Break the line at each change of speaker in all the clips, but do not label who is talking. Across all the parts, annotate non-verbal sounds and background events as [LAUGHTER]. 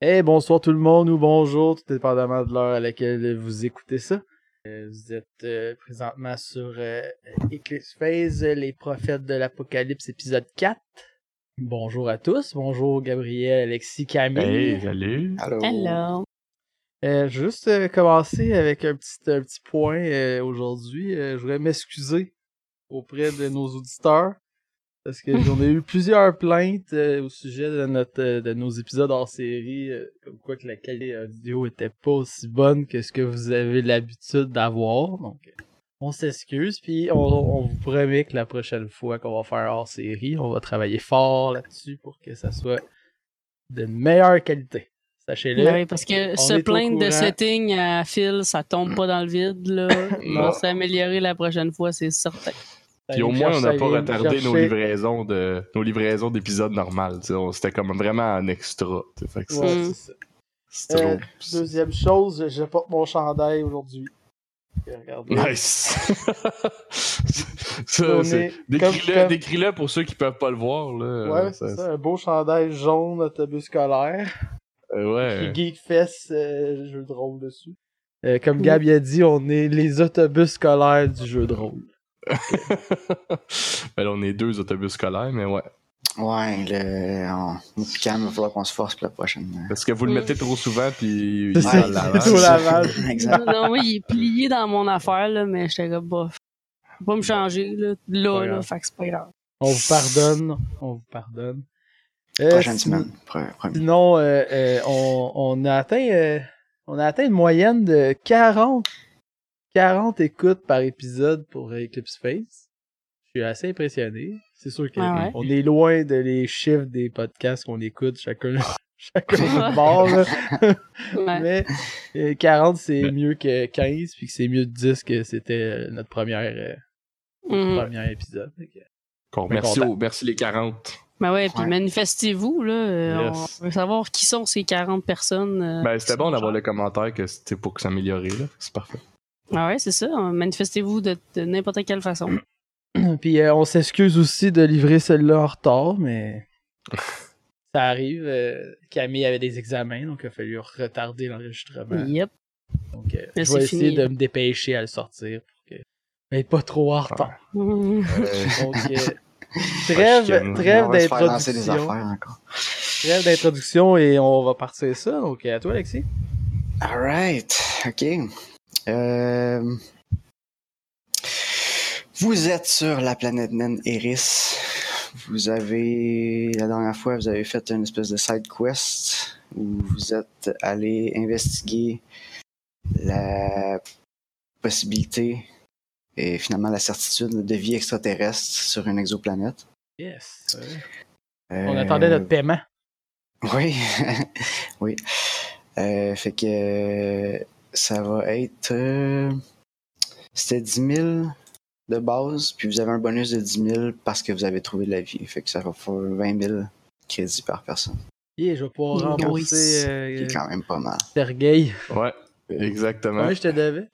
Hey, bonsoir tout le monde ou bonjour, tout dépendamment de l'heure à laquelle vous écoutez ça. Euh, Vous êtes euh, présentement sur euh, Eclipse Phase, euh, les prophètes de l'Apocalypse, épisode 4. Bonjour à tous, bonjour Gabriel, Alexis, Camille.
Hey, salut!
Allô.
Hello.
Euh, je vais juste euh, commencer avec un petit, un petit point euh, aujourd'hui. Euh, je voudrais m'excuser auprès de nos auditeurs parce que j'en ai eu plusieurs plaintes euh, au sujet de, notre, euh, de nos épisodes hors série, euh, comme quoi que la qualité audio était pas aussi bonne que ce que vous avez l'habitude d'avoir. Donc, euh, on s'excuse, puis on, on vous promet que la prochaine fois qu'on va faire hors série, on va travailler fort là-dessus pour que ça soit de meilleure qualité. Sachez-le.
Ben oui, parce que
on
se
est au
plaindre de
courant.
setting à fil, ça tombe pas dans le vide, là.
Non.
On va s'améliorer la prochaine fois, c'est certain.
Puis au moins, on n'a
n'a
pas retardé nos livraisons de nos livraisons d'épisodes normales. tu sais. On- C'était comme vraiment en extra. tu sais. Fait que ça,
Ouais,
Mm.
c'est ça.
c'est toujours-
Euh, Deuxième chose, je porte mon chandail aujourd'hui. Et Regardez.
Nice! [LAUGHS] ça,
On
c'est...
est
Décris-le,
comme-
décris-le pour ceux qui peuvent pas le voir. Là.
Ouais,
Euh,
c'est ça, un beau chandail jaune autobus scolaire.
Euh, ouais.
Puis Geek Fest, euh, jeu de rôle dessus. Euh, comme Gab il a dit, on est les autobus scolaires du jeu de rôle.
[LAUGHS] Ben là, on est deux autobus scolaires, mais ouais.
Ouais, le... on on est plus calme, il va falloir qu'on se force pour la prochaine. euh,
Parce que vous le
Mm.
mettez trop souvent, puis
C'est
il
ça,
va à l'avant.
c'est au lavage.
[LAUGHS] exact.
non, moi, il est plié dans mon affaire, là, mais j'étais comme, bof. Faut Pas me changer, là,
Pas
là,
grave.
là fait que c'est pas grave.
On vous pardonne. On vous pardonne. Euh,
Prochaine
si-
semaine. pre- premier.
Sinon, euh, euh, on, on a atteint, euh, on a atteint une moyenne de 40, 40 écoutes par épisode pour Eclipse Face. Je suis assez impressionné. C'est sûr qu'on
Ah Ouais, ouais.
est loin de les chiffres des podcasts qu'on écoute chacun, [LAUGHS] chacun
[LAUGHS]
de notre bord. là.
Ouais.
Mais euh, 40, c'est mieux que 15, puis que c'est mieux de 10 que c'était euh, notre première, euh,
Mhm.
premier épisode. Fait que-
Qu'on
Mais
remercie
content.
au- merci les 40.
Ben ouais, puis
Ouais.
manifestez-vous, là. euh,
Yes.
On veut savoir qui sont ces 40 personnes. euh,
Ben,
qui
c'était
sont
bon d'avoir
genre.
le commentaire que c'était pour que ça améliorait, là. C'est parfait.
Ah ouais, c'est ça. euh, Manifestez-vous de, de n'importe quelle façon.
[CLEARS THROAT] Puis euh, on s'excuse aussi de livrer celle-là en retard, mais [LAUGHS] ça arrive. euh, Camille avait des examens, donc il a fallu retarder l'enregistrement.
Yep.
Donc euh,
Mais
je vais
c'est
essayer
fini.
de me dépêcher à le sortir pour que mais pas trop
Ah.
en retard.
[LAUGHS]
Mhm.
Euh,
Donc, euh, trêve,
Prochaine.
trêve
on va se faire lancer des
d'introduction.
affaires encore.
Trêve d'introduction et on va partir ça. Donc euh, à toi Alexis.
Alright, ok. Euh, Vous êtes sur la planète naine Eris. Vous avez, la dernière fois, vous avez fait une espèce de side quest où vous êtes allé investiguer la possibilité et finalement la certitude de vie extraterrestre sur une exoplanète.
Yes. on attendait
Euh,
notre paiement.
oui, [LAUGHS] oui. Euh, fait que ça va être. euh, C'était 10 000 de base, puis vous avez un bonus de 10 000 parce que vous avez trouvé de la vie. Fait que ça va faire 20 000 crédits par personne.
Yeah, je vais pouvoir
Oui.
rembourser euh,
C'est quand même pas mal.
Sergueil.
ouais,
Euh,
exactement.
Combien je te devais?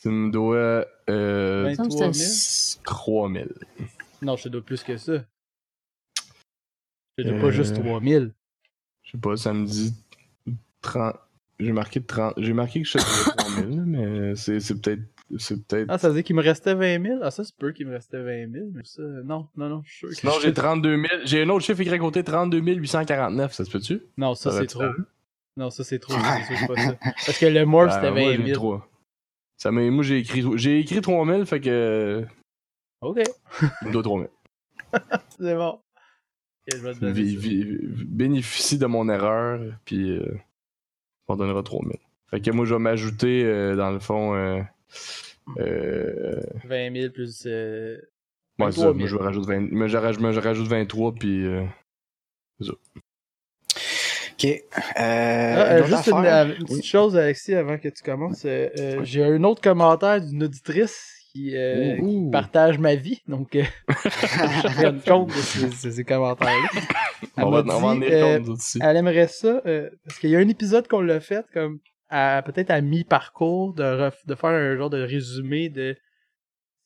Tu me dois euh,
Ça me
23 000.
fait-
3000.
Non, je te dois plus que ça. Je te dois
Euh.
pas juste 3000.
Je sais pas, ça me dit 30. J'ai marqué 30. J'ai marqué que je suis 3000, mais c'est c'est peut-être. C'est peut-être.
Ah, ça veut dire qu'il me restait 20 000? Ah, ça, c'est peu qu'il me restait 20 000. Mais ça, non, non, non, je suis sûr que
Non,
je-
j'ai 32 000. J'ai un autre chiffre écrit à côté, 32 849, ça se peut-tu?
Non, ça,
Ça
c'est
va
trop. Non, ça, c'est trop.
Ouais.
c'est sûr que c'est
[LAUGHS]
pas ça. Parce que le morph, c'était
Ben, moi,
20
j'ai
000.
trois. Ça m'a- moi, j'ai écrit, j'ai écrit 3000, fait que.
Ok,
Il me doit 3000.
c'est bon. Ok, je vais te donner
Vi-
ça.
vi- bénéficie de mon erreur, puis euh, on donnera 3000. Fait que moi, je vais m'ajouter, euh, dans le fond. Euh, euh,
20 000 plus. euh,
ouais, c'est
23 000.
ça, moi, je vais rajoute 20 moi, je rajoute- moi, je rajoute 23, puis. euh,
Ok. Euh,
Ah,
une
euh,
autre
juste une,
affaire.
euh, une petite
Oui.
chose, Alexis, avant que tu commences. euh, euh,
Oui.
J'ai un autre commentaire d'une auditrice qui, euh, qui
ouh.
partage ma vie. Donc, euh, [LAUGHS] je
[LAUGHS]
rends compte de ces, ces- ces commentaires-là. Elle
On
m'a
va,
dit,
on va en venir
euh,
compte, nous autres, ici.
elle aimerait ça, euh, parce qu'il y a un épisode qu'on l'a fait, comme à- peut-être à mi-parcours, de, ref- de faire un genre de résumé de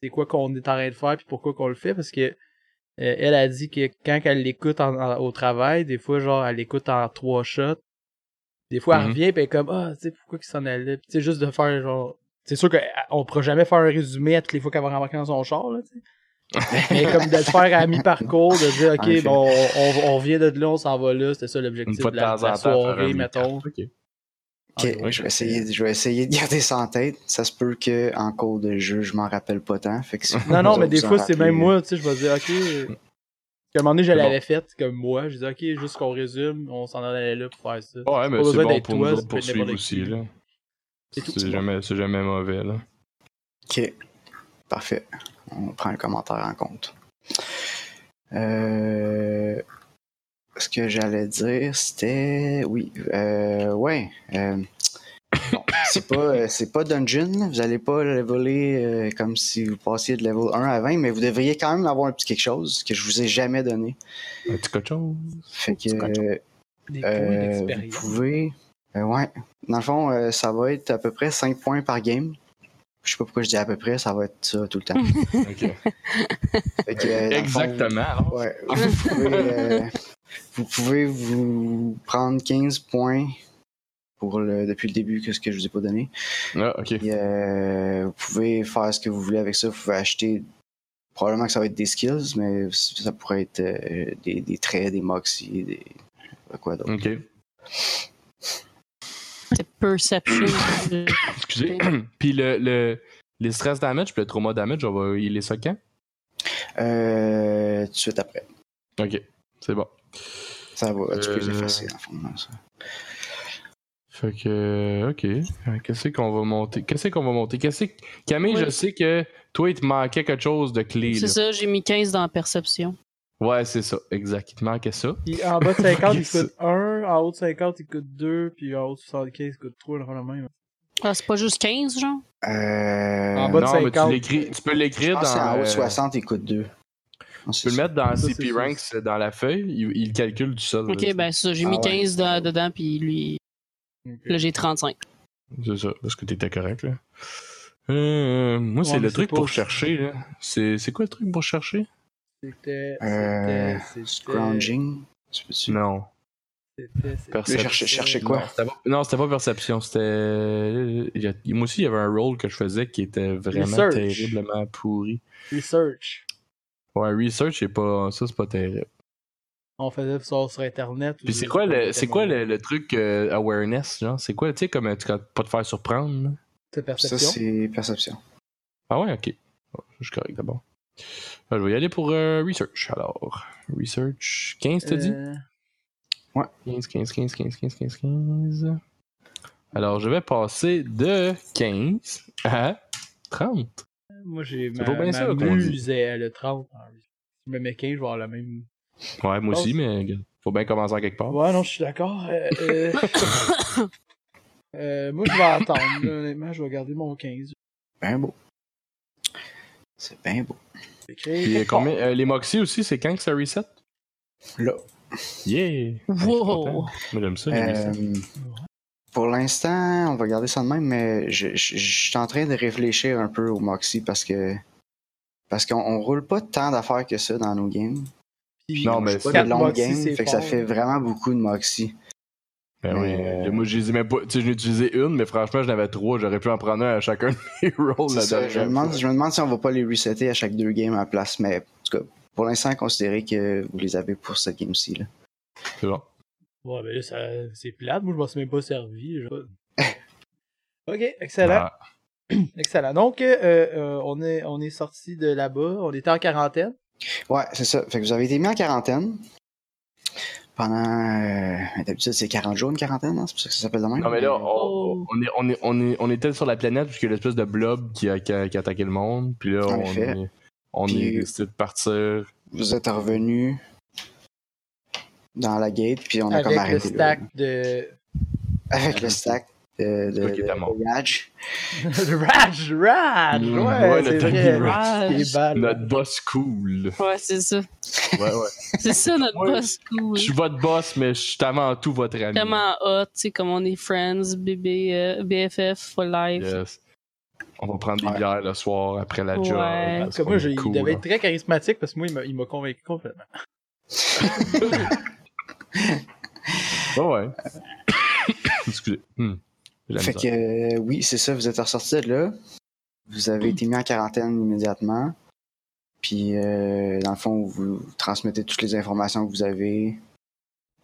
c'est quoi qu'on est en train de faire puis pourquoi qu'on le fait, parce que euh, elle a dit que quand elle l'écoute en- en- au travail, des fois, genre, elle l'écoute en trois shots, Des fois, elle
Mhm.
revient, pis elle est comme, ah, tu sais, pourquoi qu'il s'en allait? Pis tu sais, juste de faire, genre, c'est sûr qu'on pourra jamais faire un résumé à toutes les fois qu'elle va rembarquer dans son char, là, tu sais. Mais comme de le faire à mi-parcours, de dire,
En effet.
ok, bon, on, on, on vient de là, on s'en va là, c'était ça
Une
l'objectif
fois
de
de
la,
temps en
de la
temps. faire
soirée,
un
mettons.
recap. Ok.
Ok,
En gros.
je, vais essayer, de- je vais essayer de garder ça en tête. Ça se peut que en cours de jeu, je m'en rappelle pas tant. Fait que si vous
Non, non,
autres
mais des
vous en
fois, c'est
rappelez,
même moi, tu sais, je vais dire, ok. euh, Puis À un moment donné, je
C'est bon.
l'avais faite, comme moi. Je disais, ok, juste qu'on résume, on s'en allait là pour faire ça.
Ouais,
Pas
mais c'est
besoin
bon
d'être
pour
toi,
nous
ça
autres
peut être
poursuivre
n'importe
aussi,
qui.
là.
C'est tout.
C'est jamais, c'est jamais mauvais, là.
Ok, parfait. On prend le commentaire en compte. Euh, ce que j'allais dire, c'était oui, euh, ouais. euh, non, c'est pas, euh, c'est pas dungeon. là. Vous allez pas leveler euh, comme si vous passiez de level 1 à 20, mais vous devriez quand même avoir un petit quelque chose que je vous ai jamais donné.
Un petit quelque [LAUGHS] chose.
Fait que
C'est quoi,
euh,
Des points
euh, vous
d'expérience.
pouvez. euh, ouais. Dans le fond, euh, ça va être à peu près 5 points par game. Je sais pas pourquoi je dis à peu près, ça va être ça tout le temps.
Ok.
Fait que, euh, dans le fond,
Exactement, alors.
ouais, vous, pouvez, euh, vous pouvez vous prendre 15 points pour le, depuis le début que ce que je vous ai pas donné.
Ah, ok.
Et, euh, vous pouvez faire ce que vous voulez avec ça. Vous pouvez acheter. Probablement que ça va être des skills, mais ça pourrait être euh, des, des traits, des moxies, des. euh, Quoi d'autre?
Ok.
C'est Perception. Je-
Excusez. [CLEARS THROAT] Puis le, le, les stress damage, puis le trauma damage, on va il est ça quand?
Euh, tout de suite après.
Ok. C'est bon.
Ça va, tu peux les
Euh,
effacer, dans le fond. hein, ça.
Fait que, ok. Euh, Qu'est-ce qu'on va monter? Qu'est-ce qu'on va monter? Qu'est-ce que... Camille,
Oui.
je sais que toi, il te manquait quelque chose de clé.
C'est
Là.
ça, j'ai mis 15 dans Perception.
Ouais, c'est ça. Exact. Il te manquait ça.
Puis en bas de 50, il
[LAUGHS] Yes.
coûte 1, en haut de 50, il coûte 2, puis en haut de 75, il coûte 3, le la même.
Ah, c'est pas juste 15, genre?
Euh,
En bas de
non, mais tu
50.
l'écris. Tu peux
je
l'écrire
pense que
dans.
c'est en haut de
euh,
60, il coûte 2.
Tu peux le mettre dans
Ça, c'est
CP
ça.
Ranks euh, dans la feuille. Il, il calcule du sol. là.
Ok, ben c'est ça, j'ai
Ah
mis
ouais.
15 dans- dedans, puis lui, là j'ai 35.
C'est ça, parce que t'étais correct, là. Euh,
Ouais,
moi, c'est
mais
le
c'est
truc
pas-
pour chercher, là. C'est c'est quoi le truc pour chercher?
C'était.
Euh,
C'était. c'était-
Scrounging. Tu peux-tu-
Non.
C'était. c'était-
Perception.
Chercher- chercher quoi?
Non, c'était pas- Non, c'était pas perception, c'était... il y a- Moi aussi, il y avait un rôle que je faisais qui était vraiment
Research.
terriblement pourri.
Research.
Ouais, research, c'est pas... ça, c'est pas terrible.
On faisait ça sur Internet.
Puis c'est quoi le, c'est quoi le, le truc euh, awareness, genre? C'est quoi, tu sais, comme euh, tu- quand- pas te faire surprendre, là?
Cette
Ça,
perception.
c'est perception.
Ah ouais, ok. Bon, je suis correct d'abord. Ah, je vais y aller pour euh, research, alors. Research, 15, t'as dit?
Euh,
15, 15, 15, 15, 15, 15, 15. Alors, je vais passer de 15 à 30.
Moi, j'ai
C'est
ma,
pas bien
ma
ça, qu'on
muse est- elle a 30. Alors, Si hein. je me mets 15, je vais avoir la même.
Ouais, moi
aussi,
aussi, mais regarde, faut bien commencer à quelque part.
Ouais, non, je suis d'accord. Euh, [LAUGHS] euh, euh, moi, je vais attendre. là, Honnêtement, je vais garder mon 15.
Bien beau. C'est bien beau.
Je vais créer
Puis, euh,
quelque
combien, euh, les Moxie aussi, c'est quand que ça reset?
Là.
Yeah!
Wow.
Ouais, je suis content. Moi, j'aime ça, les resets.
Euh, pour l'instant, on va garder ça de même, mais je, je- je suis en train de réfléchir un peu au Moxie parce que. Parce qu'on on roule pas tant d'affaires que ça dans nos games.
Puis,
Non,
on
mais
joue
c'est-
pas
quatre
de longues
Moxie,
games,
c'est
fait que ça
fort.
fait vraiment beaucoup de Moxie.
Ben oui,
euh,
euh, moi, je les ai même pas. Tu sais, j'ai utilisé une, mais franchement, j'en avais trois. J'aurais pu en prendre un à chacun de mes [LAUGHS] rolls
C'est
la
ça,
dernière
je, me demande,
fois.
je me demande si on va pas les resetter à chaque deux games à la place, mais en tout cas, pour l'instant, considérez que vous les avez pour cette game-ci. là.
C'est bon.
Ouais, mais là, ça- c'est plate. Moi, je m'en suis même pas servi. je- ok, excellent.
Ah,
Excellent. Donc, euh, euh, on est, on est sorti de là-bas. On était en quarantaine.
Ouais, c'est ça. Fait que vous avez été mis en quarantaine pendant. euh, D'habitude, c'est 40 jours, une quarantaine, hein? c'est pour ça que ça s'appelle de même.
Ah. Non, mais là, on,
Oh.
on, est, on, est, on, est, on était sur la planète, puisque l'espèce de blob qui, a, qui, a- qui attaquait le monde. Puis là,
En
on
effet.
est, on
Puis-
est décidé de partir.
Vous êtes revenu dans la gate, puis on a comme
avec le
arrêté. là.
stack de. [LAUGHS]
Avec
Ah,
le stack de, de,
Toi qui
de-
t'as mort.
de badge.
de Rage, Rage!
Mm,
Ouais,
ouais, le
c'est
Tony
vrai.
Rage.
Les balles.
Notre boss cool.
Ouais, c'est ça.
Ouais, ouais.
[LAUGHS] C'est ça notre
Ouais.
boss cool.
Je suis votre boss, mais je suis avant tout votre ami.
Tellement hot, tu sais, comme on est friends, BB, euh, BFF for life.
Yes. On va prendre des
Ouais.
bières le soir après la
Ouais.
job.
En
parce
tout cas,
qu'on
moi,
est
j'ai- il
cool.
devait être très charismatique parce que moi, il m'a- il m'a convaincu complètement.
[LAUGHS] Ouais, ouais. [COUGHS] Excusez. Hmm. J'ai la
Fait
misère.
que euh, oui, c'est ça, vous êtes ressorti de là. Vous avez été mis en quarantaine immédiatement. Puis euh, dans le fond, vous transmettez toutes les informations que vous avez,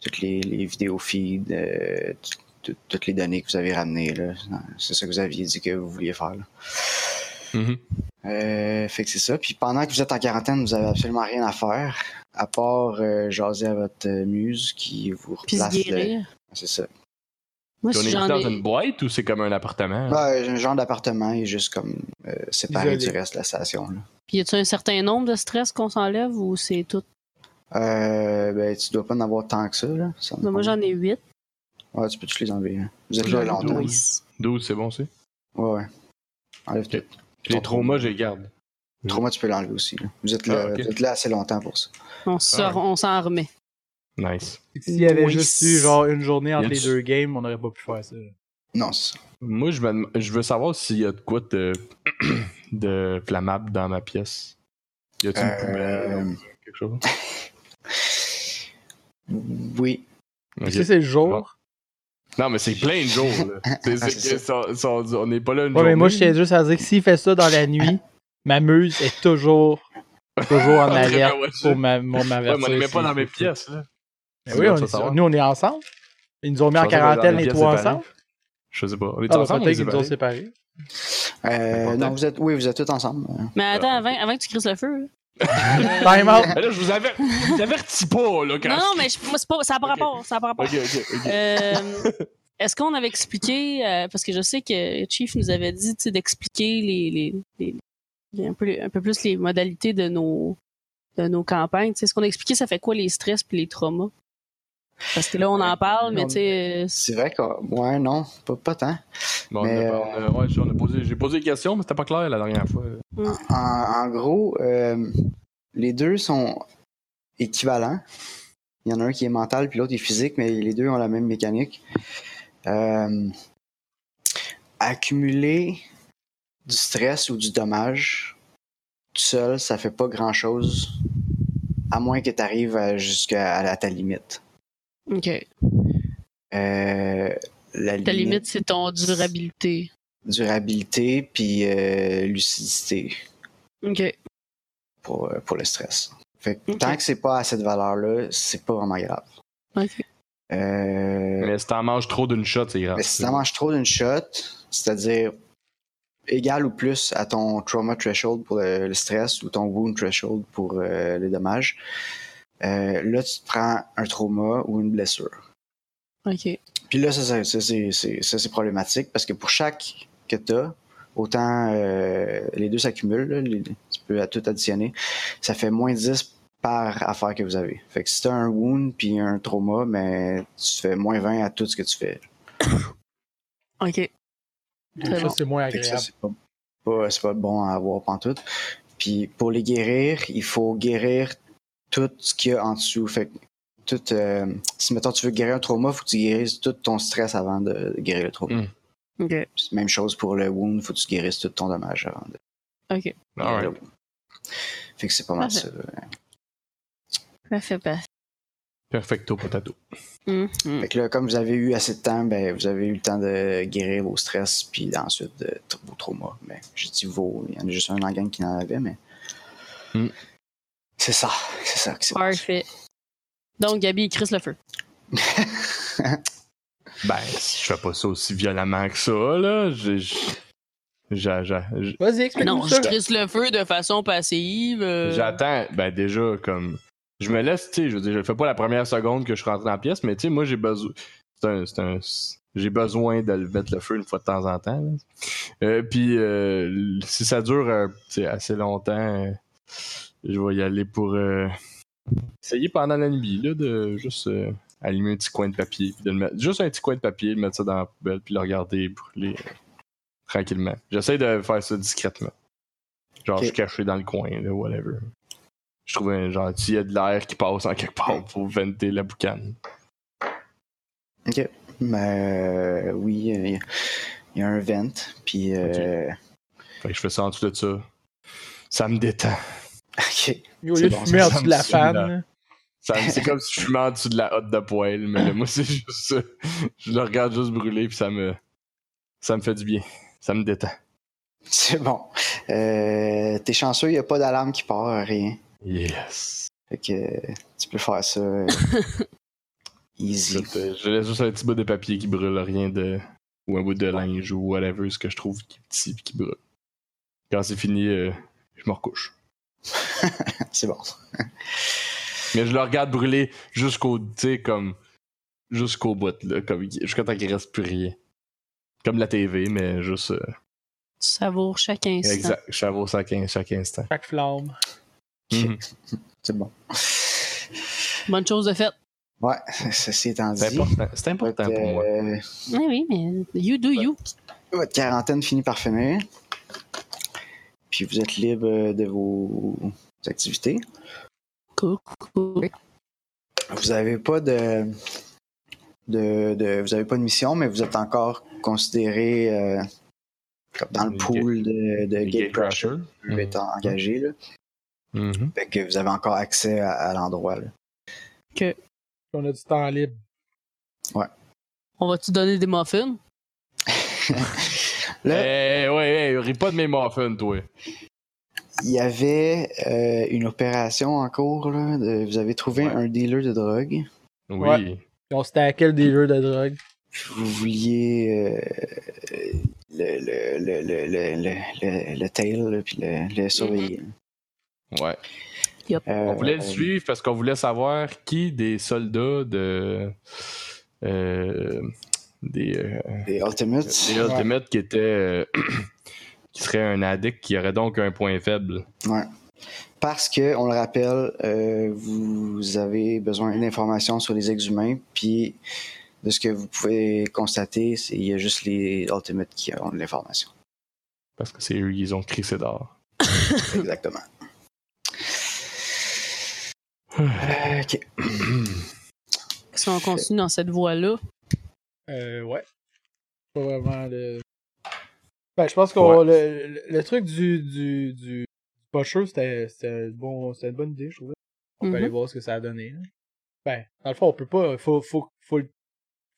toutes les, les vidéos feeds, euh, tu- tu- toutes les données que vous avez ramenées. là. C'est ça que vous aviez dit que vous vouliez faire. là.
Mhm.
Euh, fait que c'est ça. Puis pendant que vous êtes en quarantaine, vous avez absolument rien à faire, à part euh, jaser à votre euh, muse qui vous
Puis se
replace. le-
guérir.
C'est ça.
Moi,
Puis On
si
est
j'en
dans
ai.
une boîte ou c'est comme un appartement?
Ben, un genre d'appartement est juste comme euh, séparé
Isolé.
du reste de la station. Là.
Puis y a-tu un certain nombre de stress qu'on s'enlève ou c'est tout?
Euh, ben, tu dois pas en avoir tant que ça. Là. Ça me
Non, Ben, moi,
semble.
j'en ai 8.
Ouais, tu peux tous les enlever. hein. Vous êtes
J'en
là
ai
Ah,
longtemps.
douze.
Ouais,
12.
12, c'est bon, c'est?
ouais. Enlève
Ok.
tout.
Puis les traumas, je les garde.
Trauma, tu peux l'enlever aussi. là. Vous, êtes là,
Ah, ok.
vous êtes là assez longtemps pour ça.
On se
Ah ouais.
re- on s'en remet.
Nice.
Fait que S'il y avait
Nice.
juste eu genre une journée entre
Y a
les
du-
deux games, on aurait pas pu faire ça.
Non, c'est ça.
Moi, je, me dem- je veux savoir s'il y a de quoi de, [COUGHS] de flammable dans ma pièce. Y a-t-il une
Euh,
poubelle ou quelque chose? [LAUGHS]
Oui.
Est-ce
Ok.
que c'est le jour?
Non, mais c'est plein de jours. [LAUGHS] là. C'est- Ah, c'est
C'est
que ça- ça- on n'est pas là une
Ouais, mais moi je
journée.
tiens juste à dire que s'il fait ça dans la nuit, ma muse est toujours,
[LAUGHS]
toujours en
Ah, Très bien,
alerte
ouais,
pour ma, mon
Ouais, mais on
m'avertir
les met pas
s'il
dans mes
faut ça.
pièces. hein. Là.
Mais oui, on est- nous on est ensemble. Ils nous ont mis en
Je pensais qu'on était dans
quarantaine
des
les
pièces
trois
séparées.
ensemble.
Je sais pas. On est
Ah, bah,
ensemble, on est
peut-être qu'ils nous ont
séparés?
séparés.
[LAUGHS]
Euh,
Important.
non, vous êtes, oui, vous êtes tous ensemble.
Mais
Ah.
attends, avant, avant que tu crisses le feu. là.
Time out!
Mais là, je vous avertis, je vous avertis pas, là, quand
Non, non, mais je- moi, c'est pas, ça n'a pas
Ok.
rapport. Ça a pas rapport.
Ok, ok, ok.
Euh, Est-ce qu'on avait expliqué, euh, parce que je sais que Chief nous avait dit tu sais, d'expliquer les, les, les- les- un, peu, un peu plus les modalités de nos, de nos campagnes. Tu sais, Est-ce qu'on a expliqué ça fait quoi les stress puis les traumas? Parce que là, on en parle, mais tu sais, euh,
C'est vrai que. Ouais, non, pas, pas tant.
Bon,
Mais,
on a, on a- ouais, on a posé, j'ai posé des questions, mais c'était pas clair la dernière fois.
En, en gros, euh, les deux sont équivalents. Il y en a un qui est mental, puis l'autre est physique, mais les deux ont la même mécanique. Euh, accumuler du stress ou du dommage tout seul, ça fait pas grand-chose, à moins que tu arrives jusqu'à à la- ta limite.
OK.
Euh, la
Ta limite, c'est ton durabilité.
durabilité puis euh, lucidité.
OK.
pour, euh, pour le stress. Fait que
Ok.
tant que c'est pas à cette valeur-là, c'est pas vraiment grave.
OK.
Euh,
Mais si t'en manges trop d'une shot, c'est grave.
mais si t'en manges trop d'une shot, c'est-à-dire égal ou plus à ton trauma threshold pour le, le stress ou ton wound threshold pour euh, les dommages, euh, là, tu te prends un trauma ou une blessure.
OK.
Puis là, ça, ça, ça, c'est- c'est ça, c'est problématique parce que pour chaque que t'as, autant euh, les deux s'accumulent, là, les- tu peux à- tout additionner, ça fait moins 10 par affaire que vous avez. Fait que si t'as un wound puis un trauma, mais tu fais moins 20 à tout ce que tu fais.
OK. Très
Ça,
bon.
c'est moins
Fait que ça,
agréable.
c'est pas, pas- c'est pas bon à avoir pantoute. Puis pour les guérir, il faut guérir tout ce qu'il y a en dessous. Fait que tout, euh, si mettons tu veux guérir un trauma, faut que tu guérisses tout ton stress avant de guérir le trauma.
Mm.
OK.
Puis Même chose pour le wound, faut que tu guérisses tout ton dommage avant de
Alright.
OK.
guérir le wound. Fait que c'est pas mal ça. là.
Parfait, parfait.
Perfecto potato.
Mhm.
Fait que là, comme vous avez eu assez de temps, ben, vous avez eu le temps de guérir vos stress, puis ensuite de tra- vos traumas. Mais j'ai dit vos, il y en a juste un dans la gang qui en avait, mais.
Hmm.
C'est ça, c'est ça que c'est.
Parfait. Donc, Gabi, il crisse le feu.
Ben, si je fais pas ça aussi violemment que ça, là. J'ai. j'ai- j'a- j'a- j'a-
Vas-y,
Non,
explique-nous
je
ça.
crisse le feu de façon passive. euh,
J'attends, ben déjà, comme. Je me laisse, tu sais, je veux dire, je le fais pas la première seconde que je rentre dans la pièce, mais tu sais, moi, j'ai besoin. C'est un. c'est un- J'ai besoin de le mettre le feu une fois de temps en temps. là. Euh, puis, euh, si ça dure euh, tu sais, assez longtemps, euh, je vais y aller pour euh, essayer pendant la nuit là, de juste euh, allumer un petit coin de papier. Puis de le mettre, juste un petit coin de papier, de mettre ça dans la poubelle, puis le regarder brûler euh, tranquillement. J'essaie de faire ça discrètement. Genre,
Ok.
je suis caché dans le coin, là, whatever. Je trouve un genre, s'il y a de l'air qui passe en quelque part pour venter la boucane.
Ok. Mais euh, oui, euh, il y a- il y, a un vent, puis. euh,
Fait que je fais ça en dessous de ça. Ça me détend.
ok.
Au lieu de
C'est bon, [LAUGHS]
fumer
ça
en dessous de
me
la
souvient.
fan,
Ça me- C'est comme si je fumais en dessous de la hotte de poêle, mais là, moi, c'est juste ça. Je le regarde juste brûler, puis ça me, ça me fait du bien. Ça me détend.
C'est bon. Euh, T'es chanceux, il n'y a pas d'alarme qui part, rien.
Yes.
Fait que euh, tu peux faire
[LAUGHS]
ça euh,
Je,
easy.
te- je laisse juste un petit bout de papier qui brûle, rien de. ou un bout de linge ou whatever, ce que je trouve qui est petit et qui brûle. Quand c'est fini, euh, je me recouche.
[LAUGHS] C'est bon.
Mais je le regarde brûler jusqu'au. tu sais, comme. jusqu'au bout, là. comme- Jusqu'à temps qu'il reste plus rien. Comme la TV, mais juste. euh,
Tu savoures chaque instant.
exact. Chaveau chaque, in- chaque instant.
Chaque flamme.
Mhm.
C'est bon. [LAUGHS]
Bonne chose de faite.
Ouais, ceci étant
C'est
dit.
important. C'est important
votre,
pour moi.
euh,
Oui, oui, mais you do you.
votre quarantaine finit par finir. Puis vous êtes libre euh, de vos activités.
Cool, cool.
Vous avez pas de, de, de- vous avez pas de mission, mais vous êtes encore considéré euh, comme dans le
Le
pool de, de
Les
Gate Crusher.
gatecrashers.
Vous êtes engagé là.
Mhm.
Fait que vous avez encore accès à, à l'endroit. là.
On a du temps libre.
On va-tu donner des muffins?
Là,
Eh, ouais, ouais, ris pas de mes muffins, toi.
Il y avait euh, une opération en cours. Là, de- vous avez trouvé
Ouais.
un dealer de drogue.
Oui.
Ouais. Puis on stackait le dealer de drogue.
Vous vouliez euh, euh, le, le, le, le, le, le, le, le tail, là, puis le, le surveiller.
Ouais.
Euh,
Mhm. On voulait le suivre parce qu'on voulait savoir qui des soldats de. euh, des, euh,
Des Ultimates.
des Ultimates qui étaient. euh, [CLEARS THROAT] qui serait un addict qui aurait donc un point faible.
Parce que, on le rappelle, euh, vous avez besoin d'informations sur les exhumains, puis de ce que vous pouvez constater, c'est- il y a juste les Ultimates qui ont de l'information.
Parce que c'est eux, ils ont crissé d'or.
Exactement. Euh, ok. [CLEARS THROAT]
Si on continue dans cette voie-là,
Euh, ouais. Pas vraiment le. Ben, je pense qu'on. Le, le- le truc du. du. du. pocheux, c'était c'était un bon, c'était une bonne idée, je trouvais. On
Mhm.
peut aller voir ce que ça a donné. là. Ben, dans le fond, on peut pas. Faut, faut, faut, le-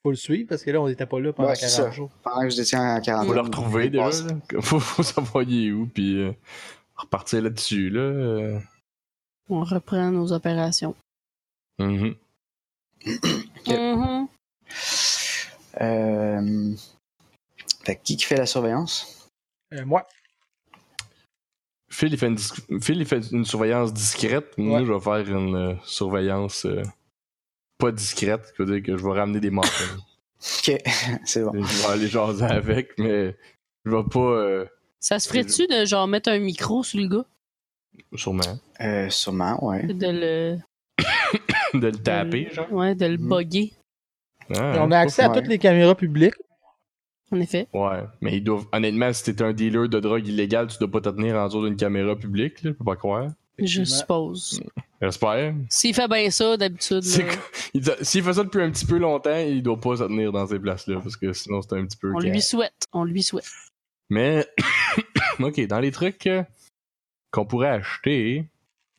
faut le suivre parce que là, on était pas là pendant
Ouais, c'est
40
ça.
jours.
Pendant que vous étiez en quarantaine.
Faut le retrouver
vous avez
déjà.
passé-
là. Faut, faut savoir il est où, puis euh, repartir là-dessus, là. euh.
on reprend nos opérations.
Mhm.
Yep.
Mhm.
Euh, Fait que qui qui fait la surveillance? [LAUGHS]
Euh, moi,
Phil, il fait une, dis- Phil, il fait une surveillance discrète. Moi,
Ouais.
je vais faire une euh, surveillance euh, pas discrète, ce qui veut dire que je vais ramener des [LAUGHS] morceaux.
Ok, c'est bon.
je vais aller jaser avec, mais je vais pas. euh,
Ça se ferait-tu de genre mettre un micro sur le gars?
sûrement.
Euh, sûrement, ouais.
De le.
[COUGHS] de le taper, genre.
Ouais, de le
Mhm.
bugger,
Ah,
Et on a accès à
ouais.
toutes les caméras publiques.
en effet.
Ouais, mais ils doivent. Honnêtement, si t'es un dealer de drogue illégale, tu dois pas te tenir en dessous d'une caméra publique, là. Je peux pas croire.
Je
Effectivement.
suppose.
J'espère.
S'il fait bien ça, d'habitude.
C'est
là,
quoi? Il doit- S'il fait ça depuis un petit peu longtemps, il doit pas se tenir dans ces places-là, parce que sinon, c'est un petit peu.
On
ca-
lui souhaite. On lui souhaite.
Mais, [COUGHS] ok, dans les trucs euh, qu'on pourrait acheter,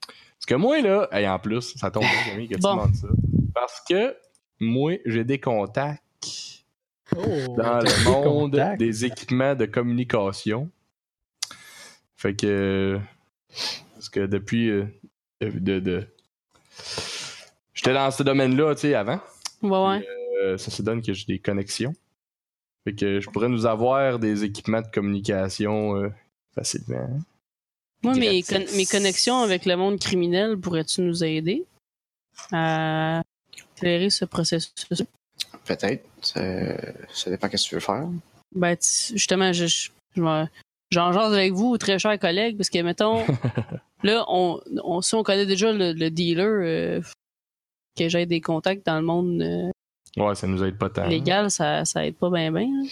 parce que moi, là, et en plus, ça tombe bien, Camille, que tu
Bon.
demandes ça. Parce que moi, j'ai des contacts
Oh,
dans le
des
monde
contacts.
des équipements de communication. Fait que. Parce que depuis. euh, de, de- de- J'étais dans ce domaine-là, tu sais, avant.
Ouais, ouais.
Euh, ça se donne que j'ai des connexions. Fait que je pourrais nous avoir des équipements de communication euh, facilement.
Moi, mes,
gratis.
con- mes connexions avec le monde criminel, pourrais-tu nous aider à accélérer ce processus?
Peut-être. Euh, ça dépend qu'est-ce que tu veux faire.
Ben, tu- justement, je, je, je m'en- j'en jase avec vous, très chers collègues, parce que, mettons, là, on, on, si on connaît déjà le, le dealer, euh, que j'ai des contacts dans le monde euh,
Ouais, ça nous aide pas tant.
légal, ça, ça aide pas bien, bien. hein.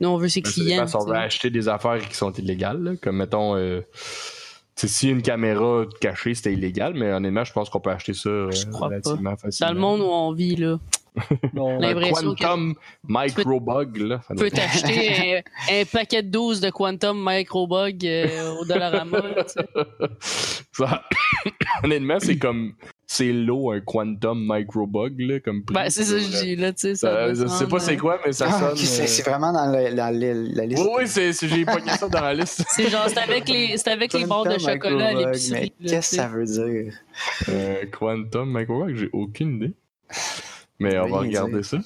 Nous, on veut ses
Ça dépend
clients.
si on
tu
veut
sais.
acheter des affaires qui sont illégales, là, comme mettons, euh, tu sais, si une caméra cachée c'était illégal, mais honnêtement, je pense qu'on peut acheter ça euh,
Je crois pas.
relativement facilement.
Dans le monde où on vit, là,
Non,
Ouais.
un
l'impression que-
quantum microbug là. Ça
tu
doit [LAUGHS]
peux
être-
t'acheter un, un paquet de 12 de Quantum
[LAUGHS]
Microbug euh, au Dollarama. là, tu sais.
Ça- [COUGHS] Honnêtement, c'est comme c'est l'eau, un quantum microbug, là, comme prix.
Ben, c'est ça que je dis, là, tu sais. ça
Euh,
doit
je sais
prendre,
pas c'est
euh,
quoi, mais ça
Ah,
sonne.
ok, c'est
euh,
c'est vraiment dans la, la- la- la liste.
Oui, oui, c'est- c'est- j'ai pogné ça dans la liste.
C'est genre, c'est avec les, c'est avec les barres de
Quantum
chocolat à
microbug, Mais
l'épicerie. là,
qu'est-ce que
tu sais.
ça veut dire?
Euh, quantum microbug, j'ai aucune idée. Mais on
Rien
va regarder ça.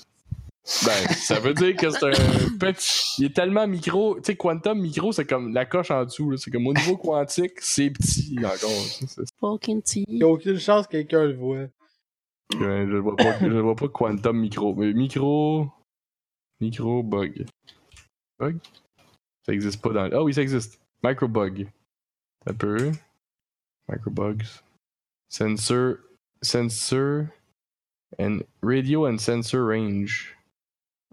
Ben, ça veut dire que c'est un petit. Il est tellement micro. Tu sais, quantum micro, c'est comme la coche en dessous. là. C'est comme au niveau quantique, c'est petit encore. C'est-
Fucking tea.
Il n'y a aucune chance que quelqu'un le voit.
Euh, Je vois pas, je vois pas quantum micro. Mais micro. Micro bug. Bug? Ça existe pas dans. Ah oui, ça existe. Micro bug. Un peu. Micro bugs. Sensor. Sensor. And radio and sensor range.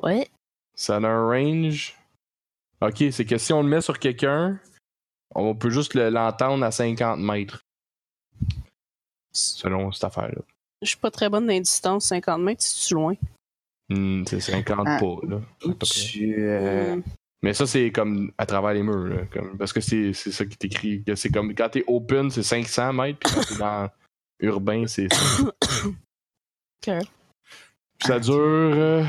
Ouais.
Ça a un range. Ok, c'est que si on le met sur quelqu'un, on peut juste le- l'entendre à 50 mètres. Selon cette affaire-là.
Je suis pas très bonne dans les distances, 50 mètres, c'est-tu loin?
Hmm, c'est 50
Ah.
pas, là. à peu près.
Tu, euh,
Mm.
Mais ça, c'est comme à travers les murs, là, comme- parce que c'est c'est ça qui t'écrit. que C'est comme quand t'es open, c'est 500 mètres, puis quand t'es dans urbain, c'est ça.
[COUGHS] Ok.
Ça dure. euh,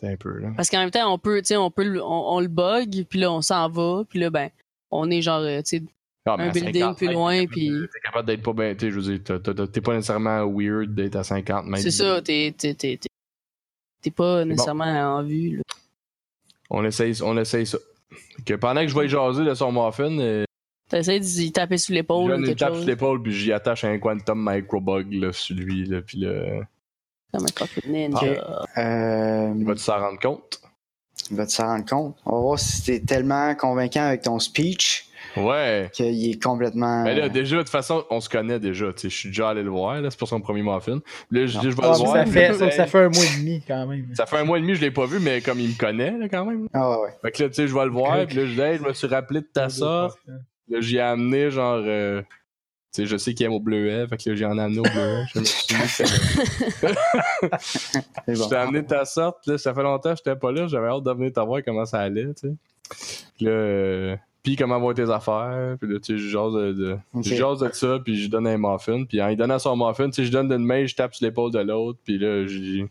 t'as un peu, là.
Parce qu'en même temps, on peut, tu sais, on peut, le- on, on le bug, puis là, on s'en va, puis là, ben, on est genre, euh, tu sais,
Ah, mais
un
à
building
50
plus
mètres,
loin,
t'es
puis
capable de- T'es capable d'être pas bien. Je veux dire, t'as- t'as- t'as- t'es pas nécessairement weird d'être à 50 mètres.
c'est ça, t'es, t'es, t'es, t'es- t'es pas nécessairement en vue, là.
On essaye, on essaye ça. Que pendant que je vais jaser de son muffin, euh,
T'essaies d'y taper sur l'épaule
je
ou
lui
quelque
tape sur
chose.
l'épaule, puis j'y attache un quantum microbug, là, sur lui, là, puis là.
Comme un fucking ninja.
euh,
Mm.
Il va-tu s'en rendre compte?
tu vas te s'en rendre compte. On va voir si t'es tellement convaincant avec ton speech
Ouais.
qu'il est complètement.
Mais Ben là, déjà, de toute façon, on se connaît déjà. tu sais, Je suis déjà allé le voir. là, C'est pour son premier muffin. Là, je
Non.
dis, je vais
Ah,
le
mais
voir.
ça, fait,
mais-
ça, ça fait un mois et demi quand même.
Ça fait un mois et demi, je l'ai pas vu, mais comme il me connaît, là, quand même.
Ah ouais, ouais.
Fait que là, tu sais, je vais le voir. Puis là, je dis, Hey, je me suis rappelé de ta soeur. Là, j'y ai amené, genre. euh, Tu sais, je sais qu'il aime au bleuet. Fait que là, j'en ai amené au bleuet. Je me
[LAUGHS]
suis dit,
C'est
Je
bon.
t'ai amené ta sorte, là, ça fait longtemps que j'étais pas là, j'avais hâte de venir te voir comment ça allait, tu sais. Puis là, euh, puis comment vont tes affaires, puis là, tu sais, je jase de, de-
Ok.
je
[LAUGHS]
jase de ça, puis je donne un muffin, puis en lui donnant son muffin, tu sais, je donne d'une main, je tape sur l'épaule de l'autre, puis là, j'y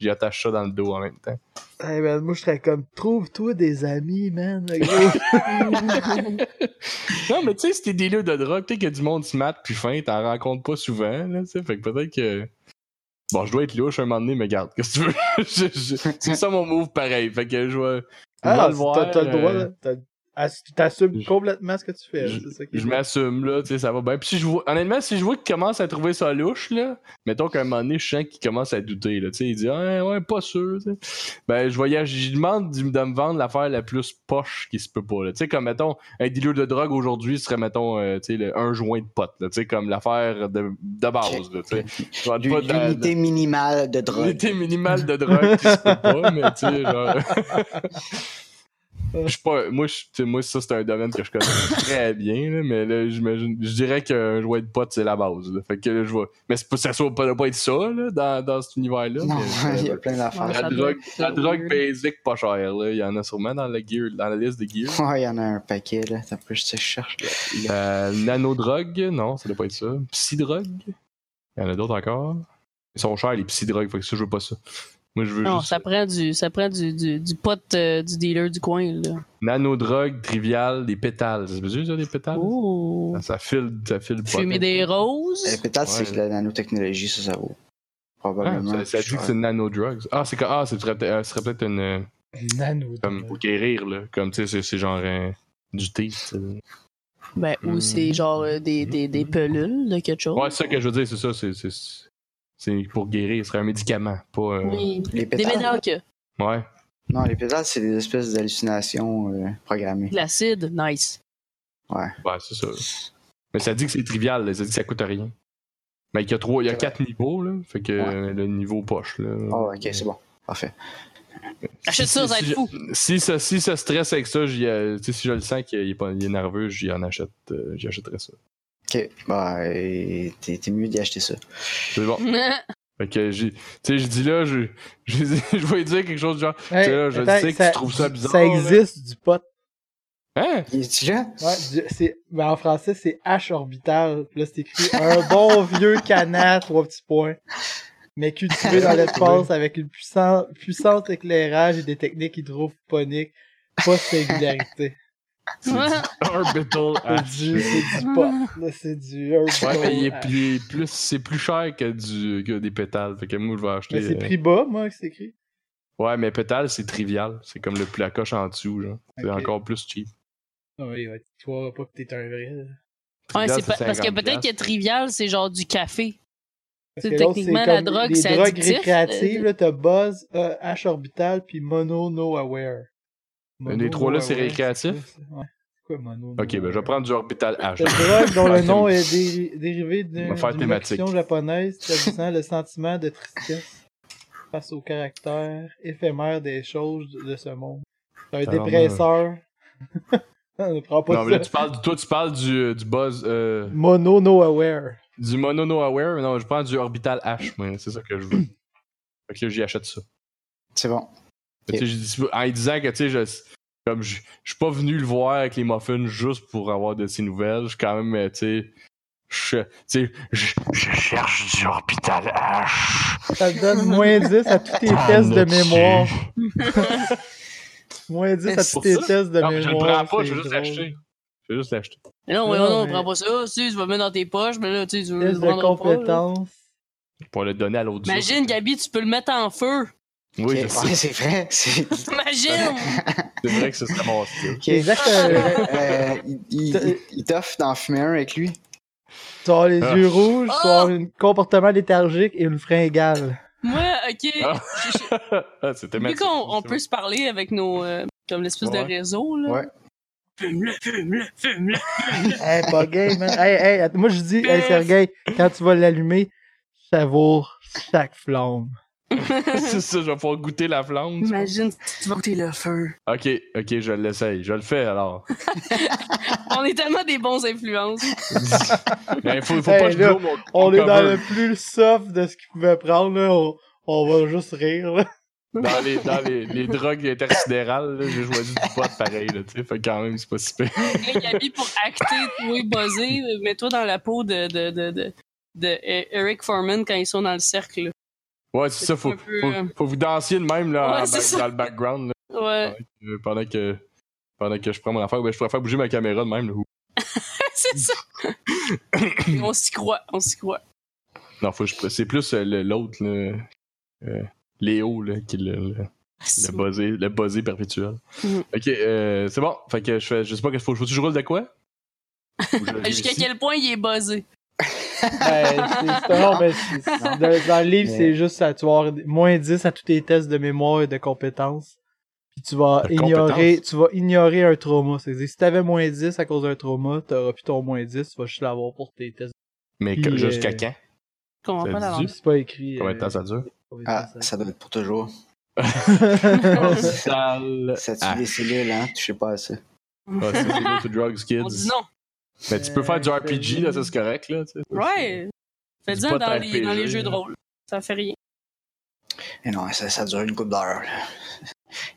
j'y attache ça dans le dos en même temps.
Eh ben, moi, je serais comme, trouve-toi des amis, man. le
[LAUGHS]
gros.
Ah.
[LAUGHS]
Non, mais tu sais, c'était des lieux de drogue, tu sais, que du monde se mate, puis fin, t'en rencontres pas souvent, là, tu sais, fait que peut-être que... Bon, je dois être louche un moment donné, mais garde, qu'est-ce que tu veux? [LAUGHS] Je- je- C'est ça mon move pareil, fait que je vais... je vais
ah,
le
non,
voir,
t'as t'as le droit,
euh,
là. T'as- ass- Tu t'assumes
Je-
complètement ce que tu fais. C'est ça qui est
je
bon.
m'assume là, tu sais, ça va bien. Puis si je vois, honnêtement, si je vois qu'il commence à trouver ça louche là, mettons qu'à un moment donné, je sens qu'il commence à douter là, tu sais, il dit ah, ouais, pas sûr, tu sais. Ben je voyage, je lui demande de, de me vendre l'affaire la plus poche qui se peut pas là, tu sais comme mettons un dealer de drogue aujourd'hui serait mettons euh, tu sais le- un joint de pote là, tu sais comme l'affaire de, de base là, tu
[LAUGHS]
sais. Je vends
L'u-
pas de-
L'unité minimale de drogue.
L'unité minimale de drogue qui se peut pas, mais tu sais,
[LAUGHS]
genre. Je suis pas. Moi, je- tu sais, moi, ça, c'est un domaine que je connais très bien, là, mais là, j'imagine. Je dirais qu'un jouet de potes, c'est la base. là. Fait que là, je vois. Mais c'est pas- ça ne pas, pas être ça, là, dans, dans cet univers-là.
Non,
mais- euh,
il y a plein
Ouais,
d'affaires.
la
ça doit
drogue,
être
la drogue
weird.
basic, pas chère, là. Il y en a sûrement dans la, gear, dans la liste de gear.
[LAUGHS] Ouais, il y en a un paquet, là. T'as plus, je te cherche. là.
Euh, nanodrogue, non, ça doit pas être ça. Psydrogue, il y en a d'autres encore. Ils sont chers, les psydrogues, fait que ça, je veux pas ça. Moi, je veux
non,
juste.
ça prend du, ça prend du, du, du pote euh, du dealer du coin, là.
Nanodrogue, trivial, des pétales. Ça veut dire ça, des pétales?
Oh!
Ah. Ça, ça file, ça file pas.
Fumer des
Les
roses?
pétales, Eh, c'est
Ouais.
de la nanotechnologie, ça, ça vaut.
Ah,
Probablement.
ça, ça dit que
Ouais.
c'est nanodrugs. Ah, c'est que- ah, ce serait, peut- euh, ce serait peut-être une. euh,
Nano.
Comme pour guérir, là. Comme, tu sais, c'est- c'est genre euh, du thé. tu sais.
Ben, ou c'est genre euh, des, des, des pelules de quelque chose?
Hmm. Ouais, c'est ça que je veux dire, c'est ça. c'est- c'est- C'est pour guérir, ce serait un médicament, pas. euh,
Oui.
Les
Des
pétales.
médocs.
Ouais.
Non, les pétales, c'est des espèces d'hallucinations euh, programmées.
De l'acide, nice.
Ouais, c'est ça. Mais ça dit que c'est trivial, là, ça dit que ça coûte rien. Mais il y a trois, il y a quatre niveaux, là. Fait que
Ouais.
euh, le niveau poche, là.
Oh, ok, c'est bon. Parfait.
Achète ça, ça va être fou.
[LAUGHS] Si ça, si ça stresse avec ça, j'y, euh, tu sais, si je le sens qu'il est, pas- il est nerveux, j'y en achète, euh, j'y achèterai ça.
Ok, bah, et t'es t'es mieux d'y acheter ça.
C'est bon. Fait que j'ai, tu sais, je dis là, [LAUGHS] je, je, je vais dire quelque chose du genre,
Hey,
Tu sais, là, je
attends,
sais que tu trouves ça bizarre,
Ça
là.
existe du pot.
Hein?
Il est là?
Ouais, du- c'est, mais en français, c'est H orbital. Puis Là, c'est écrit un bon vieux canard, trois petits points. Mais cultivé
[LAUGHS]
dans l'espace avec une puissante, puissante éclairage et des techniques hydroponiques. Pas de
[LAUGHS]
singularité.
[LAUGHS]
C'est du Orbital
C'est
H.
du, c'est [LAUGHS] du pot. Là, c'est du orbital.
Ah. Ouais, mais il est,
H.
il est plus, c'est plus cher que, du, que des pétales. Fait que moi, je vais acheter.
Mais c'est
euh,
prix bas, moi, que c'est écrit.
Ouais, mais pétales, c'est trivial. C'est comme le, la coche en dessous, genre. C'est
Ok.
encore plus cheap.
Ah oui, ouais, tu vois pas que t'es un vrai. là.
[LAUGHS] Ouais,
Trivial,
c'est pas- parce que
50
peut-être que trivial, c'est genre du café.
Parce
C'est
que l'autre,
techniquement la drogue,
des
c'est
drogues
addictif.
récréatives, là, t'as buzz, euh, H orbital, puis mono no aware.
Mais les trois, là, c'est
aware,
récréatif?
quoi, ça? Ouais. C'est quoi mono no
Ok, ben je vais
aware?
prendre du orbital H.
La drogue dont
Ah,
le
[LAUGHS] t'aimes-
nom est déri- dérivé d'une
On va faire
d'une
thématique.
locution japonaise traduisant le sentiment de tristesse face au caractère éphémère des choses de ce monde. C'est un
Tabarnak.
dépresseur. [LAUGHS] On ne prend pas
Non,
de
mais là,
ça.
tu parles, du- toi, tu parles du, du buzz, euh,
Mono no aware.
du mono no aware. mais Non, je prends du orbital H, moi. C'est ça que
[CLEARS THROAT]
je veux. fait que là, j'y achète ça.
C'est bon.
Mais tu sais, j'ai dit- en lui disant que, tu sais, je, comme je, je suis pas venu le voir avec les muffins juste pour avoir de ses nouvelles. Je suis quand même, euh, tu sais, je, tu sais, je, je cherche du orbital H.
Ça te donne moins 10 à tous tes tests de
[LAUGHS]
mémoire. Moins 10 à
C'est
tous
pour
tes
ça?
tests de
Non, mais je le prends
mémoire.
pas, je
c'est
vais juste
drôle.
l'acheter. Je vais juste l'acheter.
Mais non,
Non,
ouais, non,
mais-
prends pas ça. Si, je vais le mettre dans tes poches, mais là, tu sais, tu veux le
Test de
prendre pas, là.
compétences.
Pour le donner à l'autre jour.
Imagine, Gabi, tu peux le mettre en feu. [LAUGHS]
Oui,
Ok,
je sais.
ouais, c'est vrai. [LAUGHS]
[LAUGHS]
C'est
Imagine!
C'est vrai que ce serait mon style.
ok.
Exactement.
Euh, il- il il t'offre d'en fumer un avec lui.
Tu as les
Ah.
yeux rouges, tu
Ah.
as un comportement léthargique et une fringale.
Moi, ok.
Ah. Ah, C'était
Vu
magnifique.
qu'on on peut se parler avec nos. euh, comme l'espèce
Ouais.
de réseau, là.
Ouais.
Fume-le, fume-le, fume-le.
Hey, pas gay, man. Hey, hey, att- moi je dis, hey Sergei, quand tu vas l'allumer, savoure chaque flamme.
[LAUGHS] C'est ça, je vais pouvoir goûter la flamme.
[LAUGHS]
tu vois.
Imagine, tu vas goûter le feu.
Ok, ok, je l'essaye. Je le fais alors.
On est tellement des bons influences.
Mais faut, faut
Hey,
pas que je
là,
blow mon.
On
mon
est dans
cover.
le plus soft de ce qu'il pouvait prendre, là. On, on va juste rire, là.
Dans les, dans les, les drogues intersidérales, là, j'ai choisi du pot pareil, là, tu sais. Fait que quand même, c'est pas si pire.
Là, Gabi, pour acter, trouver, buzzer, euh, mets-toi dans la peau de, de, de, de, de, euh, Eric Foreman quand ils sont dans le cercle. là.
Ouais, c'est ça, faut,
un peu,
faut,
euh,
faut vous danser de même, là,
Ouais,
en
c'est
back-
ça.
dans le background, là,
Ouais.
euh, pendant que, pendant que je prends mon affaire. Ben, je pourrais faire bouger ma caméra de même, là.
[LAUGHS]
[COUGHS]
C'est ça. on s'y croit, on s'y croit.
Non, faut que je- c'est plus euh, le- l'autre, là, euh, Léo, là, qui est le, le, le buzzé, le buzzé perpétuel.
Mhm.
Ok, euh, c'est bon. Fait que je fais, je sais pas qu'est-ce qu'il faut. Faut que je roule de quoi? Ou je
[LAUGHS] Jusqu'à
réussis?
quel point il est buzzé.
Ben, c'est- c'est- non, mais c'est- c'est- dans, dans le livre,
Mais-
c'est juste ça. Tu vas avoir moins 10 à tous tes tests de mémoire et de compétences. Puis tu vas
De
ignorer,
compétences?
tu vas ignorer un trauma. C'est-à-dire, si t'avais moins 10 à cause d'un trauma, t'auras plus ton moins 10, tu vas juste l'avoir pour tes tests.
Mais
Puis,
que-
euh,
jusqu'à quand?
Comment
Ça
pas
dit?
l'avance.
C'est pas écrit.
Combien de
euh,
temps ça dure?
combien de temps
Ah,
ça-
ça doit être pour toujours.
[LAUGHS]
Sale.
Ça tue
Ah.
des cellules, hein? Touchez pas à ça.
Ah, c'est Zero to Drugs
On dit
Kids.
non.
Mais tu peux faire du
Euh,
RPG, là, ça c'est correct, là. tu sais.
Ouais.
Dis
Fais-en
pas
dans, les-
RPG,
dans les jeux de
là.
rôle. Ça fait
[LAUGHS]
rien.
Et Eh non, ça, ça dure une couple d'heures. là.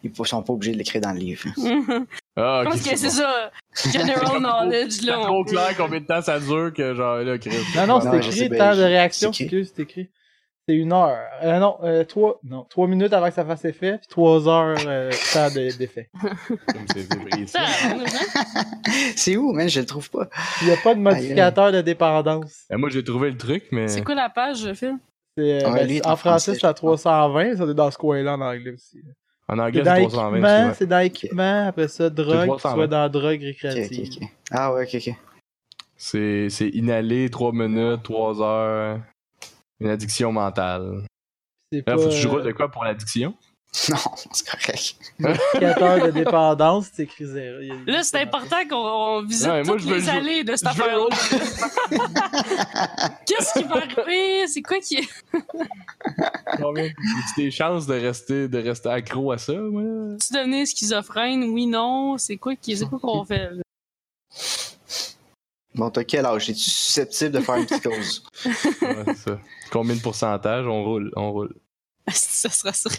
Ils sont pas obligés de l'écrire dans le livre.
Je
Ah, ok.
pense que c'est
bon.
ça.
[LAUGHS]
General knowledge,
C'est
là. on
trop
peut-
clair combien de temps ça dure que genre, là, Chris.
Non, non,
Non,
c'est
je
écrit,
sais bien,
temps de
je-
réaction,
c'est
c'est que
écrit.
c'est écrit. C'est une heure. Euh, non, euh, trois, non, trois minutes avant que ça fasse effet, puis trois heures, euh, temps de- d'effet.
Comme c'est- c'est précis.
Ça, on-
[LAUGHS]
C'est où, man? Je le trouve pas.
Il y a pas de modificateur de dépendance.
Et Eh, Moi, j'ai trouvé le truc, mais.
C'est quoi la page, Phil?
C'est, euh,
Ouais,
ben,
lui, il est
en
en
français,
français,
c'est à
je pense.
320, ça doit être dans ce coin-là en anglais aussi.
En
C'est
anglais,
dans
c'est
équipement,
320.
c'est dans équipement, après ça, drogue, tu
320.
vas dans drogue
Ok,
récréative.
ok, ok. Ah ouais, ok, [LAUGHS] ok.
C'est c'est inhaler 3 minutes, 3 heures. Une addiction mentale.
C'est pas
Là, faut que tu
euh,
roules de quoi pour l'addiction?
Non, c'est correct.
modificateur de dépendance, c'est écrit zéro. Il y a-
Là, c'est important qu'on on visite
Ouais, moi,
toutes
je veux-
les
je veux-
allées de cette
je veux
affaire. [LAUGHS] Qu'est-ce qui va arriver? C'est quoi qui.
Combien? [LAUGHS] As-tu des chances de rester, de rester accro à ça? moi?
Tu devenais schizophrène? Oui, non? C'est quoi qui. C'est quoi
[LAUGHS]
qu'on fait? là? [LAUGHS]
Bon, t'as quel âge? Es-tu [LAUGHS] susceptible de faire une petite cause?
Ouais, c'est ça. Combien de pourcentage? On roule, on roule.
ça sera sur.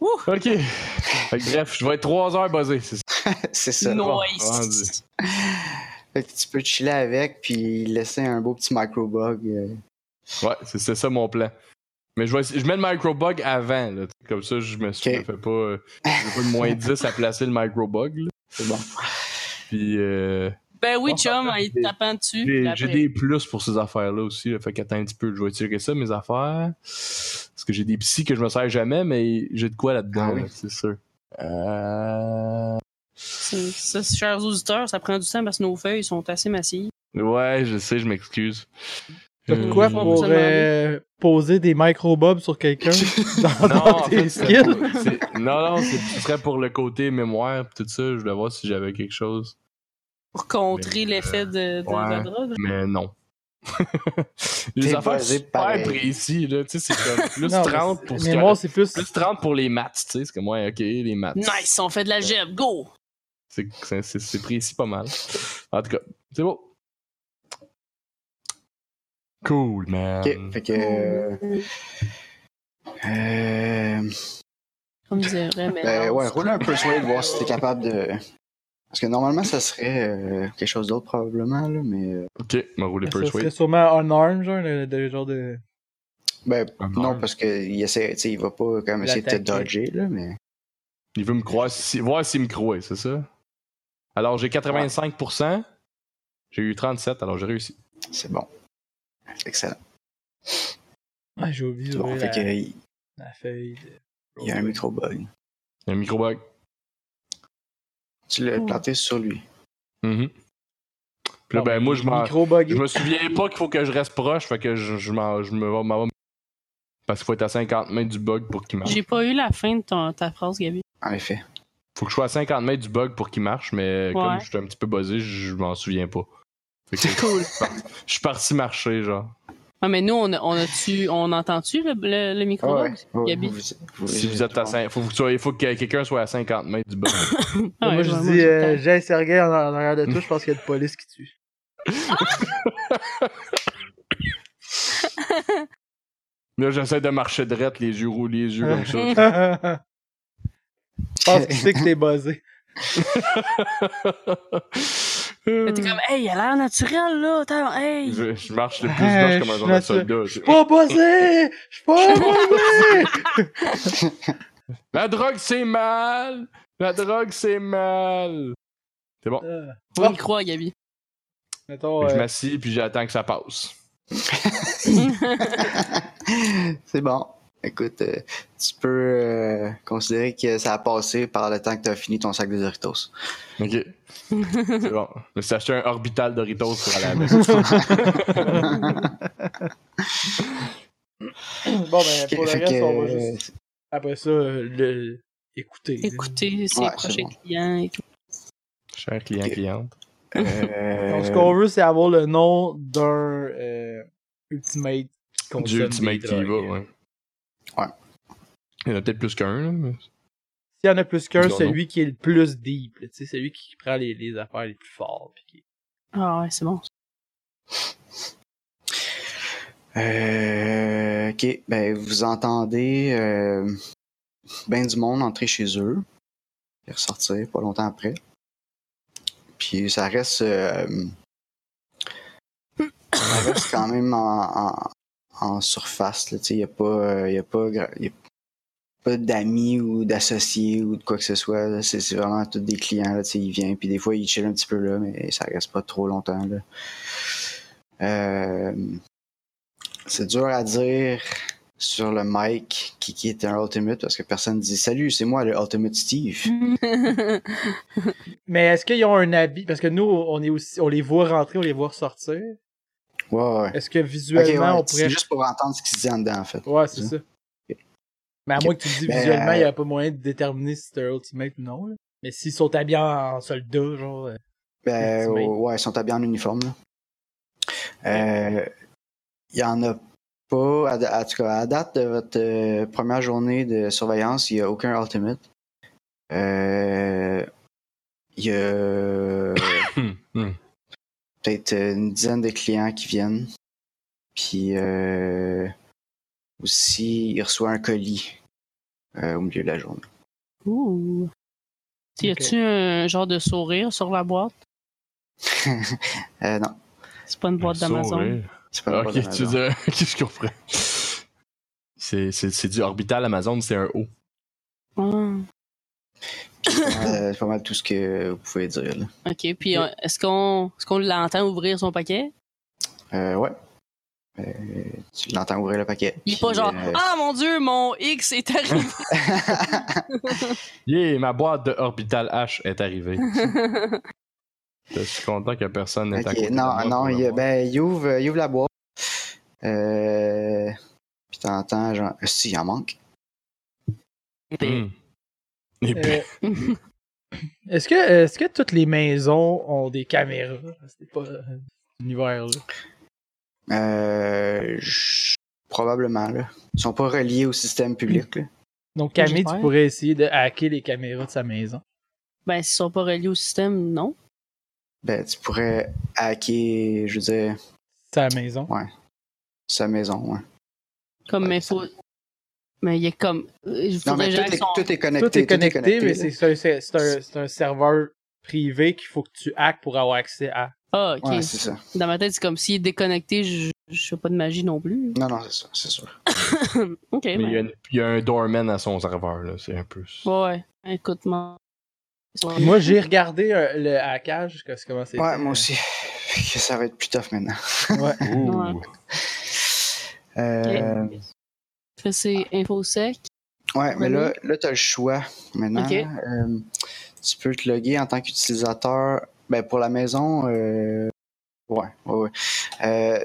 Ok. Fait que bref, je vais être 3 heures buzzé. c'est ça.
C'est ça.
Non. bon,
nice.
Fait que tu peux te chiller avec puis laisser un beau petit micro-bug. euh.
Ouais, c'est c'est ça mon plan. Mais je, vais essayer- je mets le microbug avant, là, t'sais, comme ça je me suis
Ok.
me fais pas, euh, j'ai pas le
[LAUGHS]
moins 10 à placer le microbug. là.
C'est bon.
Puis euh,
Mmh,
Ben oui,
Bon,
chum,
ça
en
fait
y
des-
tapant dessus. puis
j'ai
après-
j'ai des plus pour ces affaires-là aussi. là, fait qu'attends un petit peu, je vais tirer ça, mes affaires. Parce que j'ai des psys que je me sers jamais, mais j'ai de quoi là-dedans,
Ah oui.
là, c'est sûr. Euh...
C'est- Ça, c'est- chers auditeurs, ça prend du temps parce que nos feuilles sont assez massives.
Ouais, je sais, je m'excuse.
T'as de quoi
Euh,
pour
on va
euh, poser des micro-bobs sur
[LAUGHS]
quelqu'un dans,
Non,
dans
en
tes
fait, c'est-
skills?
c'est- non, non, c'est- ce serait pour le côté mémoire pis tout ça. Je voulais voir si j'avais quelque chose.
Pour contrer
Mais, euh,
l'effet de, de
ouais.
la drogue.
[LAUGHS]
Mais non. les
T'es
affaires
buzzé
super
pareil.
précis, là. Tu sais, c'est comme
[LAUGHS]
plus
Non, mais
30
c'est-
pour ce
Mais
que-
moi, c'est plus.
Plus 30 pour les maths, tu sais. C'est comme, ouais, ok, les maths.
Nice, on fait de la jeb, go!
C'est- c'est- C'est c'est précis pas mal. En tout cas, c'est beau. Cool, man.
Ok, fait que. euh, Mm. euh,
Comme dirait, mais.
ben,
non.
ouais, roule un persuade, voir si t'es capable de. Parce que normalement, ça serait euh, quelque chose d'autre probablement, là, mais. euh,
Ok, m'a roulé
Ça serait
Persuade.
sûrement unarmed, genre, le- de- genre de.
Ben,
Ah,
non, parce qu'il essaie, tu sais, il va pas comme essayer de te
L'attaquer.
dodger, là, mais.
Il veut me croire, si- voir s'il me croit, c'est ça? Alors, j'ai 85%. J'ai eu 37, alors j'ai réussi.
C'est bon. Excellent.
Ah, j'ai oublié
C'est bon,
d'ouvrir
fait
la,
que, il
la feuille. de-
il y a un micro-bug.
Un micro-bug.
Tu l'as
Ouh.
planté sur lui.
Mhm. Puis là, ben, moi, je
Ah,
m'en.
Micro-bugué.
Je me souviens pas qu'il faut que je reste proche, fait que je, je, m'en- je me vais- m'en vais- Parce qu'il faut être à 50 mètres du bug pour qu'il marche.
J'ai pas eu la fin de ton- ta phrase, Gabi.
En effet.
Faut que je sois à 50 mètres du bug pour qu'il marche, mais comme
Ouais.
je suis un petit peu buzzé, je m'en souviens pas. Fait que
Cool.
je suis parti marcher, genre.
Ah, mais nous, on, a- on a-tu, on entend-tu le, le, le micro
Ah ouais, ouais,
Gabi.
vous- vous-
Si vous êtes à 5, faut, que vous soyez- faut que quelqu'un soit à 50 mètres du bug.
Ah ouais,
moi, je
ouais,
dis,
j'ai le
euh,
temps.
j'ai Sergei en, en arrière de tout, je pense qu'il y a de police qui tue.
Là, j'essaie de marcher droite, les yeux roulés, les yeux comme [LAUGHS] ça.
je pense qu'il sait que t'es
[LAUGHS]
buzzé.
Mais T'es comme, hey, il a l'air naturel, là. Attends, hey.
je, je marche le plus
Hey,
proche comme un
je
genre de
suis
soldat. tu sais.
Pas buzzé! Je suis pas buzzé!
La drogue, c'est mal! La drogue, c'est mal! C'est bon.
[LAUGHS] Euh,
On y croit, Gabi.
Mettons,
Je
euh,
m'assis puis j'attends que ça passe.
[LAUGHS] C'est bon. Écoute, euh, tu peux euh, considérer que ça a passé par le temps que tu as fini ton sac de
[LAUGHS]
Doritos.
Ok. C'est bon. Je me suis acheté un orbital Doritos pour aller avec.
bon, ben, pour le
Fait
reste,
que,
on va juste.
euh,
Après ça, le... écouter.
Écoutez ses
Ouais, c'est
prochains
bon.
clients et tout.
Cher client,
Ok.
cliente.
euh,
Donc, ce qu'on veut, c'est avoir le nom d'un euh, ultimate qui consomme
Du ultimate
des
qui y va,
drogues.
ouais.
Ouais.
Il y en a peut-être plus qu'un, là. mais-
S'il y en a plus qu'un,
Disons
celui qui est le plus deep, là, tu sais, celui qui prend les, les affaires les plus fortes. puis qui-
Ah, ouais, c'est [LAUGHS] bon.
euh, ok, ben vous entendez euh, ben du monde entrer chez eux et ressortir pas longtemps après. Puis ça reste, euh, ça reste quand même en, en- en surface. Il n'y a pas, euh, y a pas, gra- y a pas d'amis ou d'associés ou de quoi que ce soit. là. C'est c'est vraiment tous des clients. Là, tu sais, ils viennent, puis des fois ils chillent un petit peu là, mais ça reste pas trop longtemps. Là. Euh, c'est dur à dire sur le mic qui, qui est un Ultimate parce que personne dit Salut, c'est moi le Ultimate Steve.
Mais est-ce qu'ils ont un habit Parce que nous, on, est aussi, on les voit rentrer, on les voit sortir.
Ouais, ouais.
Est-ce que
Ok, ouais,
visuellement, on
c'est
pourrait.
juste pour entendre ce qu'ils disent en dedans, en fait.
Ouais, c'est ça. Mais à
Ok.
moins que tu dis
Ben,
visuellement, il n'y
euh,
a pas moyen de déterminer si c'est un ultimate ou non. là. Mais s'ils sont habillés en soldat, genre. euh, [LAUGHS]
Ben,
Ultimate.
ouais, ils sont habillés en uniforme, là. Euh, Il y en a pas, à, da- en tout cas, à date de votre euh, première journée de surveillance, il n'y a aucun Ultimate. Euh, Il y a [COUGHS]
Hum, hum.
peut-être une dizaine de clients qui viennent. Puis, euh, ou s'il reçoit un colis euh, au milieu de la journée.
Ouh. Y a-tu un genre de sourire sur la boîte?
Euh, non,
C'est pas une boîte d'Amazon.
c'est pas une
Ok,
boîte
tu
d'Amazon.
dis. [LAUGHS] Ok, je comprends. C'est- C'est c'est du orbital Amazon, c'est un O.
Ah.
Euh, C'est pas mal tout ce que vous pouvez dire. Là.
OK. Puis euh, est-ce qu'on est qu'on l'entend ouvrir son paquet?
Euh, ouais. Euh, tu l'entends ouvrir le paquet.
Il est
puis,
pas genre
euh,
Ah mon Dieu, mon X est arrivé!
Yeah, ma boîte de Orbital H est
[LAUGHS]
arrivée. Je suis content que personne n'ait
Ok,
à côté de moi pour
Non, non,
le
il,
voir.
ben, il, ouvre, il ouvre la boîte. Euh, puis t'entends, genre, euh, si, il en manque. ben-
Épais.
Hmm. Et puis,
Euh, Est-ce que, est que toutes les maisons ont des caméras? C'était pas euh, l'univers, là.
Euh, je- probablement, là. Ils sont pas reliés au système public, là.
Donc, Camille, tu
J'espère.
pourrais essayer de hacker les caméras de sa maison.
[LAUGHS] Ben, s'ils sont pas reliés au système, non.
Ben, tu pourrais hacker, je veux dire,
Sa maison.
sa maison, hein. ouais.
Comme,
Ouais,
mais
ça-
faut. Mais il y a comme. euh, Il
Non,
faudrait
mais tout
gérer
est,
son-
tout est connecté.
Tout est connecté, mais
là.
c'est- c'est un- c'est- c'est un, c'est un serveur privé qu'il faut que tu hackes pour avoir accès à.
Ah, OK.
Ouais, c'est ça.
Dans ma tête, c'est comme s'il est déconnecté, je, je fais pas de magie non plus. [LAUGHS]
Non, non, c'est ça, c'est sûr.
OK.
mais il, y a
Ben,
une- il y a un doorman à son serveur, là. C'est un peu.
ouais. Écoute, moi.
Moi, j'ai regardé euh, le hackage, je sais comment c'est.
Ouais, moi aussi. [LAUGHS] Fait que Ça va être plus tough maintenant.
[LAUGHS] Ouais.
Ouh.
Euh,
Fait c'est infosec.
Ouais, mais là, là tu as le choix maintenant.
Ok.
là. Euh, tu peux te loguer en tant qu'utilisateur. Ben, pour la maison, euh, ouais, ouais, ouais. Euh,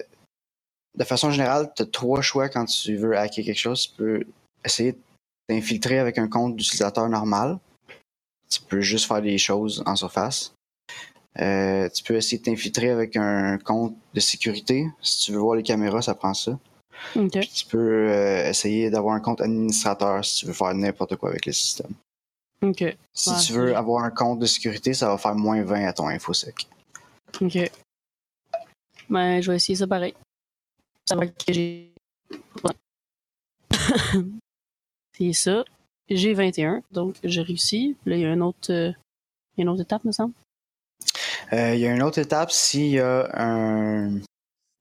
de façon générale, tu as trois choix quand tu veux hacker quelque chose. Tu peux essayer de t'infiltrer avec un compte d'utilisateur normal. Tu peux juste faire des choses en surface. Euh, tu peux essayer de t'infiltrer avec un compte de sécurité. Si tu veux voir les caméras, ça prend ça.
OK.
Puis tu peux euh, essayer d'avoir un compte administrateur si tu veux faire n'importe quoi avec le système.
OK.
Si
Ouais,
tu
c'est
veux
vrai.
avoir un compte de sécurité, ça va faire moins 20 à ton infosec.
OK. Ben, je vais essayer ça pareil. Ça va que j'ai. [LAUGHS] Ouais. c'est ça. J'ai 21, donc j'ai réussi. Là, il y a un autre. euh, il y a une autre étape, me semble.
Euh, Il y a une autre étape s'il y a un,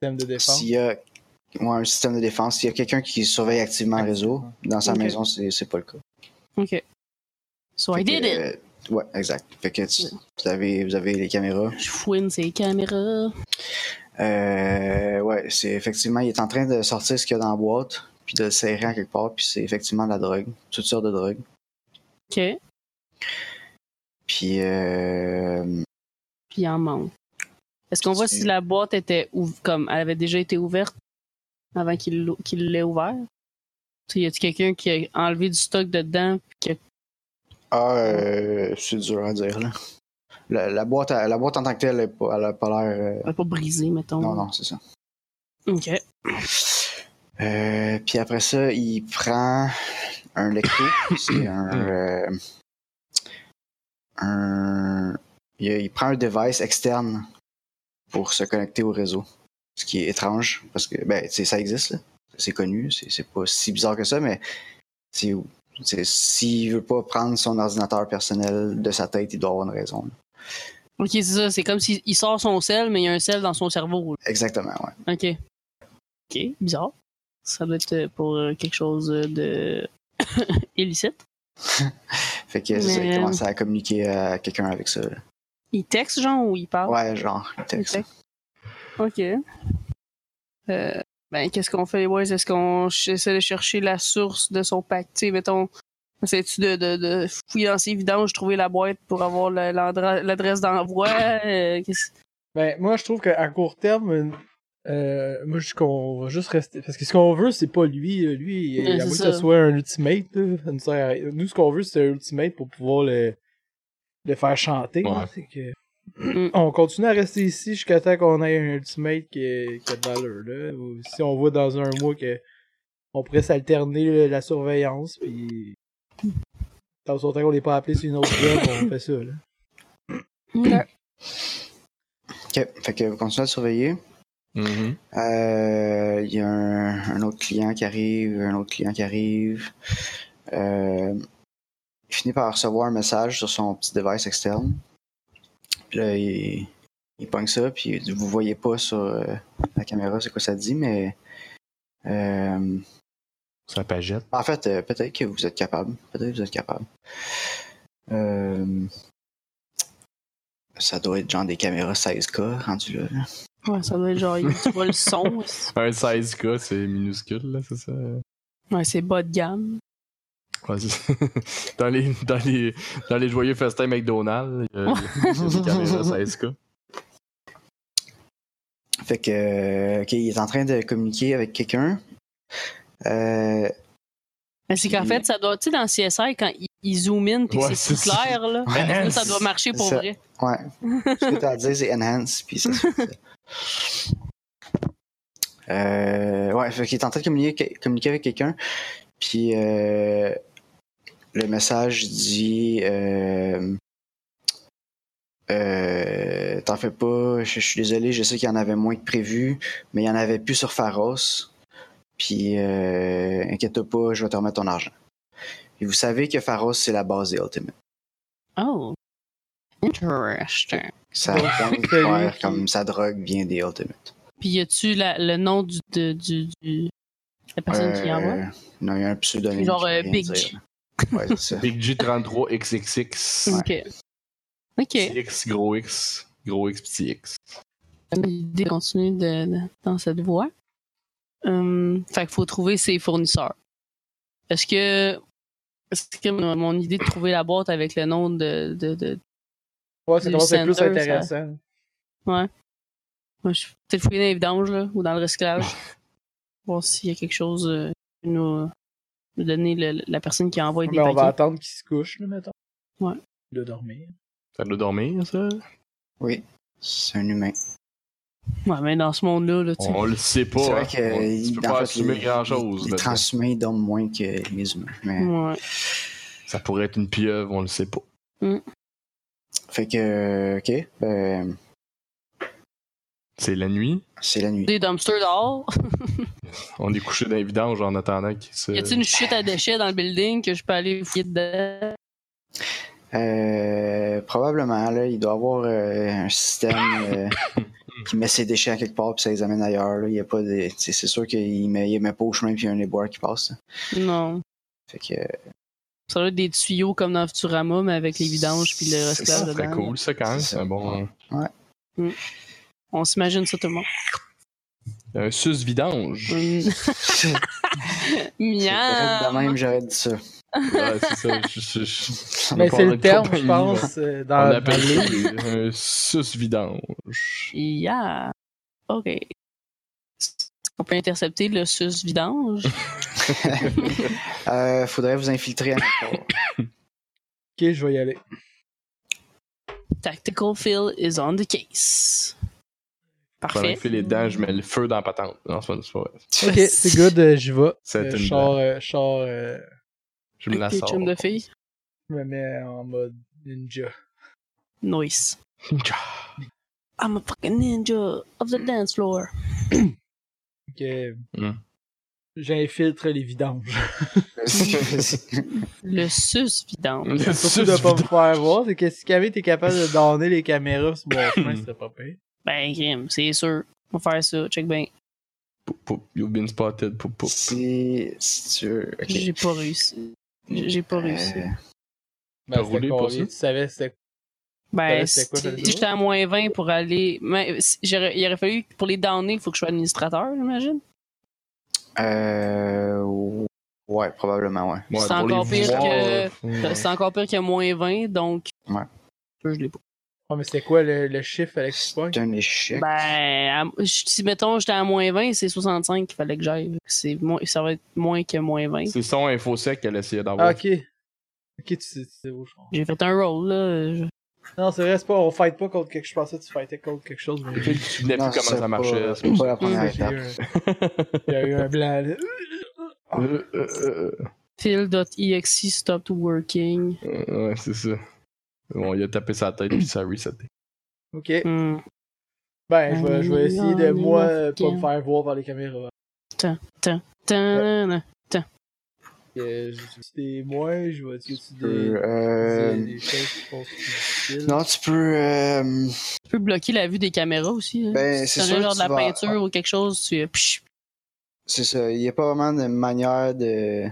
Système de défense.
s'il y a, ouais, un système de défense, s'il y a quelqu'un qui surveille activement le réseau. Dans sa
Ok.
maison, c'est c'est pas le cas.
OK. So I
Fait que,
did it!
euh, ouais, exact. Fait que tu- vous, avez, vous avez les caméras.
Je fouine ces caméras.
Euh, ouais, c'est effectivement, il est en train de sortir ce qu'il y a dans la boîte, puis de le serrer en quelque part, puis c'est effectivement de la drogue, toutes sortes de drogues.
OK.
Puis, euh,
Puis il en manque. Est-ce qu'on voit
C'est-
si la boîte était ouv- comme elle avait déjà été ouverte avant qu'il l'ou- qu'il l'ait ouvert? Tu sais, y a-t-il quelqu'un qui a enlevé du stock de dedans? puis qui a-
ah, euh, c'est dur à dire, là. La, la boîte, à- la boîte en tant que telle, elle, est pas- elle a pas l'air. euh,
Elle a pas brisé, mettons.
Non, non, c'est ça.
OK.
Euh, puis après ça, il prend un lecto. c'est un. euh, un. Il, il prend un device externe pour se connecter au réseau. Ce qui est étrange, parce que, ben, tu sais, ça existe, là. C'est connu, c'est c'est pas si bizarre que ça, mais c'est c'est- s'il veut pas prendre son ordinateur personnel de sa tête, il doit avoir une raison. là.
OK, c'est ça. C'est comme s'il il sort son sel, mais il y a un sel dans son cerveau.
Exactement, ouais.
là. OK. OK, bizarre. Ça doit être euh, pour euh, quelque chose euh, de [COUGHS] illicite.
Fait que c'est ça, il
Mais-
commence à communiquer à quelqu'un avec ça. là.
Il texte, genre, ou il parle?
Ouais, genre, le
Il
texte.
texte. OK. Euh, ben, qu'est-ce qu'on fait, les boys? Est-ce qu'on ch- essaie de chercher la source de son pack? Tu sais, mettons, essaies-tu de, de, de fouiller dans ses vidanges, trouver la boîte pour avoir le- l'endra- l'adresse d'envoi? Euh, qu'est-ce-
Ben, moi, je trouve qu'à court terme, euh, moi, je qu'on va juste rester. Parce que ce qu'on veut, c'est pas lui. euh, Lui, il
Ouais,
à
c'est
moins que
ça.
ce soit un ultimate. là, ça nous, sert à rien. Nous, ce qu'on veut, c'est un ultimate pour pouvoir le, le faire chanter. là,
Ouais.
c'est que...
Mm.
[CLEARS THROAT] On continue à rester ici jusqu'à temps qu'on ait un ultimate qui, est- qui a de valeur. Là. Ou si on voit dans un mois que on pourrait s'alterner là, la surveillance, puis. Tant qu'on n'est pas appelé sur une autre job, on fait ça. Là.
Ok, fait que vous continuez à surveiller.
Mhm.
Euh, Il y a un, un autre client qui arrive, un autre client qui arrive. Euh, il finit par recevoir un message sur son petit device externe. Puis là, il, il pogne ça, puis il dit, vous voyez pas sur euh, la caméra c'est quoi ça dit, mais euh,
Ça pagette.
en fait, euh, peut-être que vous êtes capable. Peut-être que vous êtes capable. Euh, ça doit être genre des caméras 16K rendu là.
Ouais, ça doit être genre, tu vois le son.
Un 16K, c'est minuscule, là, c'est ça?
Ouais, c'est bas de gamme.
Ouais, c'est- [LAUGHS] dans, les, dans, les, dans les joyeux festins McDonald's, il y a, il y a des caméras 16K.
Fait que, euh, ok, il est en train de communiquer avec quelqu'un. Euh,
Mais c'est qu'en
Puis-
fait, ça doit, tu sais, dans CSI, quand ils il zooment puis
Ouais,
que c'est tout
c'est ça.
clair, là,
Ouais,
ça doit marcher pour
ça.
vrai.
ouais. Ce que t'as à dire, c'est enhance, puis ça se fait. [LAUGHS] Euh, ouais, fait qu'il est en train de communiquer, communiquer avec quelqu'un. Puis euh, le message dit euh, euh, T'en fais pas, je, je suis désolé, je sais qu'il y en avait moins que prévu, mais il y en avait plus sur Pharos. Puis euh, inquiète-toi pas, je vais te remettre ton argent. Et vous savez que Pharos, c'est la base des Ultimate.
Oh. Interesting.
Ça
Ouais,
tombe
c'est lui
faire
qui-
comme sa drogue vient des Ultimate.
Puis y a-tu la- le nom du, de, du, du- la personne qui
Euh,
envoie?
Non, il y a un pseudonyme.
Genre,
qui veut
euh,
rien
Big
dire.
G.
Ouais, c'est ça.
Big G33XXX.
Ok. Ok.
Petit X, gros X, gros X, petit X.
L'idée continue de, de- dans cette voie. Hum, fait qu'il faut trouver ses fournisseurs. Est-ce que. Est-ce que mon, mon idée de trouver la boîte avec le nom de. de, de
Ouais, ça
Du
commence à être plus
center, ça.
intéressant.
moi, je suis peut-être fouillé dans les vidanges, là, ou dans
[LAUGHS]
le recyclage. Voir s'il y a quelque chose euh, qui nous, nous donner le- la personne qui envoie des
Mais Ben, on va
paquets.
attendre qu'il se couche, là, mettons.
Ouais.
De dormir.
Ça doit dormir, ça?
Oui, c'est un humain.
Ouais, mais dans ce monde-là, là, tu sais.
On le sait pas.
c'est
hein.
vrai que
On-
il-
tu peux
en
pas
fait,
assumer
les-
grand-chose.
Les,
là-dedans.
transhumains ils dorment moins que les humains. Mais...
Ouais.
Ça pourrait être une pieuvre, on le sait pas.
Fait que, ok, ben,
C'est la nuit.
c'est la nuit.
Des dumpsters dehors.
On est couché dans les vidanges en attendant qu'il se...
Y a-t-il une chute à déchets dans le building que je peux aller fouiller dedans?
Euh, probablement, là, il doit avoir euh, un système euh, qui met ses déchets à quelque part puis ça les amène ailleurs. Là. Il y a pas de, tu sais, c'est sûr qu'il met, il met pas au chemin puis il y a un éboire qui passe. là.
Non.
Fait que, euh,
Ça doit être des tuyaux comme dans Futurama, mais avec les vidanges puis le
C'est
Ça
recyclage
serait
dedans.
cool, ça, quand même.
C'est
C'est un bon...
On s'imagine ça tout le monde.
Un
[LAUGHS]
sus-vidange.
Hum.
[LAUGHS] c'est peut-être de
Miam!
même, j'aurais dit ça.
ouais, c'est ça. je- je- je-
Mais Ben, c'est le
On parle de
terme, je
compagnie,
pense, euh,
On
dans, dans
appelle
le
ça
livre.
des- un sus-vidange.
Yeah! OK. Est-ce qu'on peut intercepter le
[LAUGHS]
sus vidange?
Euh, faudrait vous infiltrer
[LAUGHS]
à quelque part.
Ok, je vais y aller.
Tactical Phil is on the case.
Pendant
Parfait.
que je fais les dents, je mets le feu dans la patente. Non, c'est pas, c'est pas vrai.
Ok, c'est good, euh, j'y vais.
C'est
Euh,
une
Je sors, euh, je sors, euh,
Je me la
Tes
sors.
chums de filles?
je me mets en mode ninja.
Nice. I'm a fucking ninja of the dance floor.
Ok.
Hmm.
J'infiltre les
[LAUGHS]
vidanges.
Le sus vidange.
Le
Surtout de pas me
sus-vidange.
faire voir, c'est que si Camille était capable de donner les caméras sur
[COUGHS]
mon chemin, ce serait pas pire.
Mm.
Ben, crime, c'est sûr. On va faire ça, check bien.
Poup, poup, You've been spotted. poup, poup.
[LAUGHS] si, si tu veux. ok.
J'ai pas réussi. J'ai j'ai pas réussi.
Euh,
Ben,
roulé
c'était
pour
combien?
ça?
Tu savais c'était
Ben,
t'avais-
si
c'était quoi, t'avais
si j'étais à moins 20 pour aller. Mais si- j'aurais- il aurait fallu, pour les downer, il faut que je sois administrateur, j'imagine.
euh, ouais, probablement, ouais.
Ouais,
C'est
pour les
encore pire
voir,
que-
euh, ouais.
C'est encore pire que moins 20, donc.
Ouais.
Ça, Je l'ai pas.
Ouais, mais c'était quoi le, le chiffre, Alex Point?
C'est un échec.
Ben, à- je- si mettons j'étais à moins 20, c'est 65 qu'il fallait que j'aille. C'est moins- Ça va être moins que moins 20.
C'est son info sec qu'elle essayait
Ah,
d'avoir.
ok. Ok, tu sais, tu sais où je pense.
J'ai fait un roll, là. Je-
Non, c'est vrai, c'est pas, on fight pas contre quelque chose. Je pensais que tu fightais contre quelque chose. mais-
Tu venais plus
Non,
comment
c'est
ça marchait.
pas-
c'est pour
pas
ça.
la première
Il y a
étape.
eu un- [LAUGHS] il y a eu un blanc. là.
Euh, euh,
Phil.exe stopped working.
euh, euh, Ouais, c'est ça. Bon, il a tapé sa tête puis ça a reseté.
Ok.
Hmm.
Ben, je vais, je vais essayer de,
Allez,
moi,
on
euh, pas
fait.
me faire voir par les caméras.
Tadam.
Euh, J'ai-tu des moins, je vais tu
Tu
des,
peux,
des,
euh,
des choses qui sont difficiles.
Non, tu peux. euh,
Tu peux bloquer la vue des caméras aussi. hein.
Ben, c'est
si t'as
sûr.
genre
que
de
tu
la
vas-
peinture ou quelque chose, tu euh, psh,
C'est ça. Il n'y a pas vraiment de manière de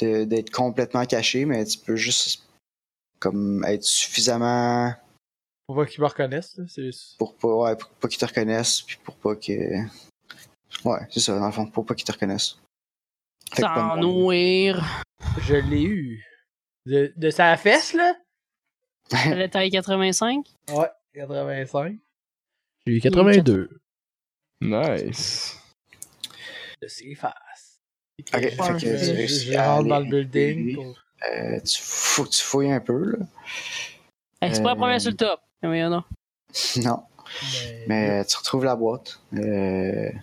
de- d'être complètement caché, mais tu peux juste comme être suffisamment
Pour pas qu'ils me reconnaissent, là, c'est juste.
pour pas, ouais, pour pas qu'ils te reconnaissent, puis pour pas que. Ouais, c'est ça, dans le fond, pour pas qu'ils te reconnaissent. Fait que pas de
t'en
problème.
noir.
Je l'ai eu. De, de sa fesse, là?
La taille 85.
Ouais, 85. J'ai eu
82.
Nice.
De ses faces.
Ok, fait
je,
que tu
je-
réussis
je
à
rentre dans
aller
le building.
intégrer.
pour-
Euh, tu, faut que tu fouilles un peu, là. [LAUGHS]
Hey, c'est pas la
Euh,
première sur le top. Ah Oui, non.
Non. Mais tu retrouves la boîte. Euh, [LAUGHS]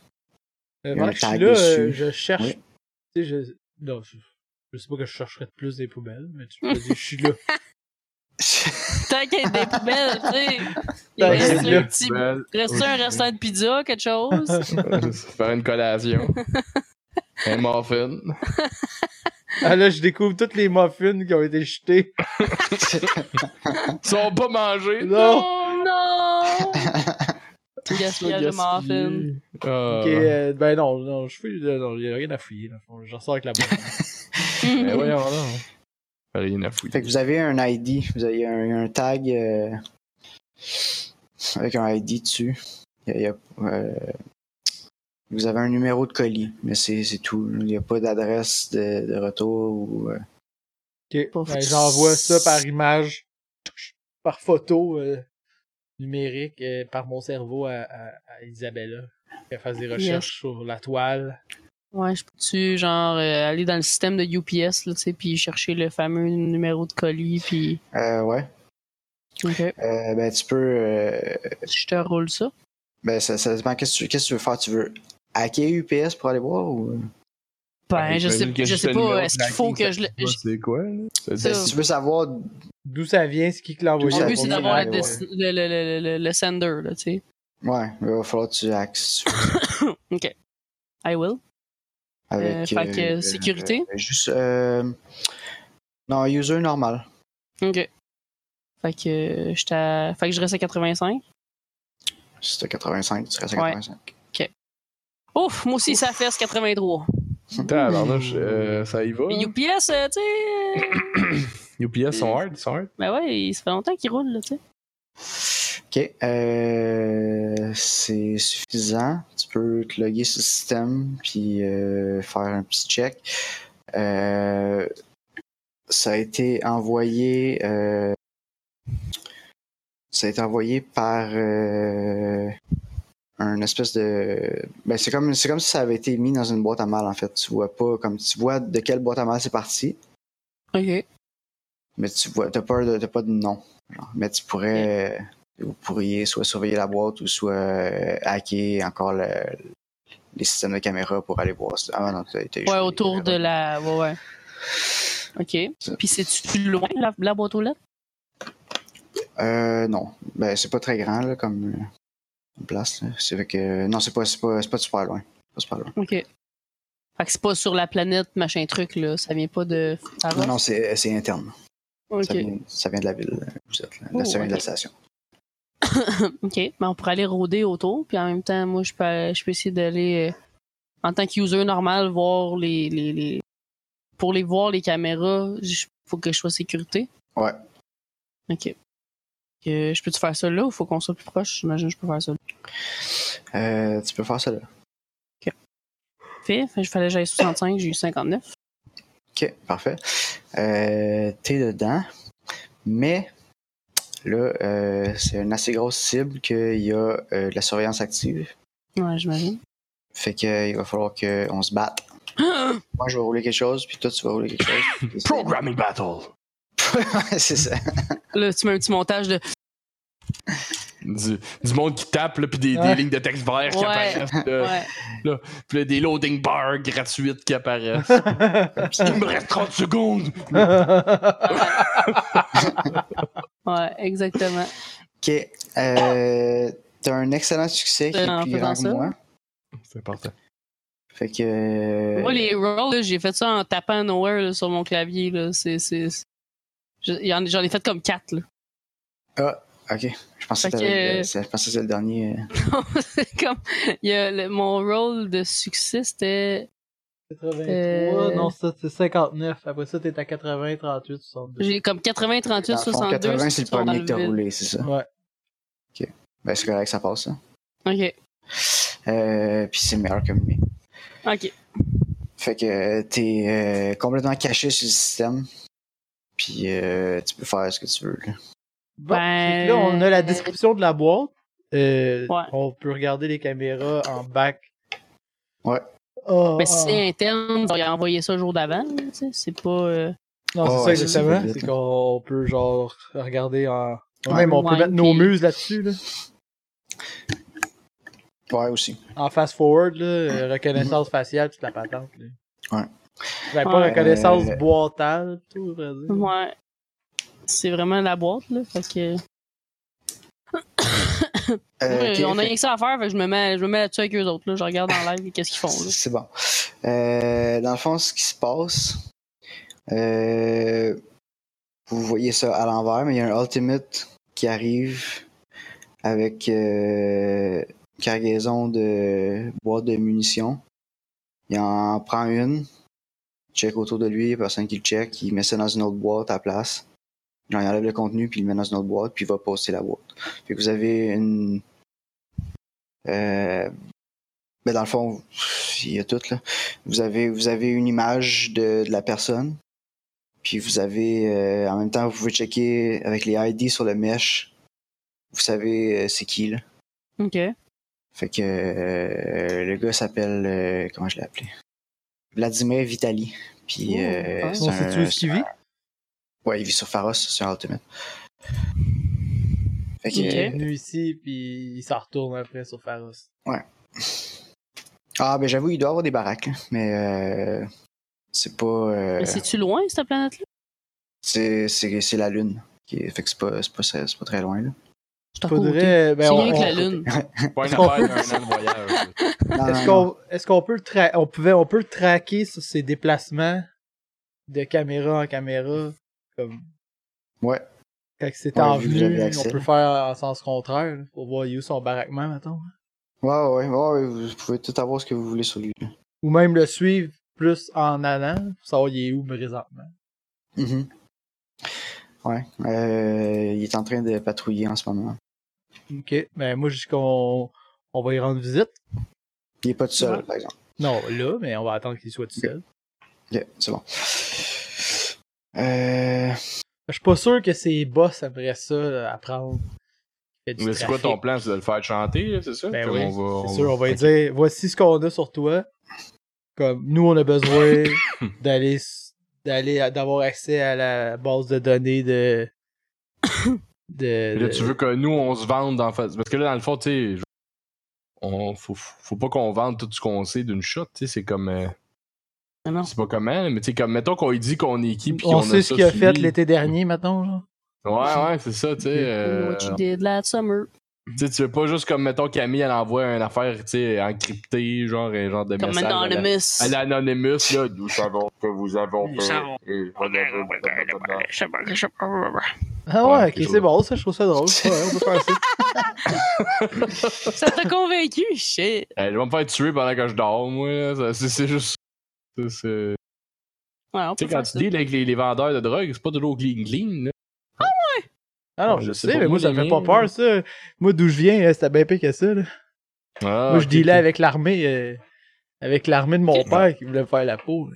Euh,
Il y
pendant
a un
que je suis
tag
là,
dessus.
euh, je cherche.
Oui.
Tu sais, je. Non, je... je sais pas que je chercherais de plus des poubelles, mais tu peux dire, je
[LAUGHS]
suis là.
Tant qu'il y a des poubelles, tu sais. Il
Tant
reste
qu'il y a
un
des
petit.
Belle. [LAUGHS]
Reste un restant de pizza, quelque chose.
Faire une
[LAUGHS]
collation. Un muffin.
Ah là, je découvre toutes les muffins qui ont été jetées.
Ils sont pas
Ah
[LAUGHS]
mangés.
Non!
Oh non! Gaspillage de muffins.
Ah.
Ok, euh, ben non, non, je fouille, euh, non, y a rien à fouiller, dans le fond. J'en sors avec la boîte.
Ben voyons donc. Rien à fouiller.
fait que vous avez un ID, vous avez un, un tag euh, avec un ID dessus. Il y a- il y a, euh, vous avez un numéro de colis, mais c'est c'est tout. Il n'y a pas d'adresse de, de retour ou. euh,
Ok,
Pas
ben,
fou-
j'envoie ça par image, par photo euh, numérique, euh, par mon cerveau à, à, à Isabella. Qu'elle fasse des recherches sur la toile.
[LAUGHS] Ouais, je peux-tu, genre, euh, aller dans le système de UPS, là, tu sais, puis chercher le fameux numéro de colis, puis.
euh, ouais.
Ok.
Euh, ben tu peux. euh,
Je te roule ça.
ben ça, ça dépend. Qu'est-ce que tu- qu'est-ce que tu veux faire Tu veux hacker UPS pour aller voir ou.
Ben,
Ouais,
je sais,
j'imagine que
je
juste
sais
le numéro
pas,
de
est-ce qu'il
la
faut
ligne,
que
ça
je le.
Je sais pas C'est quoi, là?
Ça,
C'est-
Ben, Si tu veux savoir
D'où ça vient, c'est qui qui l'a envoyé.
ça
Mon but, c'est
vient,
d'avoir la
ouais,
des-
ouais.
le, le, le, le, le sender, là, tu sais.
Ouais, il va falloir que tu axes
ok. I will. Euh,
avec.
fait que sécurité?
euh, juste. euh, non, user normal.
Ok. Fait que, euh, j'étais à- fait que je reste à 85.
Si t'as 85, tu restes à
Ouais.
85.
Ouf, moi aussi, ça fesse 83.
Tabarnouche, euh, ça y va.
Mais
hein?
UPS, euh, tu [LAUGHS] sais. euh,
UPS sont hard, ils sont hard.
ben ouais, il- ça fait longtemps qu'il roule, là, tu sais.
Ok, euh, c'est suffisant. Tu peux te loguer sur le système puis euh, faire un petit check. Euh, ça a été envoyé. euh, ça a été envoyé par euh, un espèce de. Ben c'est comme c'est comme si ça avait été mis dans une boîte à mal en fait. Tu vois pas comme tu vois de quelle boîte à mal c'est parti,
Ok.
mais tu vois t'as pas de t'as pas de nom. genre. Mais tu pourrais vous pourriez soit surveiller la boîte ou soit euh, hacker encore le- les systèmes de caméra pour aller voir. ça. Ah non, t'as été
Ouais, autour de la. Ouais, ouais. Ok. Puis c'est-tu loin, la, la boîte aux lettres?
Euh, non, ben c'est pas très grand là comme euh, comme place. là. C'est vrai que non, c'est pas c'est pas c'est pas super loin. C'est Pas super loin.
Ok. Fait que c'est pas sur la planète, machin truc, là. Ça vient pas de.
Non, non, c'est c'est interne. Ça,
Ah ok.
vient, ça vient de la ville. là, où Vous êtes là.
Oh,
ça vient de la
ok.
station.
OK. Mais on pourrait aller rôder autour, puis en même temps, moi, je peux, je peux essayer d'aller, euh, en tant qu'user normal, voir les, les, les- Pour les voir, les caméras, il faut que je sois sécurité.
Ouais.
OK. Que- je peux-tu faire ça là ou faut qu'on soit plus proche? J'imagine que je peux faire ça là.
Euh, tu peux faire ça là.
Fait, fait, je fallait que j'aille 65, j'ai eu 59.
Ok, parfait. Euh, T'es dedans, mais là euh, c'est une assez grosse cible qu'il y a euh, de la surveillance active.
Ouais, j'imagine. [GASPS]
Fait que il va falloir qu'on se batte. Moi, je vais rouler quelque chose, puis toi, tu vas rouler quelque chose. Puis c'est-
Programming battle.
Ouais, [LAUGHS] c'est ça.
Là, tu mets un petit montage de.
Du, du monde qui tape, là, puis des, des
Ouais.
lignes de texte vert qui
Ouais.
apparaissent, là,
Ouais.
puis là, des loading bars gratuites
[LAUGHS]
qui apparaissent. Il me reste 30 secondes!
[LAUGHS]
Ouais, exactement.
Ok. Euh, T'as un excellent succès qui
Euh,
est
en
plus
faisant
grand que
ça.
moi.
C'est important.
Fait que. euh,
Moi, les rolls, là, j'ai fait ça en tapant nowhere là, sur mon clavier. Là. C'est, c'est... c'est- Je- il y en- J'en ai fait comme quatre. Là.
Ok, je pensais que
Fait
t'avais-
que-
c'est- je pensais que c'était le dernier. euh,
[LAUGHS] C'est comme, il y a le- mon roll de succès, c'était.
83,
Euh.
non, ça, c'est 59. Après ça, t'es à 80, 38, 62.
J'ai comme 80,
dans
38,
le fond,
62.
80, c'est le
qui sont dans
premier que t'as
vide.
roulé, c'est ça.
Ouais.
Ben, c'est correct, ça passe, ça.
Ok.
Euh, Puis c'est meilleur que le mien.
Ok.
Fait que euh, t'es euh, complètement caché sur le système. Puis euh, tu peux faire ce que tu veux. là.
Bon,
Ben-
fait que là, on a la description de la boîte. Euh,
Ouais.
On peut regarder les caméras en back.
Ouais.
Ah,
Mais
ah,
si Ben, c'est interne, il a envoyé ça le jour d'avant. là, tu sais, C'est pas. euh,
Non, c'est
Oh,
ça
ouais,
exactement.
c'est ça.
C'est qu'on peut genre regarder en.
Ouais.
Même on peut
Ouais,
mettre nos
puis-
muses là-dessus, là.
Ouais, aussi.
En fast forward, là, euh, reconnaissance faciale, toute la patente. Là.
Ouais.
Ben, pas
Ouais.
reconnaissance
Euh,
boitale, tout, vrai dire.
Ouais. C'est vraiment la boîte, là. Fait que.
[COUGHS] Euh,
Ouais,
ok,
Hmm, on a
fait-
rien que ça à faire, fait que je me mets, je me mets là-dessus avec eux autres. Là. Je regarde en live qu'est-ce qu'ils font. Là.
[COUGHS] C'est bon. Euh, dans le fond, ce qui se passe, euh, vous voyez ça à l'envers, mais il y a un Ultimate qui arrive avec euh, une cargaison de boîtes de munitions. Il en prend une, check autour de lui, personne qui le check, il met ça dans une autre boîte à la place. Genre, il enlève le contenu, puis il le met dans une autre boîte, puis il va poster la boîte. Puis vous avez une. euh, ben, dans le fond, il y a tout là. Vous avez vous avez une image de, de la personne. Puis vous avez euh, en même temps vous pouvez checker avec les ID sur le mesh. Vous savez euh, c'est qui là.
Ok.
Euh. Fait que euh, le gars s'appelle euh, comment je l'ai appelé Vladimir Vitali. Puis
Oh,
euh,
ah.
On
c'est
sait-tu où
un,
est-ce qu'il vit?
ouais, il vit sur Pharos, c'est un Ultimate. Fait que, euh,
Ok.
Il est venu ici, puis il s'en retourne après sur Pharos.
ah ben j'avoue il doit avoir des baraques, là, mais euh, c'est pas. euh,
Mais c'est-tu loin, cette planète-là?
C'est, c'est, c'est la Lune. Qui est- fait que c'est pas, c'est pas, c'est pas très loin, là.
Je t'en
Faudrait. Ben,
C'est
on-
mieux que
on-
la Lune.
Pas une
Est-ce qu'on
affaire
peut-
d'un an de voyage.
[LAUGHS]
là.
Non,
[LAUGHS] Est-ce
non, non.
qu'on est-ce qu'on peut le tra- on pouvait on peut le traquer sur ses déplacements de caméra en caméra comme
Ouais.
quand c'est
Ouais,
en
vu que j'avais
vue, on
accès.
peut faire en sens contraire là, pour voir il est où son baraquement mettons.
Ouais, ouais, ouais, ouais, vous pouvez tout avoir ce que vous voulez sur lui. là.
Ou même le suivre plus en allant pour savoir il est où présentement.
Mm-hmm. Ouais. Euh, il est en train de patrouiller en ce moment.
OK, ben moi je dis qu'on on va y rendre visite.
Puis il est pas tout seul,
Ouais.
par exemple.
Non, là, mais on va attendre qu'il soit tout seul.
Ok, c'est bon. Euh,
Je suis pas sûr que ses boss aimeraient ça là, apprendre. qu'il fait du
Mais c'est quoi
trafic.
ton plan? C'est de le faire chanter, là, c'est ça?
Ben
Comme
oui,
on va- on
c'est
va-
sûr, on va lui dire voici ce qu'on a sur toi. Comme nous, on a besoin
[COUGHS]
d'aller s- d'aller à- d'avoir accès à la base de données de. de,
Et Là,
de-
tu veux que nous, on se vende en face. Parce que là, dans le fond, tu sais, je- on faut, faut pas qu'on vende tout ce qu'on sait d'une shot, tu sais, c'est comme. euh,
Ah non.
c'est pas comment, mais tu sais, comme, mettons qu'on lui dit qu'on est qui, puis
on
qu'on
sait ce
ça
qu'il a
sur
fait
lui.
l'été dernier, maintenant. Genre.
Ouais, ouais, c'est ça, tu sais. euh,
What you did last summer.
tu sais, tu veux pas juste comme, mettons, Camille, elle envoie une affaire, tu sais, encryptée, genre, un genre de
Comme
message. à la-
Anonymous.
À l'Anonymous, là, nous savons que vous avez.
Nous savons.
Et-
Ah
Ouais,
ouais,
quelque
ok,
chose.
c'est bon, ça, je trouve ça
[LAUGHS]
drôle. Ouais, on peut faire ça.
Ça t'a convaincu? Shit.
Elle va me faire tuer pendant que je dors, moi, là. Ça, C'est c'est juste. c'est- c'est-
Ouais, on
Tu
peut
sais, quand
faire
tu
ça.
deals avec les, les vendeurs de drogue, c'est pas toujours clean clean. Là.
Ah non,
Ouais,
je
je sais
sais,
pas,
mais
moi,
moi, ça me
les
fait pas
miens,
peur, ça. Moi, d'où je viens, euh, c'était bien pire que ça. Là.
Ah,
moi, je
ok,
dealais
ok.
avec l'armée. euh, avec l'armée de mon
Ok.
père qui voulait me faire la peau.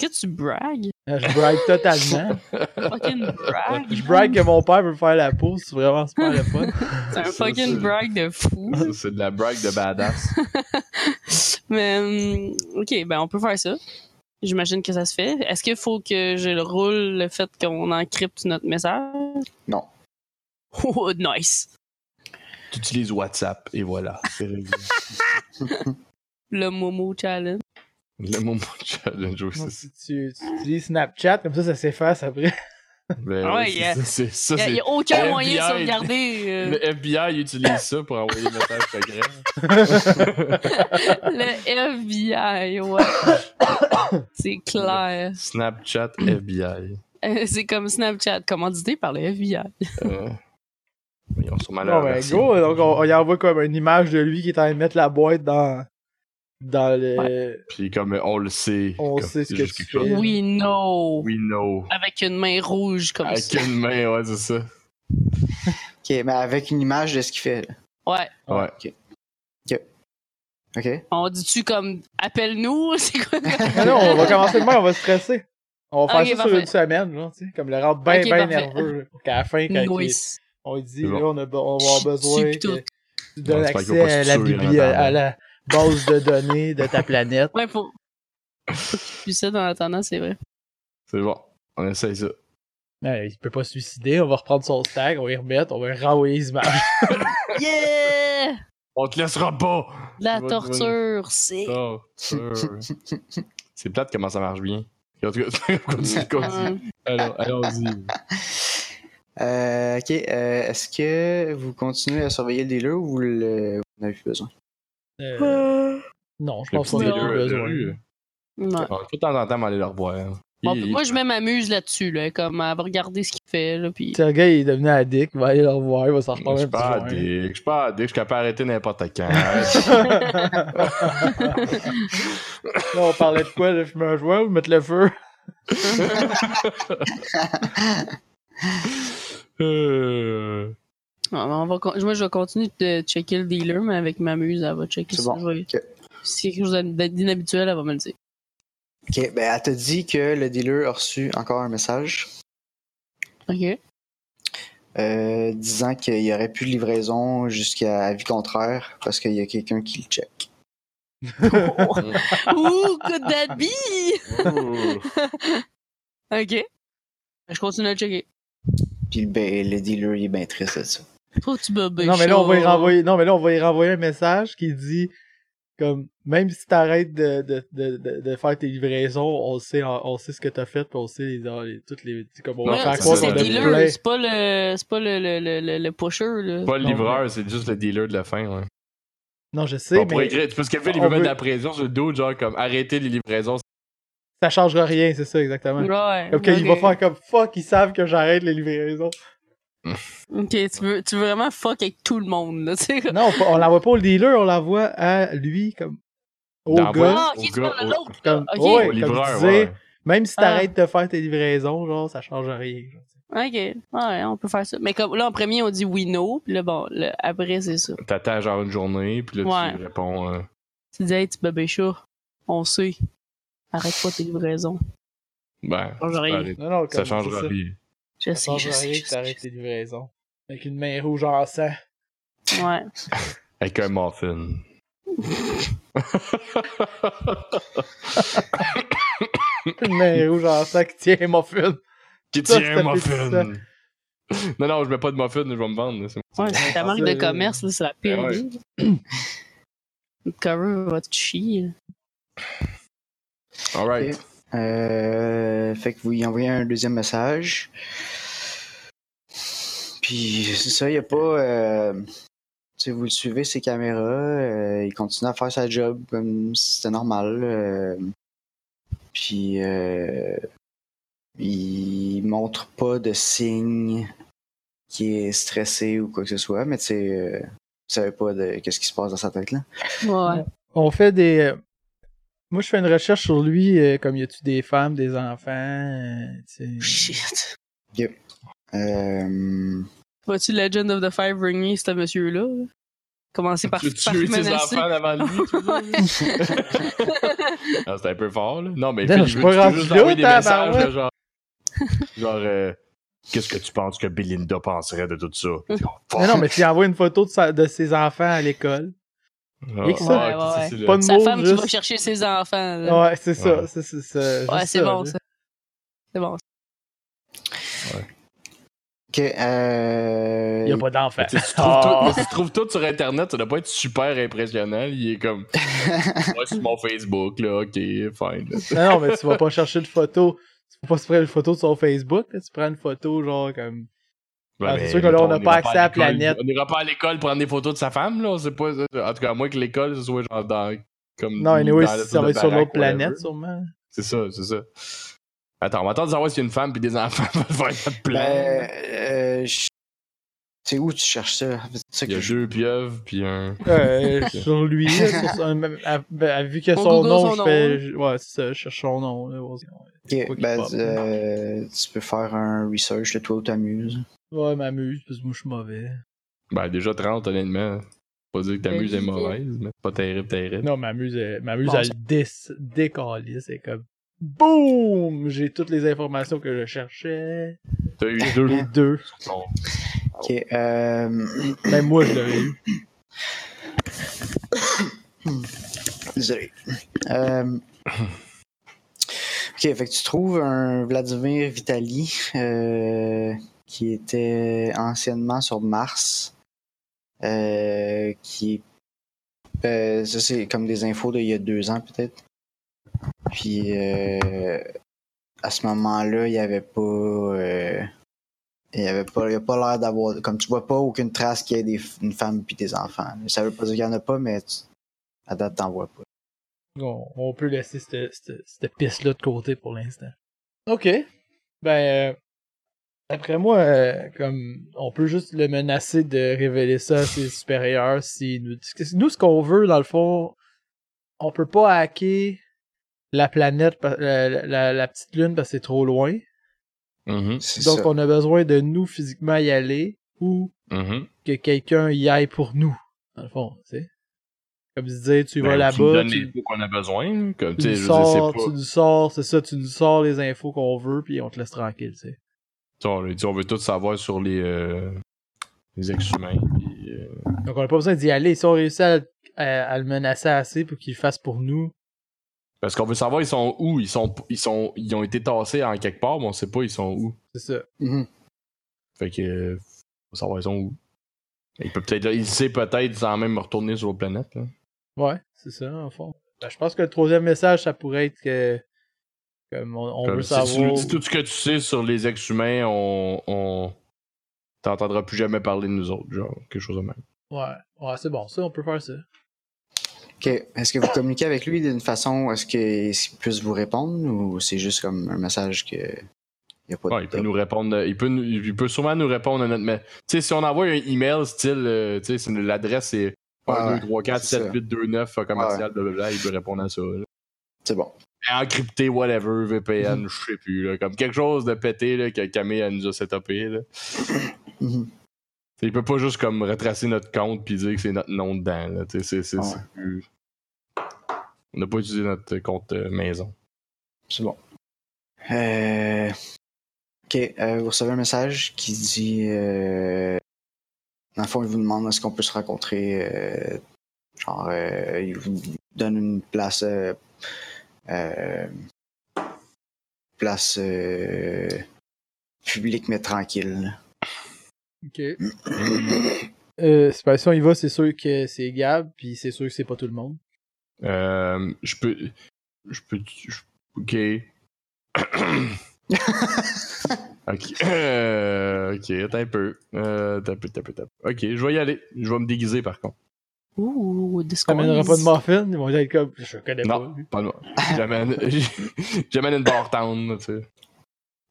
Que tu bragues?
Euh, Je brague totalement.
[LAUGHS]
Fucking brague.
Je brague que mon père veut me faire la peau, c'est vraiment super le
[LAUGHS]
fun.
C'est un
Ça,
fucking
c'est-
brag de fou.
C'est de la brague de badass.
Mais, hum, ok, ben on peut faire ça. J'imagine que ça se fait. Est-ce qu'il faut que je le roule le fait qu'on encrypte notre message?
Non.
[LAUGHS] Oh, nice.
[LAUGHS] tu utilises WhatsApp et voilà. C'est réglé.
Le Momo Challenge.
[LAUGHS] Le moment de challenge, oui,
Non,
c'est
si
ça.
tu, tu utilises Snapchat, comme ça, ça s'efface après.
Ben
Ah ouais,
oui,
il y a-
c'est ça, c'est ça,
Il
c'est-
n'y a, y a aucun
Le
moyen de
FBI.
sauvegarder euh,
Le FBI utilise ça pour envoyer des messages secrets.
le FBI, ouais.
[COUGHS]
C'est clair.
[CLEARS THROAT] Snapchat FBI.
Euh, C'est comme Snapchat, commandité par le FBI.
Euh, Ils ont sûrement leur
Non, mais
version.
go, donc on, on y envoie comme une image de lui qui est en train de mettre la boîte dans. Dans le.
Puis comme on le sait.
On
comme,
sait ce
c'est
que
juste
tu
quelque chose.
fais.
We know.
We know.
Avec une main rouge comme
Avec
ça.
une main, ouais, c'est ça.
Ok, mais avec une image de ce qu'il fait. là.
Ouais.
Ouais.
Ok?
On dit-tu comme appelle-nous? [LAUGHS] C'est quoi?
Ah non, on va commencer demain, on va stresser. On va faire
Ok,
ça sur
parfait.
une semaine, genre, tu sais, comme le rendre bien,
Ok,
bien
parfait.
nerveux. là, Pour qu'à la fin, quand il-
Nice.
on lui dit,
C'est bon.
là, on, a, be- on va avoir besoin
Chie, pis tout.
que tu donnes
J'espère qu'il va
accès
pas se
à la,
tuer en
bibli- à,
attendant.
la base de données de ta planète. [LAUGHS]
Ouais, faut. faut qu'il puisse être en attendant, c'est vrai.
C'est bon. On essaye ça.
Ouais, il peut pas se suicider, on va reprendre son stack, on va y remettre, on va lui renvoyer les
[LAUGHS]
images.
Yeah!
On te laissera pas!
La
Bonne
torture, c'est.
Oh, euh, c'est plate comment ça marche bien. En tout cas, [LAUGHS] continue,
Ah.
continue.
Hum.
[LAUGHS] Alors, allons-y.
Euh, ok, euh, est-ce que vous continuez à surveiller le dealer ou vous le- vous n'avez plus besoin?
Euh, non, je
Le
pense
petit
qu'on a
dealer
pas
deux de
besoin.
rue.
Ouais.
On va Ah, de temps en temps aller leur voir.
Bon, moi, je mets ma muse là-dessus, là, comme à regarder ce qu'il fait, là, puis.
Si le gars il est devenu addict, il va aller le revoir, il va s'en
Je
reprendre
suis
un
pas
petit
addict, je suis pas addict, je suis capable d'arrêter n'importe [LAUGHS] quand. Arrête.
joint. Là, on parlait de quoi, de fumer un joint ou de mettre le feu?
Euh,
Ouais, on va con- Moi, je vais continuer de checker le dealer, mais avec ma muse, elle va checker
C'est
si
bon.
je vais-
Ok.
Si quelque chose d'inhabituel, elle va me le dire.
Ok, ben elle te dit que le dealer a reçu encore un message
Ok.
euh, disant qu'il n'y aurait plus de livraison jusqu'à avis contraire parce qu'il y a quelqu'un qui le check.
Ouh, could that be?
ouh.
Ok. Je continue à checker.
Puis ben, le dealer il est bien triste de ça.
Pauvre petit bébé.
Non mais là on va y
chaud.
renvoyer non mais là on va y renvoyer un message qui dit comme même si t'arrêtes de, de, de, de, de faire tes livraisons, on sait on sait ce que t'as fait, puis on sait les, les- toutes les tu sais, comme on
Ouais,
va
Ouais,
faire
ça,
croire
c'est
qu'on
le
a
dealer,
plein.
dealer, c'est pas le, c'est pas le, le, le, le, le pusher, là.
Pas le
Non,
livreur, c'est juste le dealer de la fin. Ouais.
Non je sais
Bon, pour
mais
écrire, tu peux se calculer, il
on
peut mettre
veut-
de la pression sur le dos, genre comme arrêter les livraisons.
ça changera rien c'est ça exactement.
Ouais.
Comme qu'il va
ok.
faire comme fuck ils savent que j'arrête les
[LAUGHS]
livraisons.
Ok, tu veux, tu veux vraiment fuck avec tout le monde, là, tu sais.
Non on- on l'envoie pas au dealer, on l'envoie à lui comme au
Dans la
gars.
boîte.
Ah,
au
ok, tu
gars,
parles de
au-
l'autre.
Comme,
ok.
ouais,
Au
comme je
livreur,
disais,
ouais.
même si
Ah.
t'arrêtes de faire tes livraisons, genre ça change rien. genre.
Ok, ouais, on peut faire ça. Mais comme là, en premier, on dit oui, no, puis là, bon, là, après, c'est ça.
T'attends genre une journée, puis là tu
Ouais.
réponds. euh,
Tu dis, hey, petit bébé chaud, on sait. Arrête pas tes livraisons.
ben,
Ça change rien.
arrête.
Non, non,
ça
comme, c'est
changera
ça.
rien.
Je
Ça
sais, je
change
sais.
rien
Je
que
sais,
t'arrêtes tes livraisons. Avec une main rouge en sang. [LAUGHS]
je sais. Ouais.
Avec un muffin.
une
[LAUGHS]
main rouge en sang qui tient mon fil.
Qui
Ça,
tient
ça
un
fait ça.
muffin? [LAUGHS] Non, non, je mets pas de muffin, je vais me vendre. là, c'est bon.
Ouais, c'est ta marque de
Ouais.
commerce, là, c'est la pire.
Ouais, ouais.
idée.
[CLEARS THROAT]
Le cover va te chier.
Alright.
Euh, fait que vous y envoyez un deuxième message. Puis c'est ça, il n'y a pas. euh, tu sais, vous le suivez, ses caméras. euh, il continue à faire sa job comme si c'était normal. euh, puis euh, il montre pas de signe qui est stressé ou quoi que ce soit, mais tu sais, euh, vous savez pas de qu'est-ce qui se passe dans sa tête là.
Ouais, ouais.
On fait des. euh, Moi, je fais une recherche sur lui, euh, comme y a-tu des femmes, des enfants, euh, tu sais.
Shit.
Euh,
Vois-tu Legend of the Five Ring, ce monsieur-là? là? Commencer par,
Tu veux
par
tuer tes
menacer.
enfants devant lui? tu
[LAUGHS]
veux? Ah, C'était un peu fort, là. Non, mais
Non,
Phil,
je suis
je veux
pas
tu peux
rendu
juste
là,
envoyer des messages,
tabarouette. [LAUGHS]
là, genre. Genre, euh, qu'est-ce que tu penses que Belinda penserait de tout ça?
Mais non, mais tu lui envoies une photo de, sa- de ses enfants à l'école.
Ah,
et que
ah,
ça.
ok,
Ouais,
ça,
ouais.
c'est le-
Pas de
Sa
mots,
femme qui
juste-
va chercher ses enfants. là.
Ouais, c'est ça.
Ouais.
C'est c'est ça. juste
Ouais, c'est bon,
là.
ça. C'est bon. ça.
ok, euh,
Il y a pas d'enfants.
Tu
[LAUGHS]
sais, tu trouves tout-
Oh.
mais si tu trouves tout sur Internet, ça doit pas être super impressionnant. Il est
[LAUGHS]
comme.
[LAUGHS]
Ouais, sur mon Facebook, là, ok, fine. là.
Non, non, mais tu vas pas chercher de photos. Tu peux pas se prendre une photo sur Facebook, là, tu prends une photo genre comme.
Ouais,
Ah, c'est
mais
sûr que là, on n'a
mettons,
pas
ira
accès à la
l'école-
planète.
On n'ira pas à l'école prendre des photos de sa femme, là. On sait pas. En tout cas, à moins que l'école soit genre dans. Comme
Non, anyway,
dans la
ça
tour
va
de
être Mm-hmm. sur
baraque,
l'autre
whatever.
planète, sûrement.
C'est ça, c'est ça. Attends, on va attendre de savoir s'il y a une femme puis des enfants [LAUGHS] pour faire notre plan.
Ben, euh, je- c'est où tu cherches ça? C'est ça
Il y
que
a
je-
deux pieuvres puis un.
Euh, sur lui, là, sur
[LAUGHS]
son- même- à- ben, vu que
On
son
Google
nom,
son
je
hein.
fais. je- Ouais, c'est ça, je cherche son nom. là, voir si-
Ok,
Quoi qu'il
ben,
pop.
euh, tu peux faire un research de toi où t'amuses.
Ouais, m'amuse, parce que moi je suis mauvais.
Ben, déjà 30, honnêtement. Faut Pas dire que ta
Ben,
muse est
je-
mauvaise, mais pas terrible, terrible.
Non, m'amuse, euh, m'amuse
Bon,
à le dé- décaler, c'est comme. Boum! J'ai toutes les informations que je cherchais.
T'as eu deux.
Les Ben, deux.
Bon. Ah
Ok, euh,
Même moi, je l'aurais eu.
Désolé. Euh, Ok, fait que tu trouves un Vladimir Vitali euh, qui était anciennement sur Mars, euh, qui euh, ça c'est comme des infos d'il y a deux ans peut-être. Puis euh, à ce moment-là, il n'y avait pas, euh, il y avait pas, il y a pas l'air d'avoir, comme tu vois pas aucune trace qu'il y ait des, une femme puis des enfants. Ça veut pas dire qu'il y en a pas, mais tu- à date t'en vois pas.
On, on peut laisser cette, cette, cette piste-là de côté pour l'instant. Ok. Ben, euh, après moi, euh, comme on peut juste le menacer de révéler ça à ses supérieurs. Si nous, nous, ce qu'on veut, dans le fond, on peut pas hacker la planète, par- la, la- la- la petite lune, parce que c'est trop loin.
Mhm,
C'est
Donc,
ça.
on a besoin de nous physiquement y aller ou
mhm.
que quelqu'un y aille pour nous, dans le fond, tu sais. Comme se dire, tu vas
Ben, Tu nous
là-bas,
donnes les
tu,
infos qu'on a besoin. là. Comme,
tu
tu sais,
nous
je veux dire, c'est
sors,
pas.
tu nous sors, c'est ça, tu nous sors les infos qu'on veut, puis on te laisse tranquille, tu sais.
Tu sais, on lui dit, on veut tout savoir sur les, euh, les ex-humains. puis, euh,
Donc, on n'a pas besoin d'y aller. Si on réussit à, à- à le menacer assez pour qu'il le fasse pour nous,
Parce qu'on veut savoir ils sont où. Ils sont, ils sont, ils ont été tassés en quelque part, mais on sait pas ils sont où.
c'est ça.
Mhm.
Fait que, euh, faut savoir ils sont où. Il peut peut-être, il sait peut-être sans même retourner sur la planète. là.
Ouais, c'est ça, en fond. Ben, je pense que le troisième message, ça pourrait être que. Comme on, on
Comme
veut
si tu
savoir.
nous dis tout ce que tu sais sur les ex-humains, on, on t'entendras plus jamais parler de nous autres, genre quelque chose de même.
Ouais, ouais c'est bon, ça, on peut faire ça.
Ok. Est-ce que vous communiquez avec lui d'une façon est-ce que- est-ce qu'il puisse vous répondre ou c'est juste comme un message que il n'y a pas de
Ouais, il peut nous répondre, euh, il peut, nous- il peut sûrement nous répondre à notre mail. Tu sais, si on envoie un email style, euh, tu sais, c'est- l'adresse c'est
Ouais,
1, 2,
ouais,
3, 4,
c'est
7,
ça.
8, 2, 9, euh, commercial, blablabla, il peut répondre à ça. là.
C'est bon.
encrypté, whatever,
Mhm.
VPN, je sais plus, là, comme quelque chose de pété là, que Camille elle nous a setupé. Là.
Mhm.
T'sais, il peut pas juste comme retracer notre compte puis dire que c'est notre nom dedans. Là. T'sais, c'est, c'est,
Ah Ouais.
c'est plus- On n'a pas utilisé notre compte euh, maison.
C'est bon. Euh, Ok. euh, vous recevez un message qui dit. Euh... Dans le fond, il vous demande est-ce qu'on peut se rencontrer. euh, Genre, euh, il vous donne une place. euh, euh, Place euh, publique mais tranquille.
Ok. Euh, c'est pas si on y va, c'est sûr que c'est Gab, puis c'est sûr que c'est pas tout le monde.
Euh, je peux. Je peux. je- Ok. [COUGHS] ok. Euh, ok, attends un peu. Euh, attends un peu, attends un peu, attends un peu. Ok, je vais y aller. Je vais me déguiser par contre.
Ouh,
Ça
Discord.
mènera pas de morphine, ils vont être comme je connais
Non,
Eh, pas. lui.
pas de moi. J'amène, [LAUGHS] j'amène une bar town, tu sais.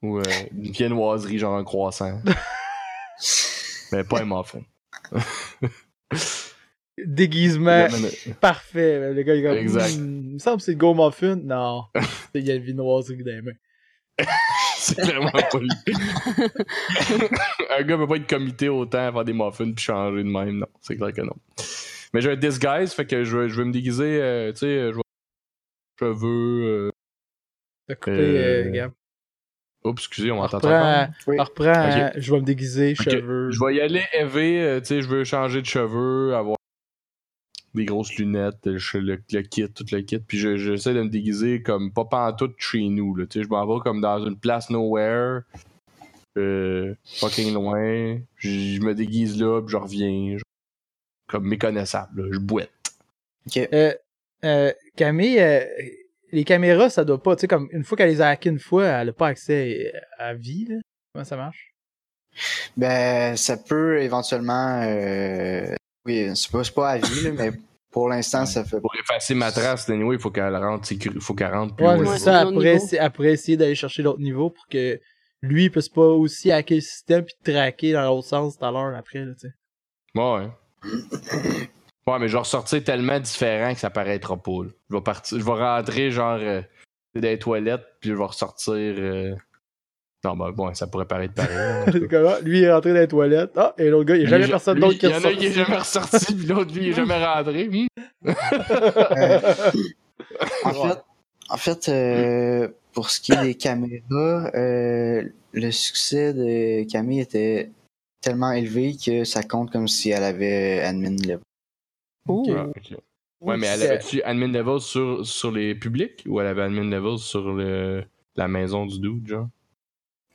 Ou euh, une viennoiserie, genre un croissant. Mais pas un muffin.
Déguisement
J'amène-
parfait. Le gars, il est comme,
Exact.
Hmm, il me semble que c'est le go muffin.
[LAUGHS]
Non, C'est- il y a le vinoiserie dans les mains.
[LAUGHS] C'est clairement pas lui. un gars peut pas être comité autant à faire des muffins puis changer de même, non. C'est clair que non. Mais j'ai un disguise, fait que je vais, je vais me déguiser, euh, tu sais, je vais. Cheveux. euh,
T'as coupé,
Euh,
euh, Gab.
Oups, excusez, on
On
m'entend
reprend,
Oui.
on reprend, hein, je vais me déguiser,
Ok,
cheveux.
Je vais y aller élevé, euh, tu sais, je veux changer de cheveux, avoir des grosses lunettes, euh, je- le, le kit, tout le kit, puis je- j'essaie de me déguiser comme pas pantoute chez nous, là, tu sais, je m'en vais comme dans une place nowhere, euh, fucking loin, je je me déguise là, puis je reviens, je- comme méconnaissable, là, je boite.
Ok.
Euh, euh, Camille, euh, les caméras, ça doit pas. Tu sais, comme une fois qu'elle les a hackées une fois, elle n'a pas accès euh, à vie. Là. Comment ça marche?
Ben, ça peut éventuellement. euh, Oui, c'est pas, c'est pas à vie, là, mais pour l'instant, ça fait.
Pour effacer ma trace, anyway, il faut qu'elle rentre, sécu- faut qu'elle rentre plus
Ouais,
haut
mais
niveau.
c'est ça.
Au
Après,
niveau.
essayer- après essayer d'aller chercher l'autre niveau pour que lui puisse pas aussi hacker le système puis te traquer dans l'autre sens tout à l'heure après. Là, tu sais. [LAUGHS]
Ouais. Ouais, mais je vais ressortir tellement différent que ça paraîtra pas. là. Je vais partir, je vais rentrer genre euh, dans les toilettes, puis je vais ressortir. euh, Non, ben bon, ça pourrait paraître pareil. là, en tout
C'est
cas.
comme, ah, lui il est rentré dans les toilettes. Ah, et l'autre gars, [LAUGHS] il y a jamais
Lui,
personne
lui,
d'autre qui
Il y en a
ressort.
un qui est jamais ressorti, puis l'autre, lui, il est jamais rentré. Hmm.
En fait, en fait euh, pour ce qui est des caméras, euh, le succès de Camille était tellement élevé que ça compte comme si elle avait admin level.
Oh.
euh,
Ah, ok. Ouais, mais elle
c'est-
avait-tu admin level sur, sur les publics ou elle avait admin level sur le, la maison du dude, genre?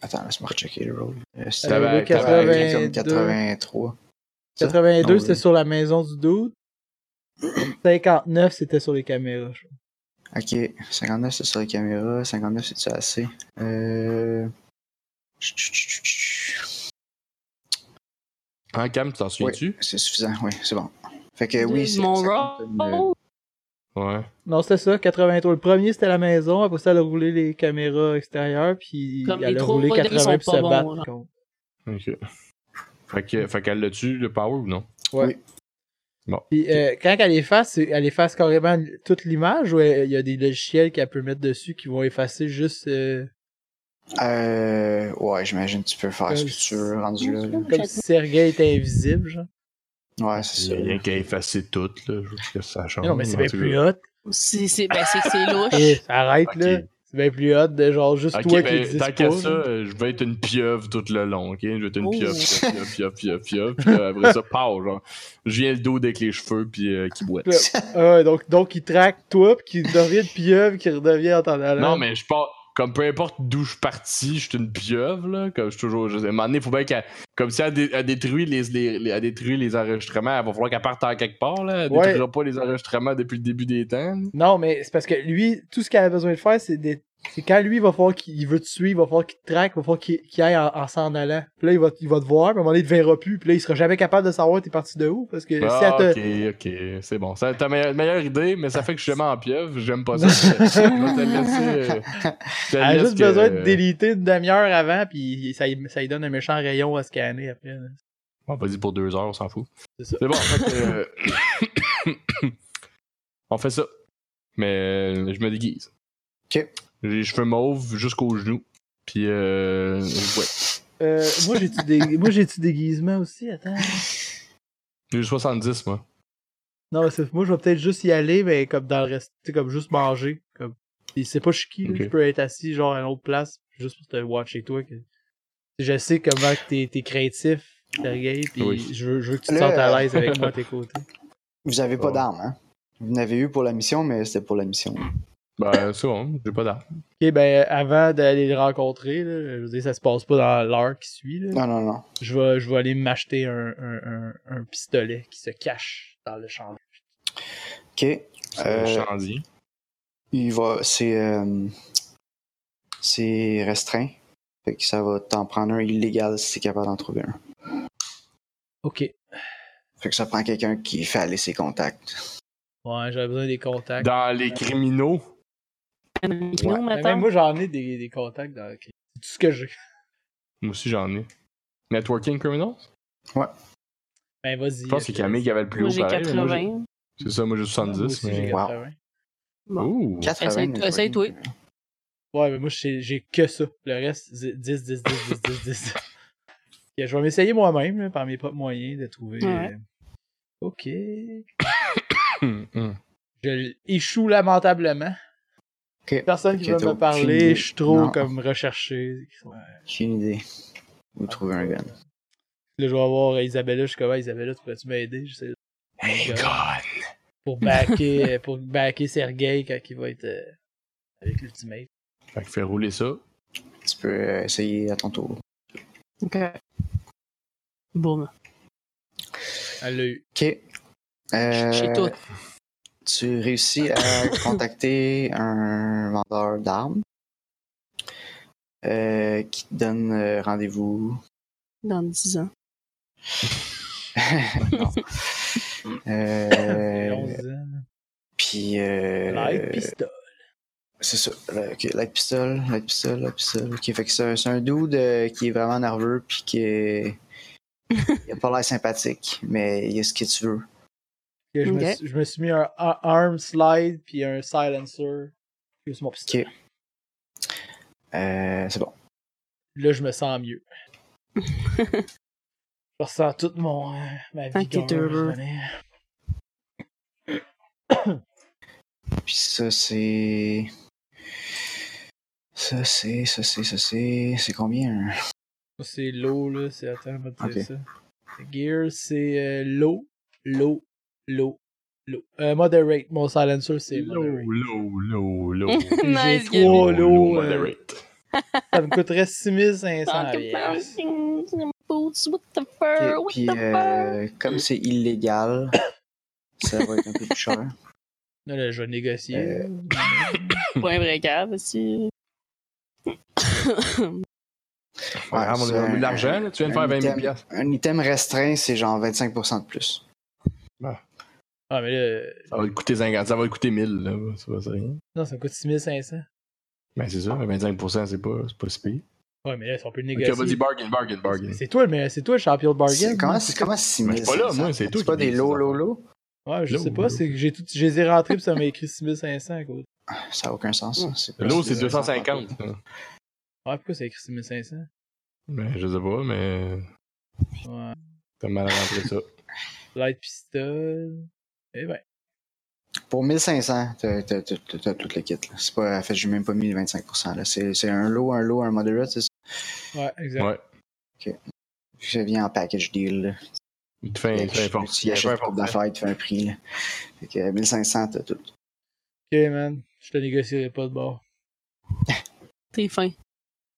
Attends, laisse-moi rechecker le rôle. Euh,
Elle
C'était
avait
avait
82.
82.
83. ça?
82,
Non,
c'était
oui.
sur la maison du dude. 59, c'était sur les caméras. je crois.
Ok, 59 c'est sur les caméras, 59 c'est-tu assez? Euh... chut, chut, chut, chut, chut.
Hein, Cam, tu t'en souviens-tu?
C'est suffisant, oui, c'est bon. Fait que Eh oui, c'est.
Mon
ça compte comme, euh,
rôle.
Ouais.
Non, c'était ça, 83. Le premier, c'était la maison. Après ça, elle a roulé les caméras extérieures. Puis
Comme
elle
les
a
trois
roulé
modèles
80
sont
puis
pas
se
bons,
battre
genre.
contre.
Ok. Fait que- fait qu'elle l'a-tu, le power ou non?
Puis euh, quand elle efface, c'est- elle efface carrément toute l'image ou elle- il y a des logiciels qu'elle peut mettre dessus qui vont effacer juste euh,
Euh, ouais, j'imagine que tu peux faire ce que tu veux rendu là. là.
comme si Sergei était invisible, genre.
Ouais, c'est ça.
Il y a rien qu'à effacer tout, là. Je veux que ça change.
Mais non, mais c'est
en
bien
tout
plus
cas.
hot.
C'est c'est- ben, c'est-
[LAUGHS]
c'est
Eh,
louche.
arrête,
Ok.
là. C'est bien plus hot de genre juste
Ok,
toi qui
ben,
existe
tant
pas.
qu'à ça,
genre.
euh, je vais être une pieuvre tout le long, ok? Je vais être une
Oh.
pieuvre, pieuvre, pieuvre, pieuvre, pieuvre, pieuvre, puis là, après
[LAUGHS]
ça, pow, genre, je viens le dos avec les cheveux, puis euh, qui boite.
[LAUGHS] Ah ouais, donc, donc il traque toi, puis qui devient une pieuvre qui redevient en temps d'allant.
Non, mais je pars. Comme peu importe d'où je suis parti, je suis une pieuvre, là. Comme je suis toujours. Je sais, à un moment donné, faut bien qu'elle. Comme si elle, dé- elle détruit les, les, les- elle détruit les enregistrements, elle va falloir qu'elle parte en quelque part, là. Elle
Ouais.
détruira pas les enregistrements depuis le début des temps.
Non, mais c'est parce que lui, tout ce qu'il a besoin de faire, c'est des... c'est quand lui, il va falloir qu'il il veut te suivre, il va falloir qu'il te traque, il va falloir qu'il qu'il aille en, en s'en allant. Puis là, il va, il va te voir, puis à un moment donné, il te verra plus, puis là, il sera jamais capable de savoir t'es parti de où, parce que si
Ah,
elle te...
ok, ok, c'est bon. C'est ta meilleure, meilleure idée, mais ça fait que je suis jamais en pieuvre, j'aime
[LAUGHS]
pas ça. Je vais te laisser, euh, je te
Elle a
laisse
juste
que- euh,
besoin de déliter une demi-heure avant, puis ça, lui- ça lui donne un méchant rayon à scanner après. là.
Bon, vas-y pour deux heures, on s'en fout.
C'est ça.
C'est bon, fait que, euh, [COUGHS] on fait ça. Mais euh, je me déguise.
Ok.
J'ai les cheveux mauves jusqu'aux genoux. Puis, euh, ouais.
Euh, moi, j'ai-tu des... moi, j'ai-tu déguisement aussi? Attends.
J'ai 70, moi.
Non, mais c'est- moi, je vais peut-être juste y aller, mais comme dans le reste, tu sais, comme juste manger. Comme... Il sait pas je suis qui, là.
Ok.
je peux être assis, genre, à une autre place, juste pour te watcher, toi. Que... Je sais comment que t'es, t'es créatif, Sergei, puis
Oui.
je, veux, je veux que tu te
Le-
sentes à l'aise avec moi à tes côtés.
Vous avez pas
Oh.
d'armes, hein? Vous n'avez eu pour la mission, mais c'était pour la mission.
Ben, c'est bon, j'ai pas d'armes.
Ok, ben, avant d'aller le rencontrer, là, je veux dire, ça se passe pas dans l'heure qui suit, là.
Non, non, non.
Je vais, je vais aller m'acheter un, un, un, un pistolet qui se cache dans le champ.
Ok.
C'est
Euh,
un chandier.
Il va. C'est. euh, c'est restreint. Fait que ça va t'en prendre un illégal si t'es capable d'en trouver un.
Ok.
Fait que ça prend quelqu'un qui fait aller ses contacts.
Ouais, j'avais besoin des contacts.
Dans les criminaux.
Mais
Non, mais
Ben, même
attends.
moi, j'en ai des, des contacts dans. ok. C'est tout ce que j'ai.
Moi aussi, j'en ai. Networking criminals?
Ben, vas-y.
Je pense que c'est Camille qui avait le plus
Moi,
haut
j'ai
pareil. mais moi,
80.
j'ai- C'est ça, moi j'ai
Ah,
70. mais...
Wow.
Ouh!
80.
Essaye-
networking.
essaye-toi.
Ouais, mais moi, j'ai j'ai que ça. Le reste, c'est 10, 10, 10, 10, 10,
[LAUGHS]
10. Ok, je vais m'essayer moi-même, là, par mes propres moyens, de trouver.
Ouais.
euh, Ok. Je
[LAUGHS] Hum, hum.
l'échoue lamentablement.
Ok.
Personne qui
Ok,
veut
t'as
me
aucune
parler,
idée.
je suis trop
Non.
comme recherché.
J'ai une idée. Vous trouvez un gun.
Là, je vais avoir Isabella, je suis comme, Ah, Isabella, tu pourrais-tu m'aider? Je sais-
Hey God!
Pour
[LAUGHS]
backer, pour backer Sergei quand il va être euh, avec l'ultimate.
Fait que fais rouler ça.
Tu peux euh, essayer à ton tour.
Ok. Boum.
Elle l'a eu.
Ok. Euh,
J'ai tout.
tu réussis à contacter un vendeur d'armes euh, qui te donne euh, rendez-vous.
dans 10 ans.
Non.
Et [LAUGHS]
Euh,
on se dit,
puis, euh,
Light pistol.
c'est ça. là, ok, Light pistol, light pistol, light pistol. Ok, fait que c'est un- c'est un dude euh, qui est vraiment nerveux puis qui est... il a pas l'air sympathique, mais il a ce que tu veux.
Que je, me
Ok.
suis, je me suis mis un a- arm slide puis un silencer. Juste mon pistolet.
Euh, c'est bon.
Là, je me sens
[LAUGHS]
mieux. Je ressens toute mon, euh, ma vie.
T'inquiète, Ah, heureux.
Puis ça, c'est. Ça, c'est. Ça, c'est. Ça, c'est. C'est combien hein? un-
C'est l'eau, là. C'est... Attends, on va te dire
Ok.
ça. Gear, c'est euh, l'eau, l'eau, l'eau, l'eau. Euh, moderate, mon silencer, c'est
Low,
[LAUGHS]
moderate.
low, low, [LAUGHS] low.
nice
J'ai
game.
trois lots. euh,
moderate.
ça me coûterait 6500 piastres.
Boots, what the
Ok,
fur, what
Puis
the fur.
euh, comme c'est illégal, ça va être un peu plus cher.
Là, là, je vais négocier.
Euh,
Point bricard aussi.
Ouais, on a
c'est
eu de l'argent, là, tu viens de faire
un
20 000
item.
piastres.
Un item restreint, c'est genre 25% de plus.
Ah, mais là,
Ça va te coûter 50, ça va te coûter 1000, là. Ça va, c'est rien.
non, ça me coûte 6500.
Ben, c'est ça, 25%, c'est pas, c'est pas si pire.
Ouais, mais là, si on peut le
Ok, on
négocier.
va dire bargain, bargain, bargain.
C'est toi, le meilleur- c'est toi le champion de bargain.
C'est- Comment c'est comment 6
Mais je suis pas là, moi, c'est toi
C'est pas
qui
des
dis
low,
ça.
low, low
Ouais, je
L'eau,
sais pas,
l'eau.
c'est que j'ai tout, je les ai rentrés puis ça m'a écrit 6500 à côté.
Ça n'a aucun sens. ça. C'est plus
L'eau, c'est
de-
250. ça.
Ouais, pourquoi ça a écrit 6500?
Ben, je sais pas, mais
Ouais.
t'as mal rentré ça.
Light pistol. Eh ben.
Pour 1500, t'as t'as- t'as- t'as- t'as tout le kit. là. C'est pas. En fait, j'ai même pas mis les 25%. là. C'est c'est un low, un low, un moderate, c'est ça.
Ouais, exact.
Ouais.
Ça vient en package deal. là.
Il te
Ben,
fait un- il te fait un fort.
Tu
il te fait un
achètes
fort.
pour d'affaires, tu fais un prix. Là. Fait que euh, 1500, t'as tout.
Ok, man. Je te négocierai pas de bord.
T'es fin.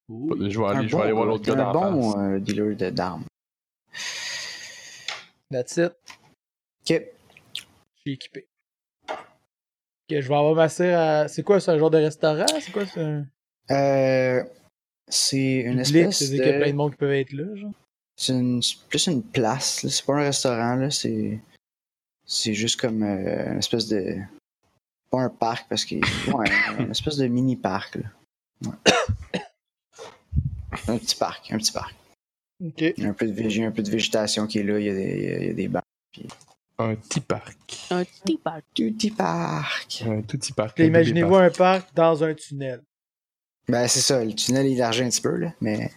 Je vais aller, je vais aller
Ah bon-
voir l'autre gars
un
d'en
bon
face.
euh, dealer de- d'armes.
That's it.
Ok.
Je suis équipé. Ok, je vais avoir ma cire à. C'est quoi, c'est un genre de restaurant? C'est quoi, c'est un.
Euh, c'est une
public?
espèce
C'est-à-dire qu'il y a plein de
de...
monde qui peuvent être là, genre.
C'est une- c'est plus une place. là. C'est pas un restaurant. là. C'est c'est juste comme euh, une espèce de... Pas un parc, parce que... Ouais,
[COUGHS]
une espèce de mini-parc. là. Ouais. un petit parc, un petit parc.
Ok.
Il y a un peu de, vég- il y a un peu de végétation qui est là. Il y a des, il y a- il y a des bancs.
Un petit parc.
Un petit parc.
Tout petit parc.
Un tout petit parc.
Puis
un tout petit
Imaginez-vous
parc.
un parc dans un tunnel.
Ben, c'est ça, le tunnel est élargi un petit peu, là, mais.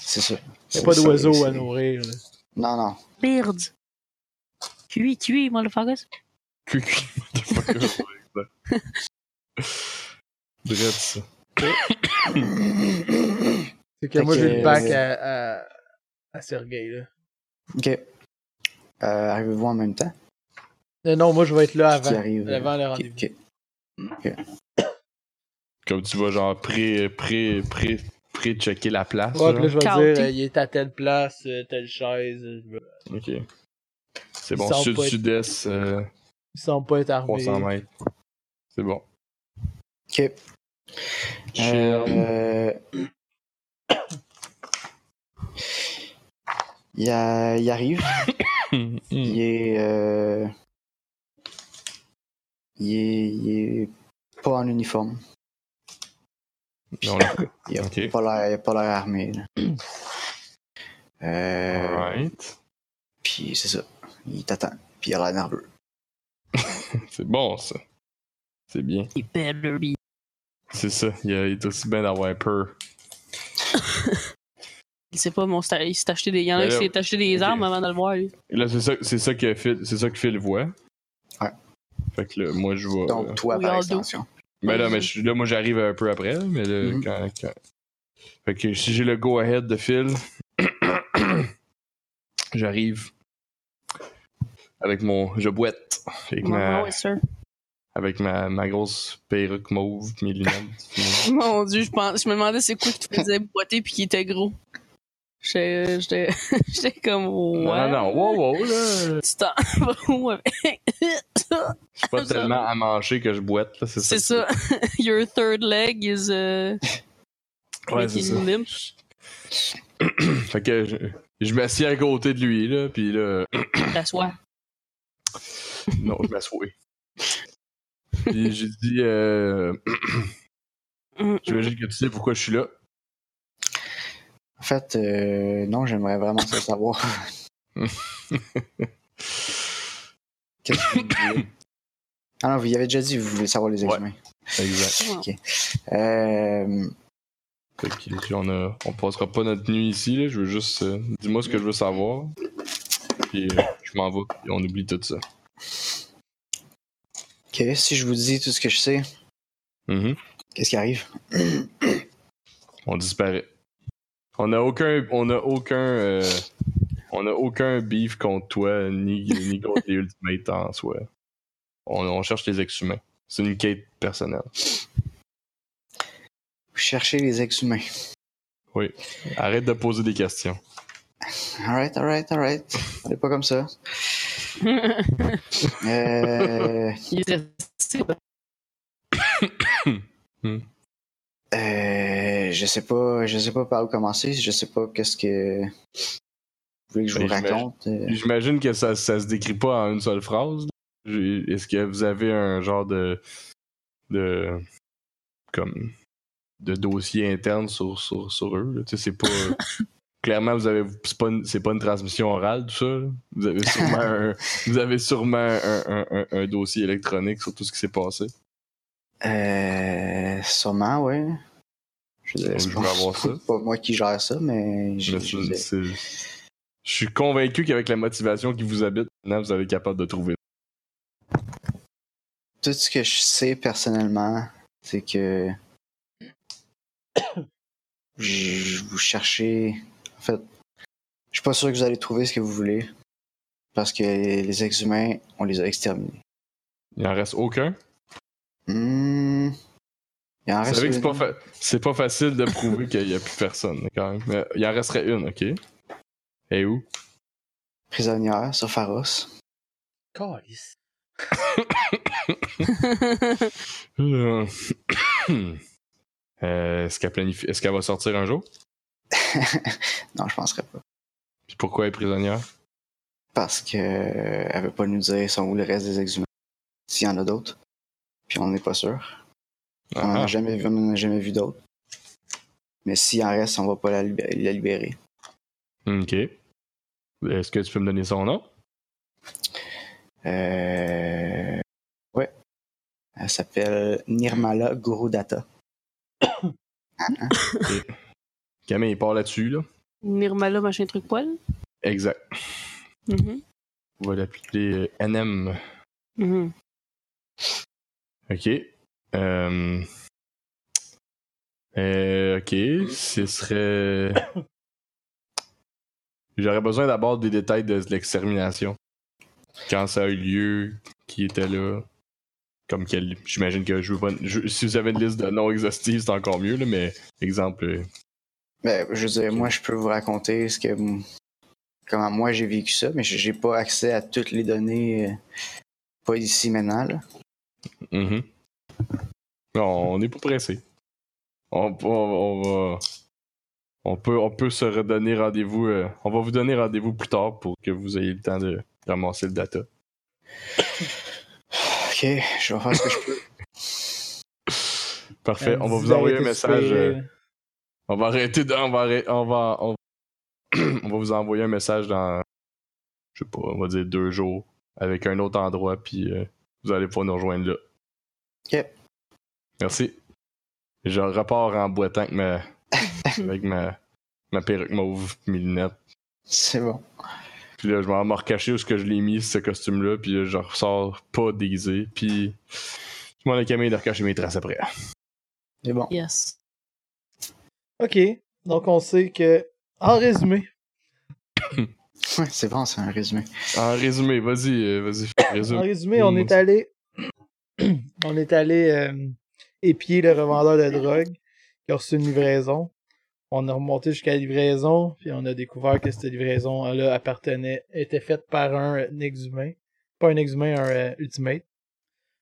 C'est ça.
Il n'y
C'est
a pas
ça,
d'oiseaux
c'est-
à nourrir. là.
Non, non.
Bird. Cui, cui, motherfuckers.
[LAUGHS] Cucu, motherfucker, ouais, exact. Drette, ça.
C'est que
Fait
moi,
que- euh,
j'ai le bac à, à, à Sergueï, là.
Ok. Euh, Arrivez-vous en même temps?
Euh, non, moi, je vais être là
Qui
avant.
arrive? euh,
Avant le
ok,
rendez-vous.
ok. Ok.
Comme tu vas genre pré, pré, pré, pré checker la place.
Ouais, puis là,
genre.
je vais
County.
dire, euh, il est à telle place, euh, telle chaise. euh, je me-
Ok. C'est
Il
bon,
semble pas être-
sud-sud-est, euh,
Il semble pas être armé.
300 mètres. C'est bon.
Ok.
Chill.
Euh, Il, a- il arrive.
[LAUGHS] Hum, hum.
Il est, euh, il est. Il est pas en uniforme.
Non, là.
Il a
Ok.
pas l'air- il a pas l'air armé. là. Euh,
Alright.
Puis c'est ça. Il t'attend. Puis il a l'air nerveux.
C'est bon, ça. C'est bien.
Il better be.
C'est ça. Il y a- il est aussi bien d'avoir peur.
Il sait pas, mon sta- il s'est acheté des. Il y en a
Ben
qui
là,
s'est acheté des
ok.
armes avant de le voir, lui.
Et Là, c'est ça, c'est ça que Phil, c'est ça que Phil voit.
Ouais.
Fait que là, moi, je vois.
Donc toi,
We
par
all do.
extension.
ben là, mais je- là, moi, j'arrive un peu après, là, mais là,
Mhm.
Mm-hmm.
quand, quand- Fait que si j'ai le go-ahead de Phil, [COUGHS] j'arrive avec mon... Je boite. Avec, ma,
Ouais, sûr.
avec ma, ma grosse perruque mauve, mes lunettes.
Mon dieu, je, pense, je me demandais c'est quoi qui te faisait boiter puis qui était gros. J'étais euh, j'étais- [LAUGHS] j'étais comme.
Non,
Ouais.
non, non. Wow, wow, là.
Tu t'en vas où avec ça?
Je suis pas
[LAUGHS] Ça.
tellement amanché que je boite, là. C'est ça.
C'est ça. [LAUGHS] Your third leg is. euh,
Ouais, c'est ça.
making limp.
Fait que je, je m'assieds à côté de lui, là, puis là. [COUGHS]
T'assois.
Non, je m'assois. Puis j'ai dit, euh,
Mm.
j'imagine que tu sais pourquoi je suis là.
En fait, euh, non, j'aimerais vraiment ça savoir.
[LAUGHS]
Qu'est-ce que vous voulez? Ah non, vous y avez déjà dit, vous voulez savoir les
Ouais.
examens.
Exact.
Euh,
Fait que, puis on, a, on passera pas notre nuit ici, là. Je veux juste. euh, Dis-moi ce que je veux savoir. Puis euh, je m'en vais, puis on oublie tout ça.
ok, si je vous dis tout ce que je sais,
Mhm.
qu'est-ce qui arrive?
On disparaît. On a aucun. On a aucun. euh, on a aucun beef contre toi, ni, ni contre les Ultimates en soi. On, on cherche les ex-humains. C'est une quête personnelle.
Vous cherchez les ex-humains.
Arrête de poser des questions.
Alright, alright, alright. Allez pas comme
[LAUGHS]
ça.
Il
Euh,
est resté.
euh, je sais pas, je sais pas par où commencer. Je sais pas qu'est-ce que vous voulez que je vous
Ben, j'imagine.
raconte. euh.
Puis J'imagine que ça, ça se décrit pas en une seule phrase. J'ai- Est-ce que vous avez un genre de. de. comme. de dossier interne sur, sur, sur eux? là? Tu sais, c'est pas. Clairement, vous avez. C'est pas, une- c'est pas une transmission orale, tout ça. là. Vous avez sûrement, un, vous avez sûrement un, un- un- un dossier électronique sur tout ce qui s'est passé.
Euh, sûrement, ouais. Ben, Je veux dire,
Donc,
c'est
je
pas-
veux avoir ça.
c'est pas moi qui gère ça, mais je,
Mais
je
c'est-
veux dire,
c'est- Je suis convaincu qu'avec la motivation qui vous habite, maintenant, vous allez être capable de trouver.
tout ce que je sais personnellement, c'est que je, vous cherchez. En fait, je suis pas sûr que vous allez trouver ce que vous voulez parce que les ex-humains, on les a exterminés.
Il en reste aucun?
Hmm. Il en
Vous
reste
savez que c'est
une.
pas, fa- c'est pas facile de prouver qu'il n'y a plus personne, quand même. Mais il en resterait une, ok? Et où? [COUGHS]
prisonnière sur Pharos.
Calice.
Euh, est-ce, qu'elle planifie... est-ce qu'elle va sortir un jour?
non, je penserais pas.
Puis pourquoi elle est prisonnière?
Parce que euh, elle veut pas nous dire sont où le reste des exhumés. S'il y en a d'autres. Puis on n'est pas sûr. On n'en
Ah,
a jamais vu, on en a jamais vu d'autres. Mais s'il en reste, on va pas la, libé- la libérer.
Hmm, ok. Est-ce que tu peux me donner son nom?
Euh... Ouais. Elle s'appelle Nirmala Gurudata.
Camille, il part là-dessus, là.
Nirmala, machin truc poil.
Exact.
Mhm.
On va l'appeler euh, NM.
Mhm.
Ok. Euh... Euh, ok, ce serait. J'aurais besoin d'abord des détails de l'extermination. Quand ça a eu lieu, qui était là. Comme quel. J'imagine que je veux pas. je- Si vous avez une liste de noms exhaustive, c'est encore mieux, là, mais exemple. euh,
Ben, je veux dire, moi, je peux vous raconter ce que, m- comment moi j'ai vécu ça, mais j'ai j'ai pas accès à toutes les données, euh, pas ici maintenant. Là.
mhm. Non, on n'est pas pressé. On, on- on va. On peut, on peut se redonner rendez-vous. euh, on va vous donner rendez-vous plus tard pour que vous ayez le temps de ramasser le data.
Ok, je vais faire ce que je peux.
Parfait.
Elle
On va
dit
vous envoyer un
d'arrêter de
message.
soupirer,
euh, on va arrêter de. On va, arrê- on, va on... on va [CLEARS THROAT] vous envoyer un message dans. Je sais pas, on va dire deux jours avec un autre endroit, puis euh, vous allez pouvoir nous rejoindre là.
Ok.
Merci. Je repars en boitant avec ma, avec ma, ma perruque mauve, mes lunettes.
C'est bon.
Puis là, je m'en vais me recacher où ce que je l'ai mis, ce costume-là, puis là, je ressors pas déguisé, puis je m'en ai camé de recacher mes traces après.
C'est bon. [LAUGHS]
Yes.
Ok, donc on sait que, en résumé,
Ouais, c'est bon, c'est un résumé.
En résumé, vas-y, euh, vas-y, résume.
en résumé, on
Mm.
est allé, [CLEARS THROAT] on est allé euh, épier le revendeur de drogue qui a reçu une livraison. On a remonté jusqu'à la livraison, puis on a découvert que cette livraison-là appartenait, était faite par un euh, exhumain. Pas un exhumain, un euh, ultimate.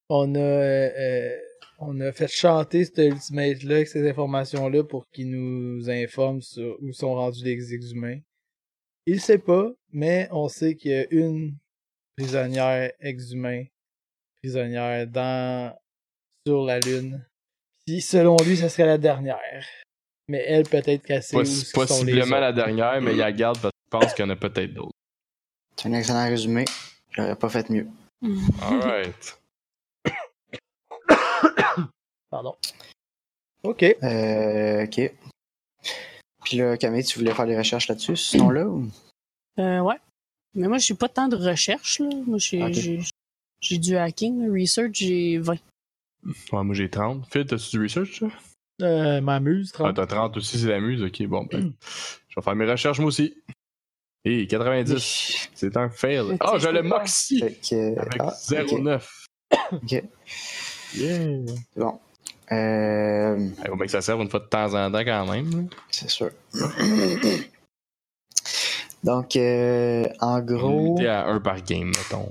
On a, euh, euh, on a fait chanter cet ultimate-là avec ces informations-là pour qu'il nous informe sur où sont rendus les exhumains. Il sait pas, mais on sait qu'il y a une prisonnière exhumain, prisonnière dans, sur la Lune. Puis selon lui, ce serait la dernière. Mais elle, peut-être qu'elle sait où
Possi-
sont les
possiblement la
autres.
dernière, mais il la garde parce qu'il pense qu'il y en a peut-être d'autres.
C'est un excellent résumé. J'aurais pas fait mieux.
Alright.
Pardon. Ok.
Euh, ok. Puis là, Camille, tu voulais faire des recherches là-dessus, ce nom-là? ou-
Euh, ouais. Mais moi, j'ai pas tant de recherche, là. Moi, j'ai
Ok.
j'ai- j'ai du hacking, là. research, j'ai 20.
Ouais, moi j'ai 30. Phil, t'as-tu du research, ça?
Euh, M'amuse,
Ah,
30.
t'as 30 aussi, c'est la muse. Ok, bon, ben. Je vais faire mes recherches, moi aussi. Et 90. C'est un fail.
Mais
Ah,
tu
je
sais,
le
je peux pas.
moxie
Fait que-
avec
ah,
0,9.
ok.
Yeah!
C'est Bon. Euh,
Il Eh, faut bien que ça serve une fois de temps en temps quand même. là.
c'est sûr. Donc, euh, en gros,
Limité à 1 par game, mettons.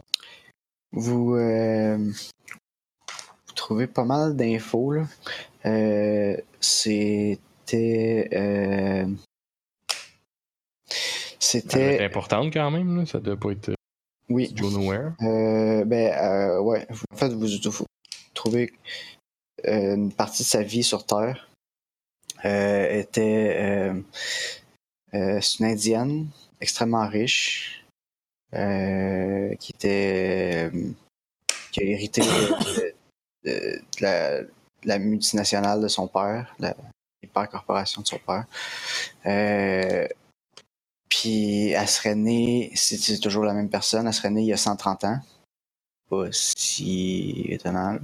vous, euh, vous trouvez pas mal d'infos. là. Euh, C'était. euh,
Elle doit
C'était.
être importante quand même, là. ça doit pas être euh,
Oui.
Joe Nowhere.
Euh, ben, euh, ouais. Vous- En fait, vous, vous trouvez euh, une partie de sa vie sur Terre. Euh, était euh, euh, c'est une Indienne extrêmement riche euh, qui était euh, qui a hérité de, de- de la, de la multinationale de son père, la hypercorporation de son père. Euh, puis elle serait née, si c'est toujours la même personne, elle serait née il y a 130 ans. Pas si étonnant. là.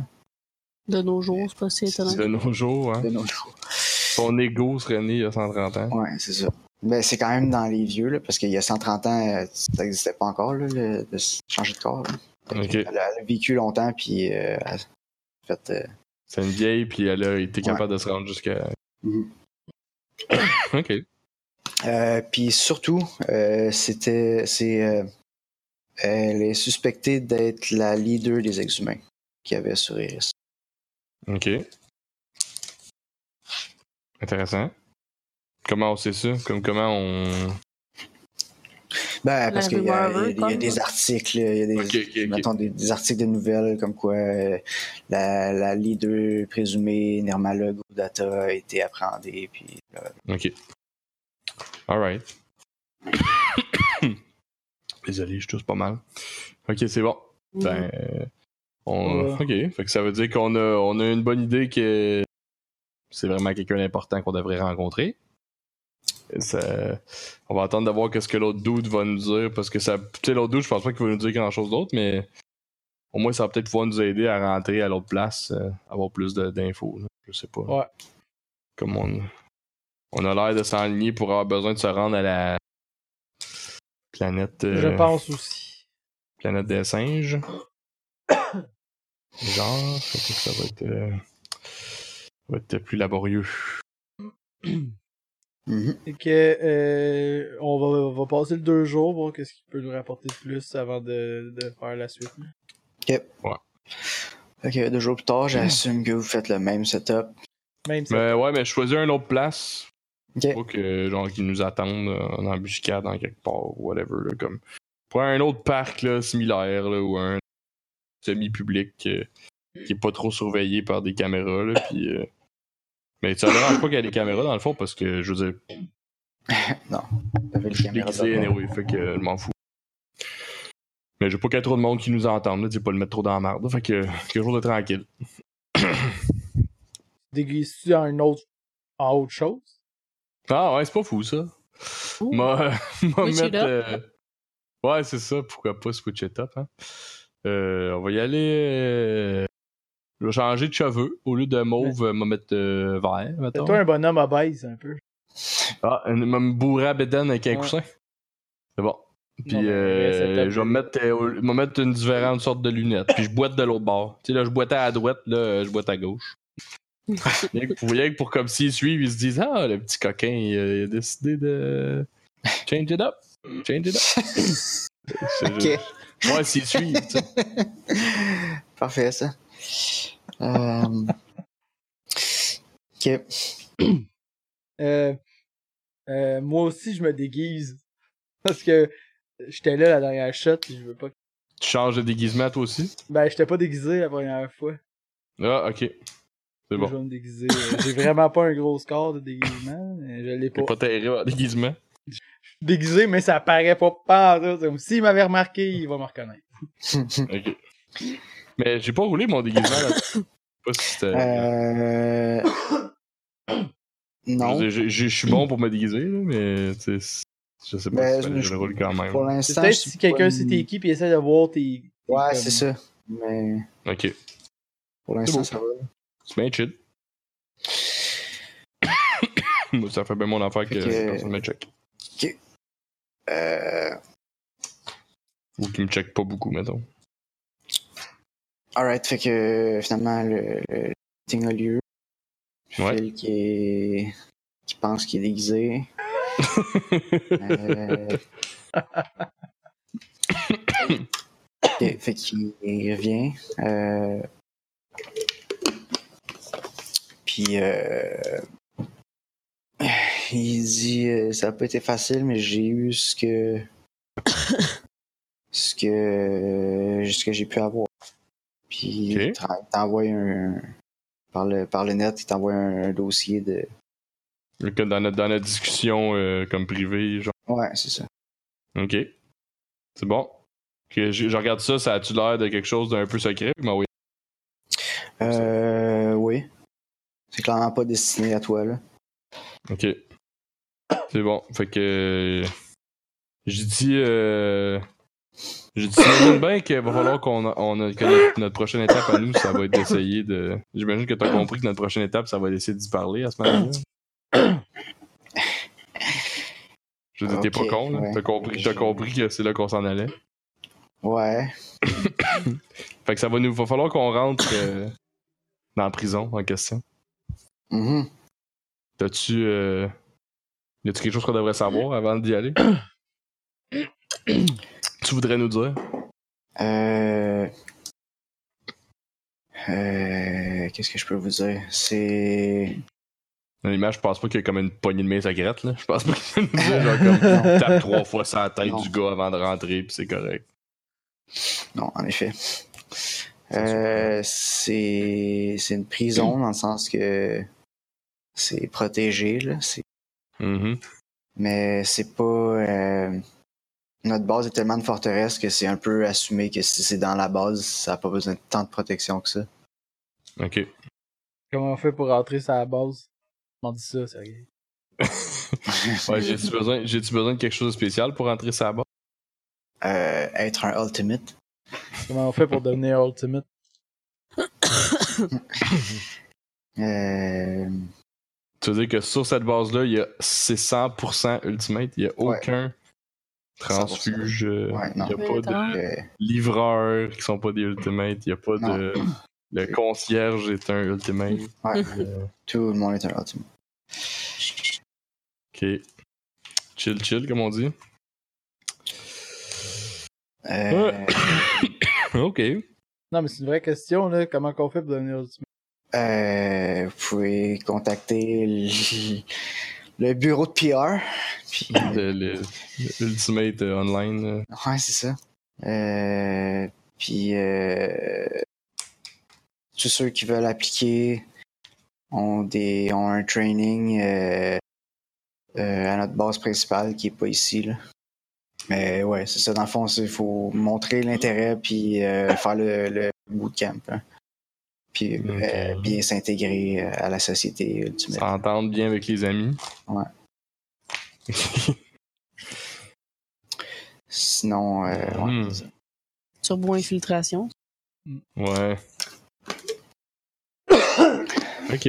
De nos jours, c'est pas si étonnant.
De nos jours, hein.
De nos jours.
Son ego serait né il y a 130 ans.
Ouais, c'est ça. Mais c'est quand même dans les vieux, là, parce qu'il y a 130 ans, euh, ça n'existait pas encore, là, le- de s- changer de corps. là.
Ok.
Elle a, elle a vécu longtemps, puis euh, elle a fait. euh,
C'est une vieille, puis elle a été capable de se rendre jusqu'à.
Mhm.
[COUGHS] ok.
Euh, puis surtout, euh, c'était, c'est, euh, elle est suspectée d'être la leader des exhumains qu'il y avait sur Iris.
Ok. Intéressant. Comment on sait ça? Comme comment on.
Ben, parce qu'il y, a- il y a- il
rumeur
y a
comme,
des
là.
articles, il y a des,
Ok, ok, ok.
mettons, des, des articles de nouvelles comme quoi euh, la, la leader présumée, Nirmala Gudata, a été appréhendée, puis là,
Ok. Alright. [COUGHS] Désolé, je tousse pas mal. Ok, c'est bon. Ben, euh, on... Ok, fait que ça veut dire qu'on a, on a une bonne idée que c'est vraiment quelqu'un d'important qu'on devrait rencontrer. Et ça- On va attendre de voir qu'est-ce que l'autre dude va nous dire, parce que ça... Tu sais, l'autre dude, je pense pas qu'il va nous dire grand-chose d'autre, mais au moins, ça va peut-être pouvoir nous aider à rentrer à l'autre place, euh, avoir plus de- d'infos. là. Je sais pas.
Ouais.
Comme on... On a l'air de s'enligner pour avoir besoin de se rendre à la planète... euh,
Je pense aussi.
Planète des singes. [COUGHS] Genre, fait que ça va être, euh, ça va être plus laborieux.
Mhm.
Et que euh, on, va, on va passer le deux jours, voir qu'est-ce qu'il peut nous rapporter de plus avant de, de faire la suite.
Fait que deux jours plus tard, j'assume que vous faites le même setup.
Même si
Mais ouais, mais je choisis une autre place.
Ok.
Faut que, genre, qu'ils nous attendent euh, en embuscade en quelque part, ou whatever, là, comme. Prends un autre parc, là, similaire, là, ou un semi-public euh, qui est pas trop surveillé par des caméras, là, puis, euh, Mais ça ne dérange pas qu'il y ait des caméras, dans le fond, parce que, je veux dire,
Avec les caméras
déguisé
de-
anyway, fait que euh, je m'en fous. Mais j'ai pas qu'il y ait trop de monde qui nous entende, là, tu sais, pas le mettre trop dans la merde, là, fait que euh, quelque chose de tranquille.
tu déguises-tu en une autre, en autre chose?
Ah ouais, c'est pas fou ça. [LAUGHS]
Ouh.
Moi, moi
Switch it
mettre.
up.
euh, Ouais, c'est ça, pourquoi pas switch it up, hein. Euh, on va y aller. euh, Je vais changer de cheveux. Au lieu de mauve, euh, je vais mettre euh, vert, mettons.
Fais-toi un bonhomme à baise, un peu.
Ah, je vais me bourrer à bédaine avec un
Ouais.
coussin. C'est bon. Puis
Non, mais
euh,
le setup,
je vais me mettre, euh, au- je vais me mettre
[LAUGHS]
une différente sorte de lunettes. Puis je boite de l'autre bord. Tu sais, là, je boitais à droite, là, je boite à gauche. Rien que pour, rien que pour comme s'ils suivent, ils se disent Ah, le petit coquin, il, a- il a décidé de change it up. Change it
[LAUGHS]
up. C'est
Ok.
juste- Ouais, s'ils suivent, tu sais.
[LAUGHS] Parfait, ça. Euh, Ok.
Euh, euh, moi aussi, je me déguise. [LAUGHS] Parce que j'étais là la dernière shot, puis je veux pas. que-
Tu changes de déguisement toi aussi
Ben, j'étais pas déguisé la première fois.
Ah, ok.
Je
C'est bon.
vais me déguiser. Euh, J'ai vraiment pas un gros score de déguisement. mais Je l'ai
T'es
pas.
pas terrible en déguisement.
Déguisé, mais ça paraît pas pas. C'est comme s'il m'avait remarqué, il va me reconnaître.
Ok. Mais j'ai pas roulé mon déguisement là. Je sais pas si c'était-
Euh,
Euh,
Je
Non.
veux dire, Je je- je suis bon pour me déguiser, là, mais tu sais, je sais pas
Ben,
si fallait que je
je-
le roule quand même.
Pour
C'est
l'instant,
peut-être
je suis
si quelqu'un
pas-
sait t'es qui puis essaie de voir tes. tes
Ouais,
comme-
c'est ça. Mais
Ok.
pour
beau.
l'instant, ça va.
C'est bien chill. [COUGHS] Moi, ça fait bien mon affaire que
Fait que-
personne me check.
Euh...
Ou qui me check pas beaucoup, mettons.
Alright, fait que finalement, le, le meeting a lieu.
Ouais.
Phil qui, est... qui pense qu'il est déguisé. Euh... [COUGHS] Ok, fait qu'il il revient. Euh... Puis euh... il dit euh, ça a pas été facile, mais j'ai eu ce que ce que ce que j'ai pu avoir. Puis
Ok.
il tra- il t'envoie un par le par le net, il t'envoie un, un dossier de
Mais que dans, notre, dans notre discussion euh, comme privée, genre.
ouais c'est ça.
Ok. C'est bon. Que je, je regarde ça, ça a-tu l'air de quelque chose d'un peu secret? Il m'a envoyé-
Euh, oui. C'est clairement pas destiné à toi là.
Ok. C'est bon. Fait que. J'ai dit. Euh... J'ai dit, [COUGHS] t'imagines bien qu'il va falloir qu'on a- on a- que notre, notre prochaine étape à nous, ça va être d'essayer de. J'imagine que t'as compris que notre prochaine étape, ça va être d'essayer d'y parler à ce moment-là. Je veux dire, t'es
Ok,
pas con, là.
ouais.
T'as compris, t'as
Je-
compris que c'est là qu'on s'en allait.
Ouais.
Fait que ça va nous. Va falloir qu'on rentre euh, dans la prison en question.
Mhm.
T'as-tu. Euh... Y a-tu quelque chose qu'on devrait savoir avant d'y
[COUGHS]
aller? tu voudrais nous dire?
Euh... Euh... Qu'est-ce que je peux vous dire? C'est...
Dans l'image, je pense pas qu'il y ait comme une poignée de main secrète, là. Je pense pas qu'il nous dise, genre,
[LAUGHS]
comme, tape trois fois sur la tête
Non.
du gars avant de rentrer, puis c'est correct.
Non, en effet. Euh, c'est c'est une prison dans le sens que c'est protégé, là. c'est- Mm-hmm.
Mhm.
Mais c'est pas... euh, Notre base est tellement de forteresse que c'est un peu assumé que si c'est dans la base, ça n'a pas besoin de tant de protection que ça.
Ok.
Comment on fait pour rentrer sur la base? Je m'en dis ça, sérieux.
Ouais, j'ai-tu besoin, j'ai-tu besoin de quelque chose de spécial pour rentrer ça bas?
Euh, être un ultimate.
Comment on fait pour devenir ultimate?
Euh...
Tu veux dire que sur cette base-là, il y a, c'est 100% ultimate, il y a
Ouais.
aucun transfuge, euh,
Ouais,
il
non.
y a pas de
euh,
livreurs qui sont pas des ultimates, il y a pas de... Le concierge est un ultimate.
ouais,
euh,
tout le monde est un ultimate.
ok. Chill, chill, comme on dit.
Euh,
Ouais. Ok.
Non, mais c'est une vraie question, là. Comment qu'on fait pour devenir ultimate?
Euh, vous pouvez contacter le, le bureau de PR. Puis,
le, le- le Ultimate euh, Online. euh.
ouais, c'est ça. Euh, puis, euh, tous ceux qui veulent appliquer ont, des, ont un training euh, euh, à notre base principale qui est pas ici. Là. Mais ouais, c'est ça. Dans le fond, il faut montrer l'intérêt puis euh, faire le, le bootcamp. hein. Puis
Ok.
euh, bien s'intégrer euh, à la société ultimate.
S'entendre bien avec les amis.
Ouais. Sinon, euh, ouais,
Hmm.
c'est ça.
Turbo-infiltration.
ouais. [COUGHS] ok.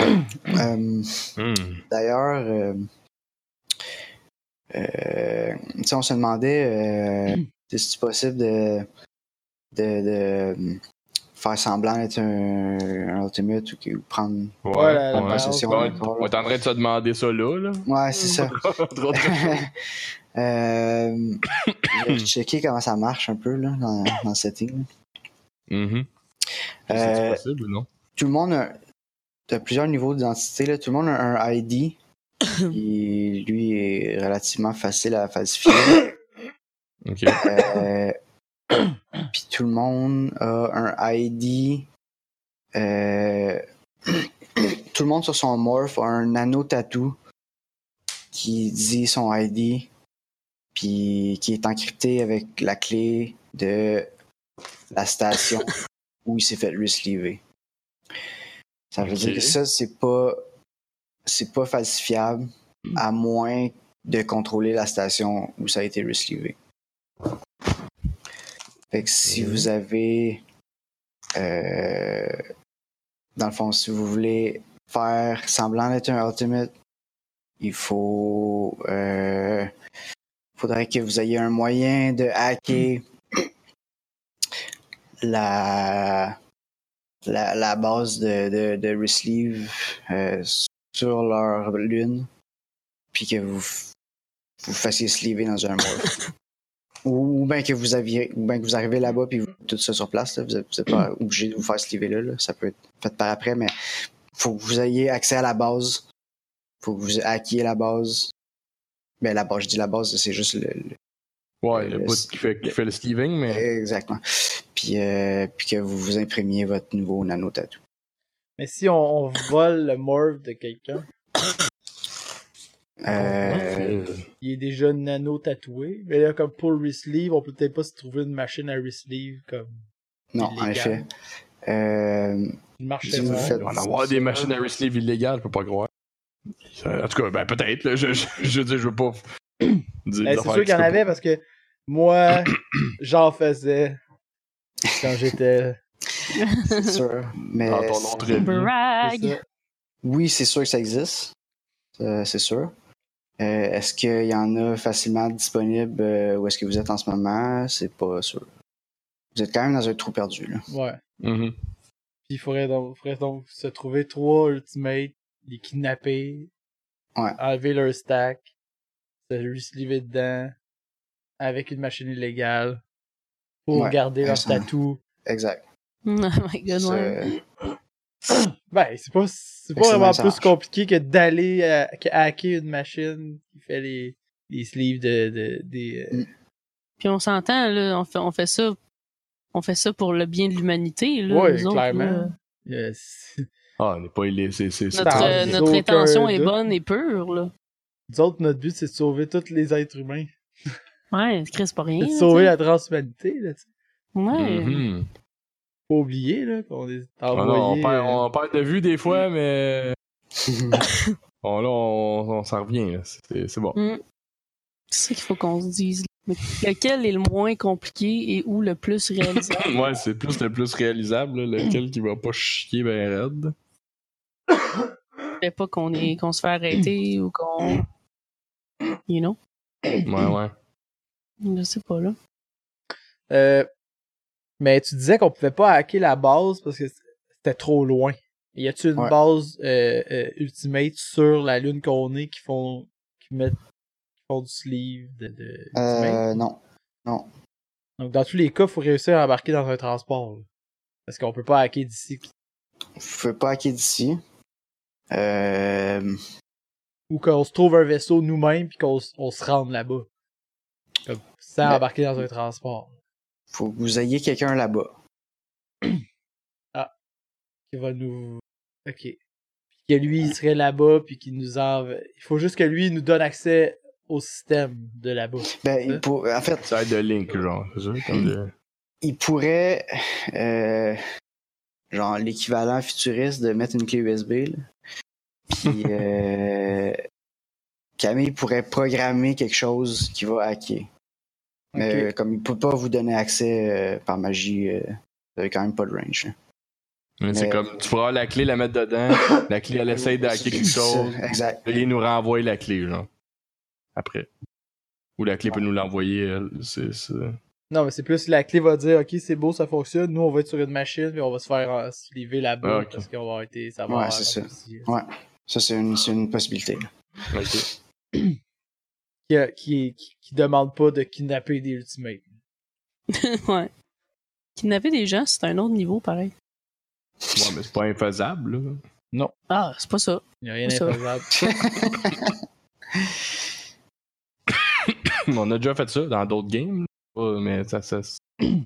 Euh,
Hmm.
D'ailleurs, euh, euh, tu sais, on se
Hmm.
demandait euh, si c'est possible de, de, de, faire semblant d'être un, un Ultimate ou, que- ou prendre.
Ouais,
Ouais, la- la
ouais.
balance.
possession.
Ouais, on est en train de se demander ça là. là.
Ouais, c'est ça.
[LAUGHS] Entre autres.
[LAUGHS] euh, je vais checker comment ça marche un peu là, dans, dans le setting.
Mhm. C'est
Euh,
possible ou non?
tout le monde a t'as plusieurs niveaux d'identité. là. Tout le monde a un
[LAUGHS]
ID qui, lui, est relativement facile à falsifier.
Ok.
Euh, [COUGHS] Puis tout le monde a un ID. euh, [CLEARS THROAT] tout le monde sur son morph a un nano tattoo qui dit son ID. Puis qui est encrypté avec la clé de la station où il s'est fait lui sleever. Ça veut
Ok.
dire que ça, c'est pas. C'est pas falsifiable à moins de contrôler la station où ça a été resleevé. Fait que si
Mhm.
vous avez, euh, dans le fond, si vous voulez faire semblant d'être un ultimate, il faut, euh, faudrait que vous ayez un moyen de hacker la, la, la base de, de, de resleeve euh, sur leur lune, puis que vous, f- vous fassiez sleever dans un mois. ou, ou bien que vous aviez, ou bien que vous arrivez là-bas puis vous- tout ça sur place, là, vous n'êtes pas obligé de vous faire sleever là, là. ça peut être fait par après, mais faut que vous ayez accès à la base, faut que vous hackiez la base. Ben la base, je dis la base, c'est juste le, le-
Ouais, le
le-
bout qui fait, qui fait le sleeving, mais.
exactement. Puis, euh, puis que vous vous imprimiez votre nouveau nano tattoo.
Mais si on, on vole le morph de quelqu'un,
Euh,
il est déjà nano tatoué. Mais là, comme pour le resleeve, on peut peut-être pas se trouver une machine à resleeve comme
non, en
illégal.
effet. Euh,
une marche
Si vous
noire.
Il
faites-
va en avoir des machines à sleeve illégales, je peux pas croire. Ça- En tout cas, ben peut-être, là, je, je, je veux dire, je veux pas. [CLEARS THROAT] dire des
Ben, c'est
affaires
sûr
qui
qu'il y en
sont
avait parce que moi, j'en faisais quand j'étais.
c'est sûr. Mais
pas Dans ton nom très bien.
[LAUGHS] Brag!
c'est
Oui, c'est sûr que ça existe. Euh, c'est sûr. Euh, est-ce qu'il y en a facilement disponible euh, où est-ce que vous êtes en ce moment? C'est pas sûr. Vous êtes quand même dans un trou perdu, là.
ça. Ouais.
Mhm.
Puis il faudrait donc, faudrait donc se trouver trois ultimates, les kidnapper,
Ouais.
enlever leur stack, se resliver dedans, avec une machine illégale, pour
Ouais,
garder leur
exactement.
tatou.
Exact.
[LAUGHS] oh my god,
C'est-
ouais.
Ben, c'est pas, c'est pas
Excellent,
vraiment
ça
plus
marche.
compliqué que d'aller euh, que hacker une machine qui fait les, les sleeves de, de- des. euh,
Puis on s'entend, là, on fait, on fait ça. On fait ça pour le bien de l'humanité, là.
Ouais,
nous autres,
clairement.
là.
euh, c'est-
Ah, on n'est pas illé, c'est. c'est- c'est-
Notre,
Sans
euh, notre
aucun
intention est
doute.
bonne et pure, là.
[LAUGHS] Nous autres, notre but, c'est de sauver tous les êtres humains.
Ouais, Chris, c'est pas rien.
C'est de
là,
sauver
tu
la transhumanité, là, tu sais.
sais. Ouais.
Mhm.
Faut pas oublier, là, qu'on est
Ah non,
envoyés,
on, perd,
euh,
on perd de vue des fois, mais.
[LAUGHS]
Bon, là, on, on s'en revient, là. C'est c'est bon.
Mm. C'est ça qu'il faut qu'on se dise. Mais lequel est le moins compliqué et où le plus réalisable?
Hmm, Ouais, c'est plus le plus réalisable, là, lequel qui va pas chier ben raide.
Je voulais pas qu'on est- qu'on se fait arrêter ou qu'on. You know?
Ouais, ouais.
Je sais pas, là.
Euh, mais tu disais qu'on pouvait pas hacker la base parce que c'était trop loin. Y a-tu une
Ouais.
base euh, euh, ultimate sur la lune qu'on est qui font qui mettent qui font du sleeve de, de d'ultimate?
Euh, non.
Donc dans tous les cas, faut réussir à embarquer dans un transport. là. Parce qu'on peut pas hacker d'ici
Vous pouvez pas hacker d'ici. Euh,
ou qu'on se trouve un vaisseau nous-mêmes puis qu'on s- on se rende là-bas. Comme sans
Mais-
embarquer dans un transport
faut que vous ayez quelqu'un là-bas.
qui va nous OK. Puis que lui il serait là-bas puis qu'il nous enve... il faut juste que lui il nous donne accès au système de là-bas.
Ben, il pour- en fait,
Ça aide de Link, genre, c'est ça?
Hmm.
Comme de-
il pourrait, euh, genre l'équivalent futuriste de mettre une clé USB. Là. Puis, euh, Camille pourrait programmer quelque chose qui va hacker. Mais euh, comme il peut pas vous donner accès euh, par magie, euh, vous avez quand même pas de range. hein.
Mais c'est
Mais-
comme, tu prends la clé, la mettre dedans, la clé, elle essaye d'hacker
[LAUGHS]
quelque
C'est ça,
chose,
Exact.
et il nous renvoie la clé, genre. Après. Ou la clé peut nous l'envoyer, elle, c'est ça.
Non, mais c'est plus la clé va dire ok c'est beau ça fonctionne, nous on va être sur une machine puis on va se faire euh, sliver la boule
Ah, ok.
parce qu'on va arrêter ça va.
Ouais,
avoir
c'est ça.
aussi, euh,
Ça, c'est une, c'est une possibilité. là.
Ok.
Qui, euh, qui, qui, qui demande pas de kidnapper des ultimates.
[LAUGHS] ouais. Kidnapper des gens, c'est un autre niveau, pareil.
Ouais, mais c'est pas infaisable, là. [CLEARS THROAT]
Ah, c'est pas ça.
Il n'y a rien
Ça.
d'infaisable.
On a déjà fait ça dans d'autres games, là. Ouais, mais ça. ça c'est- [CLEARS THROAT]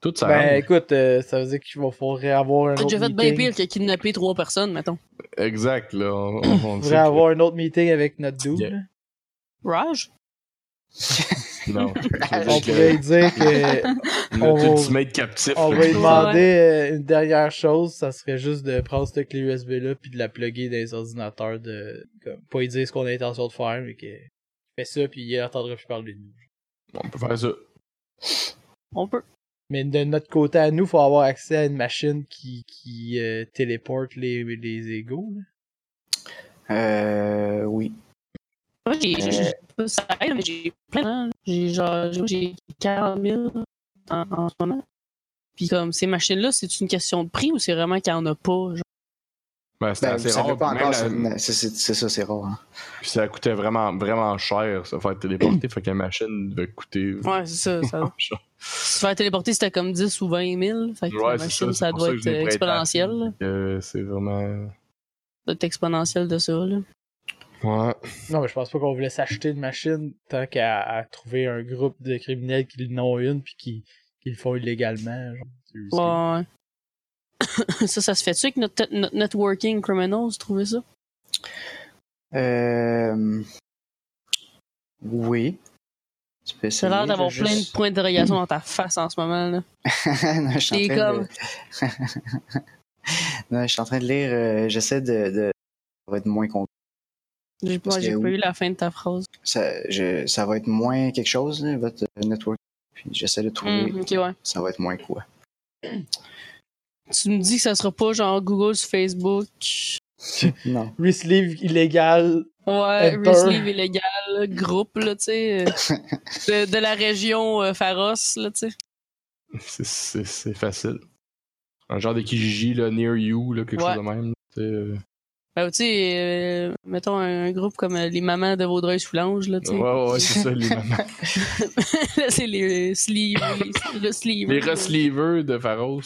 Tout ça.
Ben
rentre.
écoute, euh, ça veut dire qu'il va falloir réavoir un
T'as
autre
déjà fait bien
meeting.
pire que kidnapper trois personnes, mettons.
Exact, là. On, on-
[CLEARS THROAT]
on le sait
faudrait avoir un autre meeting avec notre dude.
Yeah.
là.
Raj?
que- [LAUGHS] Non.
On pourrait lui dire que
Notre
on va-
ultimate captif.
on
là,
va lui
tu vois.
demander euh, une dernière chose, ça serait juste de prendre cette clé USB là puis de la plugger dans les ordinateurs de comme, pas lui dire ce qu'on a l'intention de faire mais que fait ça puis il entendra plus parler de nous.
On peut faire ça.
On peut.
Mais de notre côté à nous, faut avoir accès à une machine qui, qui euh, téléporte les, les égaux. là.
Euh, oui.
Moi, j'ai. j'ai-
Euh.
j'ai- pas ça aide, mais j'ai plein. hein. J'ai genre. j'ai- J'ai 40 000 en, en ce moment. Puis comme ces machines-là, c'est une question de prix ou c'est vraiment qu'il n'y en a pas? genre?
Ben, c'était
Ben, vous
assez
savez
rare.
pas
même
encore.
la-
c'est- mais C'est c'est- c'est ça, c'est rare. hein.
Puis ça coûtait vraiment, vraiment cher, se faire
[CLEARS THROAT]
téléporter. fait que la machine devait coûter.
Ouais, c'est ça. ça. [LAUGHS] Se faire téléporter, c'était comme 10 ou 20 000. Fait que
Ouais,
la
c'est
machine,
ça.
ça,
c'est pour
doit
que
être
je l'ai
euh,
prêté à
exponentiel.
la
là.
fille. Euh, c'est vraiment.
Ça doit être exponentiel de ça, là.
Ouais.
Non, mais je pense pas qu'on voulait s'acheter une machine tant qu'à à trouver un groupe de criminels qui n'ont une puis qui, qui le font illégalement. genre. C'est risqué.
Ouais. [COUGHS] ça, ça se fait-tu avec notre, notre networking criminals, trouver ça?
Euh, oui. Tu peux
Ça
essayer.
a l'air d'avoir
je
plein de
juste- [LAUGHS]
points d'interrogation dans ta face en ce moment, là.
non, je suis
T'es
en train de- [LAUGHS] Non, je suis en train de lire. euh, J'essaie de, de. Ça va être moins con-
J'ai
Parce
pas, j'ai
que
pas
oui.
eu la fin de ta phrase.
Ça, je- ça va être moins quelque chose, là, votre euh, network. Puis j'essaie de trouver.
Hmm, ok, ouais.
Ça va être moins quoi.
Tu me dis que ça sera pas genre Google sur Facebook.
Non.
Resleeve illégal.
Ouais,
Enter.
Resleeve illégal, groupe, là, tu sais. euh, de, de la région euh, Pharos, là, tu sais.
C'est- C'est c'est facile. Un genre de Kijiji, là, near you, là, quelque
Ouais.
chose de même. tu sais, euh,
Ben, tu sais, euh, mettons un, un groupe comme euh, les mamans de Vaudreuil-Soulanges, là, tu sais.
Ouais, ouais, ouais, c'est ça, les mamans.
Là, [LAUGHS] c'est les sleeves. les- le sleeve.
Les Rustlivers de Pharos.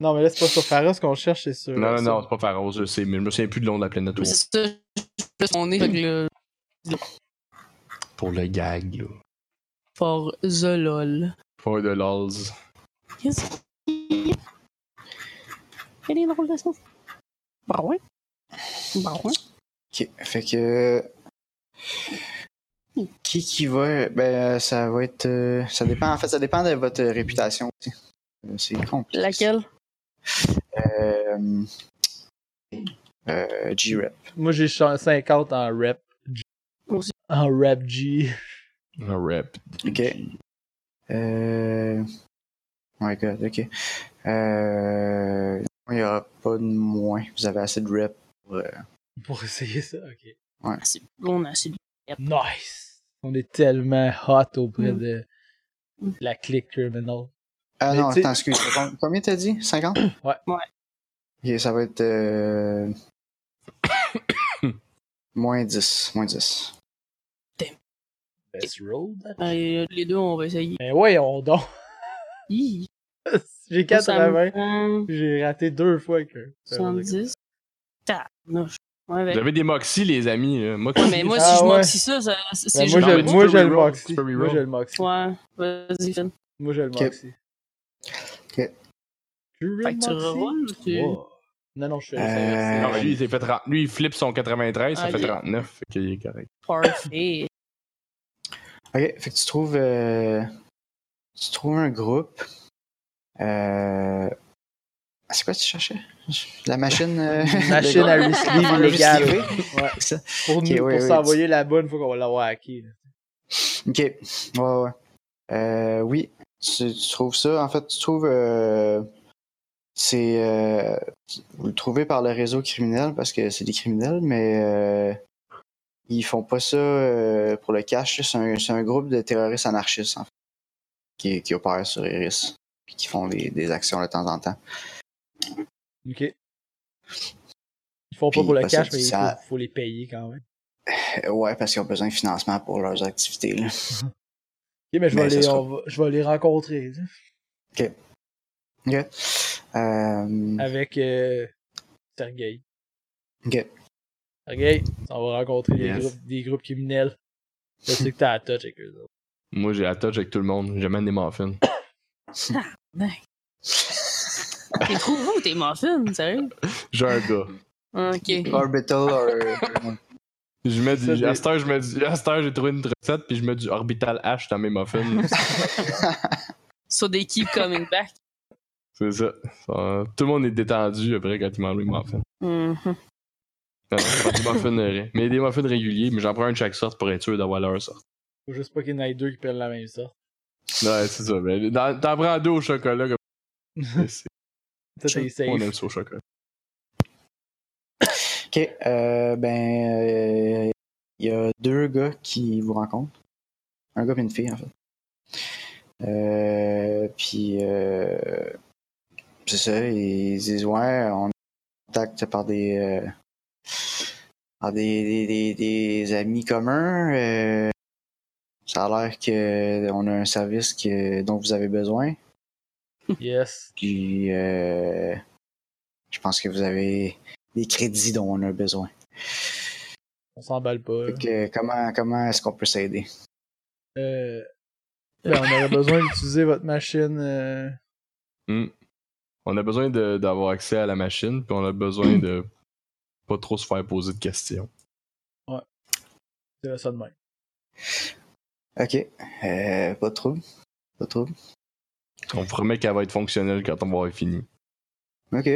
Non, mais là, c'est pas sur Faros qu'on cherche, c'est sur.
Non, non,
sur-
non, c'est pas Pharos, je sais, mais je me souviens plus du nom de la planète
Mais C'est ça, je on est avec le
pour le gag, là.
for the lol.
For the lols.
Qu'est-ce qu'il y a? Il y a des drôles de ça. Bah ouais. Bah ouais.
Ok. Fait que. Qui qui va. Ben, ça va être. euh, Ça dépend. En fait, ça dépend de votre réputation aussi. Euh, C'est compliqué.
Laquelle?
Euh, euh, G-Rep.
Moi, j'ai ch- 50 en rep. G.
Moi aussi.
En rep G.
Un rap.
Ok. Euh... Oh my god, ok. Euh... Il n'y aura pas de moins. Vous avez assez de rep. pour, euh,
Pour essayer ça, ok.
Ah, C'est- On a assez de-
Nice! On est tellement hot auprès
Mm.
de la clique criminal.
Ah
Mais
non,
tu sais-
attends, [COUGHS] excuse. com- Combien t'as dit 50
Ouais.
Ouais.
Ok, ça va être. Euh... [COUGHS] moins 10. Moins 10.
Best road?
Euh, Les deux, on va essayer.
Mais Ben, voyons donc!
Hi.
[LAUGHS] J'ai
Ça me
80,
prend
j'ai raté deux fois que.
70. Ta- non, je- Ouais,
Vous
avec-
avez des Moxie, les amis, là. Moxie.
Ben. Ouais, mais moi,
Ah
si je
ouais.
moxie ça, ça- c'est
Ben, moi,
juste.
Non, mais
je,
tu
moi,
peux
je le
reroll,
moxie.
tu peux
Moi, je
reroll.
le moxie.
Ouais, vas-y, fin.
Moi, je le
Ok.
moxie.
Ok.
Tu le
Fait que tu
moxies?
revoles, tu.
Wow. Non, non, je suis.
Euh,
Non, mais lui, il s'est fait 30 lui, il flippe son 93, ça
Ah,
fait
lui.
39, fait qu'il est correct.
Parfait.
Ok, fait que tu trouves. euh, Tu trouves un groupe. Euh... ah, C'est quoi que tu cherchais La machine. euh, [LAUGHS]
Machine
de-
à resleeve
Juste
illégale.
lever.
Ouais.
Ça.
Pour nous,
Ok, ouais,
pour
ouais,
s'envoyer la bonne, faut qu'on va l'avoir hackée. là.
Ok, ouais, ouais. Euh, oui, tu, tu trouves ça. En fait, tu trouves. euh, c'est. euh, vous le trouvez par le réseau criminel parce que c'est des criminels, mais. euh, Ils font pas ça euh, pour le cash. là. C'est un, c'est un groupe de terroristes anarchistes, en fait, qui, qui opèrent sur Iris, puis qui font des, des actions de temps en temps.
Ok. Ils font pas
Puis,
pour le
parce
cash,
que
mais il
ça-
faut, faut les payer quand même.
Euh, ouais, parce qu'ils ont besoin de financement pour leurs activités. Là.
Ok, mais je vais,
Mais Ben, ça
les,
sera-
on va- je vais les rencontrer. tu sais.
Ok. Euh,
avec euh, Sergei.
Ok.
Sergei, on va rencontrer des,
Yes.
groupes, des groupes criminels. Je sais que t'as à touch avec eux autres.
Moi, j'ai la touch avec tout le monde. J'amène des muffins.
T'es trop gros, t'es muffin, sérieux?
J'ai un gars.
Ok.
Orbital euh, or-
Je mets
Ça,
du,
des-
à cette heure, je mets du- à cette heure, j'ai trouvé une recette, puis je mets du Orbital H dans mes muffins.
So they keep coming back.
C'est ça. Ça- Tout le monde est détendu après quand ils mangent les muffins.
Mhm. [LAUGHS]
Non, non, je prends des muffins, euh, mais des muffins réguliers, mais j'en prends un de chaque sorte pour être sûr d'avoir leur sorte.
Faut juste pas qu'il y en ait deux qui prennent la même sorte.
Ouais, c'est ça. mais dans- T'en prends deux au chocolat. Comme... C'est-
Ça, t'es safe.
On aime ça au chocolat.
Ok, euh, ben, euh, il y a deux gars qui vous rencontrent. Un gars et une fille, en fait. Euh, puis, euh, c'est ça, ils disent, ouais, on est en contact par des, euh, par des, des, des, des amis communs. euh, ça a l'air que on a un service que, dont vous avez besoin.
Yes.
Puis, euh, je pense que vous avez des crédits dont on a besoin.
On s'emballe pas. là.
Fait que, comment comment est-ce qu'on peut s'aider?
Euh, ben, on aurait besoin d'utiliser votre machine. euh,
On a besoin de- d'avoir accès à la machine, puis on a besoin de pas trop se faire poser de questions.
de ça de même.
OK. Euh, pas de trouble. Pas de trouble.
On promet qu'elle va être fonctionnelle quand on va avoir fini.
OK.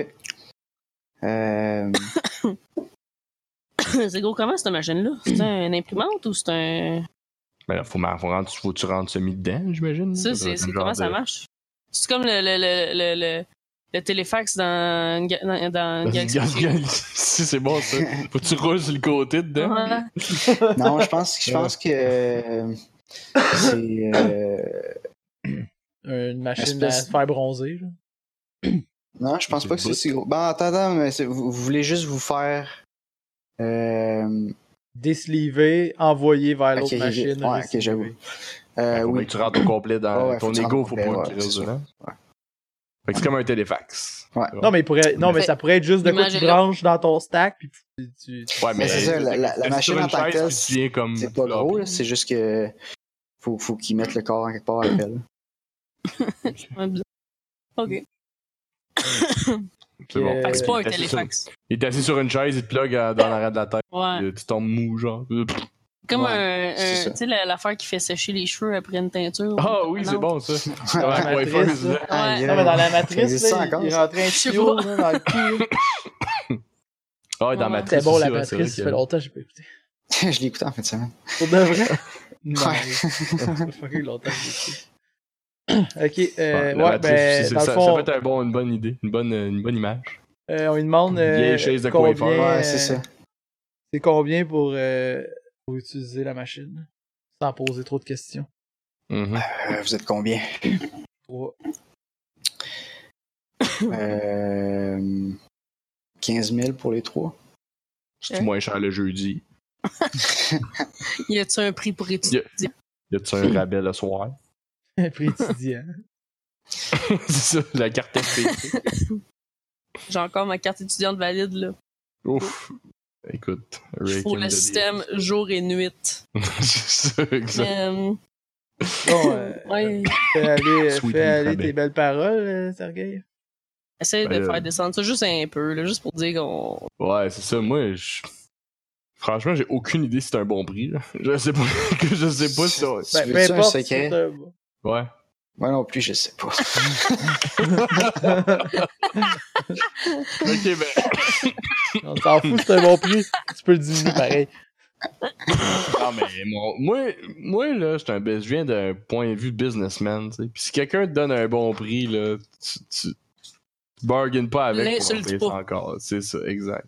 Euh,
c'est gros comment cette machine-là? C'est une imprimante ou c'est un.
Mais là, faut, m'en- faut, rendre- faut que tu rentres semi dedans, j'imagine.
Ça, c'est c'est- comment ça marche? C'est comme le, le, le, le, le, le téléfax dans, une ga- dans, dans une galaxie.
si [LAUGHS] c'est bon ça. Faut que tu roules sur le côté dedans.
Ouais.
non, je pense, [LAUGHS] je pense que euh, c'est... euh,
Une machine à
Espèce-
se faire bronzer. là.
non, je pense pas que c'est si gros. Bon, attends, attends, mais c'est- vous, vous voulez juste vous faire... Euh,
Désliver, envoyer vers
Ok,
l'autre
ok, ok.
machine.
Ouais, ok,
désliver.
j'avoue.
Fait
euh,
que faut bien
oui.
que tu rentres au complet dans
Ouais, ouais,
ton
faut que tu
ego,
rentres
faut
au
pas
complet,
qu'il
ouais,
reste
c'est
dedans.
Ouais.
Fait que c'est comme un téléfax.
Non, mais, il pourrait... non, mais
Fait-
ça pourrait être juste de quoi tu
Imagine-
branches dans ton stack. Puis tu, tu-
Ouais,
Mais c'est ça, la- la- la
sur
machine
une
en tant que
chaise,
telle,
puis tu viens comme.
C'est pas gros, là, c'est juste que faut, faut qu'ils mettent le corps en quelque part avec elle.
Ouais, bizarre. Ok.
C'est bon.
Euh,
Fax pas un
il est assis sur-
téléfax.
Il est assis sur une chaise, il te plug à- dans l'arrière de la tête.
Ouais.
euh, Tu tombes mou, genre.
Comme
Ouais,
un.
c'est
un-
ça.
Tu sais, la- l'affaire qui fait sécher les cheveux après une teinture.
Ah oui, c'est
Non.
bon ça.
la
Ouais,
matrice,
ouais,
là.
ouais.
Aïe,
Non, mais dans la matrice,
existe
là,
ça
il,
encore,
il
ça?
rentrait un
Je sais
tuyau
pas.
là, dans le
[LAUGHS]
cul. là.
Ah, ouais, dans
Ouais.
Matrice.
C'était bon, la
aussi, ouais, c'est vrai
matrice, ça fait
que-
longtemps que j'ai pas écouté.
[LAUGHS] je l'ai écouté en fin de semaine.
Pour de vrai? Non.
[LAUGHS] Ouais.
Ça fait fucking longtemps que j'ai écouté. Ok, euh,
Ouais,
ouais,
la matrice aussi,
ben,
c'est-
dans le
ça,
fond,
ça peut être un bon, une bonne idée, une bonne, euh, une bonne image.
euh, on lui demande
Une vieille
euh,
chaise de
combien,
coiffeur.
Ouais,
euh,
c'est ça.
c'est combien pour, euh, pour utiliser la machine? Sans poser trop de questions.
Mhm.
Euh, vous êtes combien?
[LAUGHS]
Trois.
Euh, 15 000 pour les trois.
C'est moins cher le jeudi.
Y a-tu un prix pour étudier?
Y a-tu
[LAUGHS]
un rabais le soir?
Prix étudiant.
[LAUGHS] c'est ça, la carte FPC.
[LAUGHS] J'ai encore ma carte étudiante valide, là.
Ouf. Écoute,
Il
Rick
faut
and
le
the
système jour et nuit.
Deal. [LAUGHS] c'est ça, exact.
Euh,
Bon, euh,
ouais.
fais aller, euh,
Sweet
fais aller
rabais.
tes belles paroles, euh, Sergei.
Essaye de
Ben, euh,
faire descendre ça juste un peu, là, juste pour dire qu'on.
Ouais, c'est ça. Moi, je... franchement, j'ai aucune idée si c'est un bon prix. là. [LAUGHS] Je sais pas. que je sais pas si. on-
Ben,
Tu
peu
veux-tu un
importe. si
secret?
t'as-
Ouais.
Moi non plus, je sais
[LAUGHS]
pas.
Ok, ben. [COUGHS]
On s'en fout, c'est un bon prix. Tu peux le diminuer pareil.
Non, mais mon- moi, moi, là, j'suis un bus- je viens d'un point de vue businessman. tu sais. Puis si quelqu'un te donne un bon prix, là, tu, tu... tu bargain pas avec. pour en
L'insulte
payer
pas.
ça Encore. C'est ça, exact.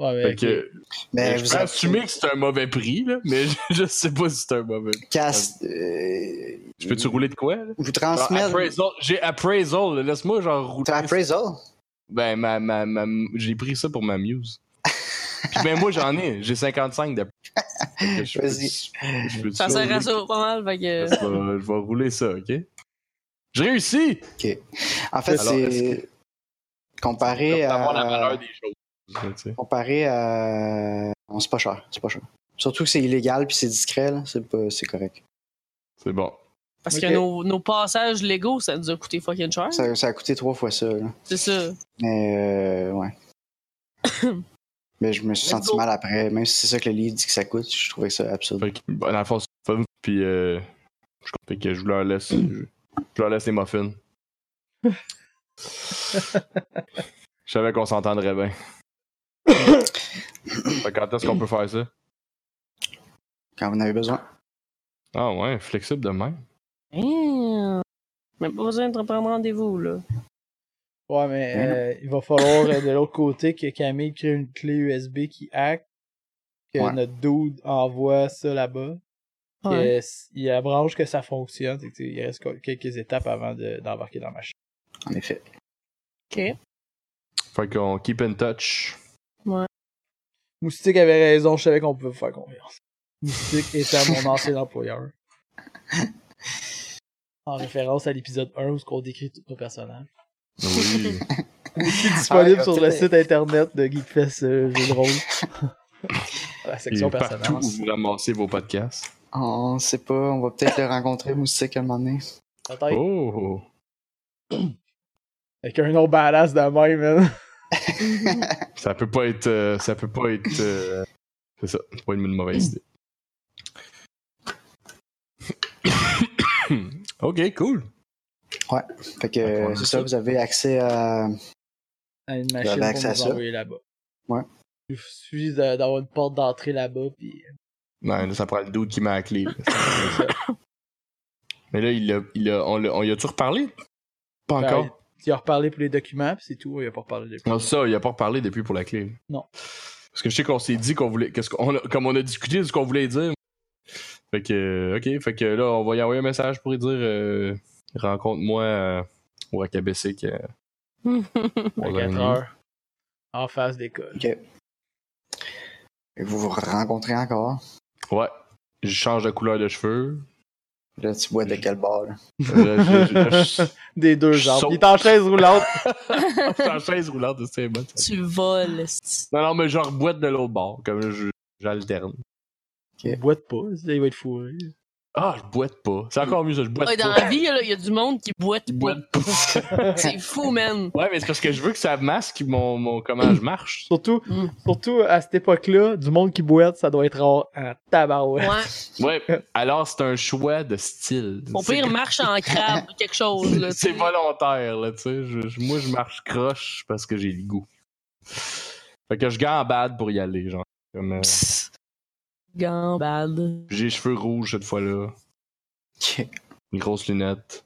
Ouais, mais
Fait que,
Mais
je
Ben, vous
peux
avez-
assumer que c'est un mauvais prix, là, mais [LAUGHS] je, je sais pas si c'est un mauvais prix.
Casse. euh,
Je peux-tu rouler de quoi? là?
Vous
Ah,
transmettre.
appraisal. J'ai appraisal, là. laisse-moi genre rouler.
T'as appraisal?
Ben, ma, ma, ma, j'ai pris ça pour ma muse. Puis ben, moi, j'en ai. J'ai 55
[LAUGHS]
de. Fait que je peux-
Vas-y.
je peux-tu
Ça sert
rouler-
à ça pas mal, fait que...
Je vais, je vais rouler ça, ok? Je réussis!
En fait,
Alors, est-ce
c'est. Comparé
Comme d'avoir la
à.
valeur des choses. Tu sais.
Comparé à. Bon, c'est pas cher. C'est pas cher. Surtout que c'est illégal puis c'est discret, là. C'est pas... c'est correct.
C'est bon.
Parce
Ok.
que nos, nos passages légaux, ça nous a coûté fucking cher.
Ça, ça a coûté trois fois ça, là.
C'est ça.
Mais, euh, ouais. Mais je me suis
Let's
senti
go.
mal après. Même si c'est ça que le livre dit que ça coûte, je trouvais ça absurde.
Fait que, bah, dans le fond, c'est fun. Puis, euh, je fait que je leur laisse. Je, je leur laisse les muffins. je savais qu'on s'entendrait bien. Fait que quand est-ce qu'on peut faire ça?
Quand vous en avez besoin.
Ah ouais, flexible de même.
Hein. Même pas besoin de reprendre rendez-vous, là.
Ouais, mais
Ben non.
euh, il va falloir euh, de l'autre côté que Camille crée une clé USB qui hack, que
Ouais.
notre dude envoie ça là-bas, que
Ouais.
s- il la branche que ça fonctionne. c'est que, tu sais, il reste co- quelques étapes avant de- d'embarquer dans la machine.
En effet.
Fait qu'on keep in touch.
Moustique avait raison, je savais qu'on pouvait vous faire confiance. Moustique était [LAUGHS] mon ancien employeur. En référence à l'épisode 1 où on décrit tous nos personnages.
Oui.
C'est disponible
Ah,
sur le
ok.
site internet de Geekfest euh, Jeux de rôle. [LAUGHS] la section
Et partout
personnages.
où vous ramassez vos podcasts.
Ah, On sait pas, on va peut-être le rencontrer, Moustique, à un moment donné.
Peut-être.
Oh!
Avec un nom badass de même, man.
Ça peut pas être. euh, ça peut pas être. euh, c'est ça. c'est Pas une une mauvaise idée. [COUGHS] ok, cool.
Fait
Fait
que,
qu'on a
euh, c'est ça,
ça.
vous avez accès à.
À Ah, une
J'avais
machine pour
accès à
nous
ça.
envoyer là-bas.
Ouais.
Il suffit de- d'avoir une porte d'entrée là-bas, puis euh,
Non, Ben, là, ça prend le doute qui m'a la clé. là.
[LAUGHS]
Mais là, il a, il a, on, l'a- on y a-tu reparlé? Pas
Ben,
encore.
tu as reparlé pour les documents, puis c'est tout, il a pas reparlé depuis.
Non, ça, il a pas reparlé depuis pour la clé.
Non.
Parce que je sais qu'on s'est dit qu'on voulait. Qu'est-ce qu'on a- comme on a discuté de ce qu'on voulait dire. Fait que, euh, ok, fait que là, on va y envoyer un message pour lui dire euh, rencontre-moi euh, au Akabessic. euh,
À
aux
4
Araignées.
heures. En face d'école.
Fait que vous vous rencontrez encore.
Ouais. Je change de couleur de cheveux.
Là, tu vois de quel bord, là.
Euh, je-
[LAUGHS]
je- je-
Des deux
Je
jambes.
saute.
Il est en chaise roulante.
je suis en chaise roulante, c'est bon. ça.
[LAUGHS] Tu voles, esti.
Non, non, mais genre boîte de l'autre bord. Comme là, je- j'alterne.
Il boite pas, là, il va être fourré.
Ah, je boite pas. C'est encore mieux ça, je boite
Ouais, dans
pas.
la vie, il y a du monde qui boite.
Je boite pas.
C'est fou, man.
[LAUGHS] ouais, mais c'est parce que je veux que ça masque mon, mon comment je marche.
Surtout,
Mm.
surtout à cette époque-là, du monde qui boite, ça doit être rare en tabarouette.
Ouais.
Ouais, alors c'est un choix de style.
Au
C'est-
pire, marche en crabe, quelque chose, là.
[LAUGHS] C'est
tu sais.
volontaire, là, tu sais. Je- je- moi, je marche croche parce que j'ai le goût. Fait que je gambade pour y aller, genre. Comme, euh,
Psst. Gambade.
j'ai les cheveux rouges cette fois-là.
Ok.
Une grosse lunette.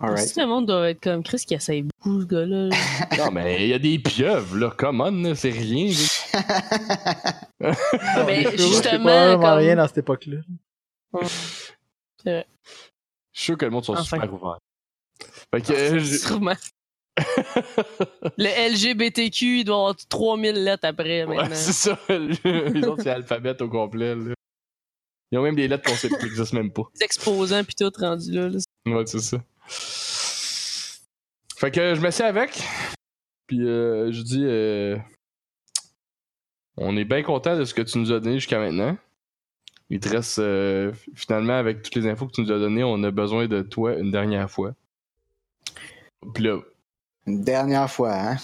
Alright.
Tout le monde doit être comme Chris qui essaye beaucoup, ce gars-là.
Non, mais il y a des pieuvres, là. Come on, là, c'est rien. là.
Non,
mais
les cheveux,
justement,
c'est pas vraiment
comme-
rien dans cette époque-là.
Je suis sûr que le monde sont
Enfin.
super ouverts. Fait que. euh, je-
Ah, Sûrement.
[LAUGHS]
Le LGBTQ, il doit avoir 3000 lettres après, euh,
Ouais,
maintenant.
c'est ça. Les autres, c'est alphabet au complet, là. Ils ont même des lettres qu'on sait qui n'existent même pas.
Les exposants pis tout rendu là. là.
Ouais, c'est ça. Fait que je m'assieds avec. Puis euh, je dis euh, On est bien content de ce que tu nous as donné jusqu'à maintenant. Il te reste euh, f- finalement avec toutes les infos que tu nous as données, on a besoin de toi une dernière fois. Puis là,
Une dernière fois, hein.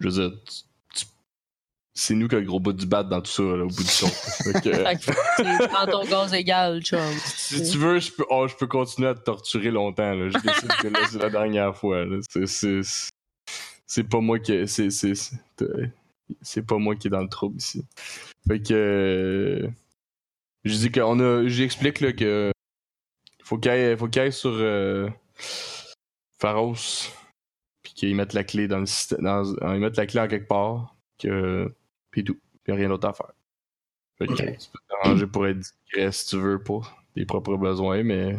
je veux dire, tu- tu- c'est nous qui a le gros bout du bat dans tout ça, là, au bout du compte. Fait que, euh,
Fait que, tu prends ton gaz égal, chum.
si [LAUGHS] tu veux, je peux, oh, je peux continuer à te torturer longtemps. Là. Je décide que là, c'est la dernière fois. là. C'est- c'est- c'est- C'est pas moi qui. c'est- C'est c'est- t'as- c'est pas moi qui est dans le trouble ici. Fait que. euh, Je dis qu'on a. J'explique là, que. Faut qu'il aille, faut qu'il aille sur. euh, Pharos. Puis qu'ils mettent la clé dans le système. dans- ils mettent la clé en quelque part. que. Puis tout. Puis rien d'autre à faire. Fait que
Ok.
tu peux t'arranger pour être discret si tu veux pour tes propres besoins, mais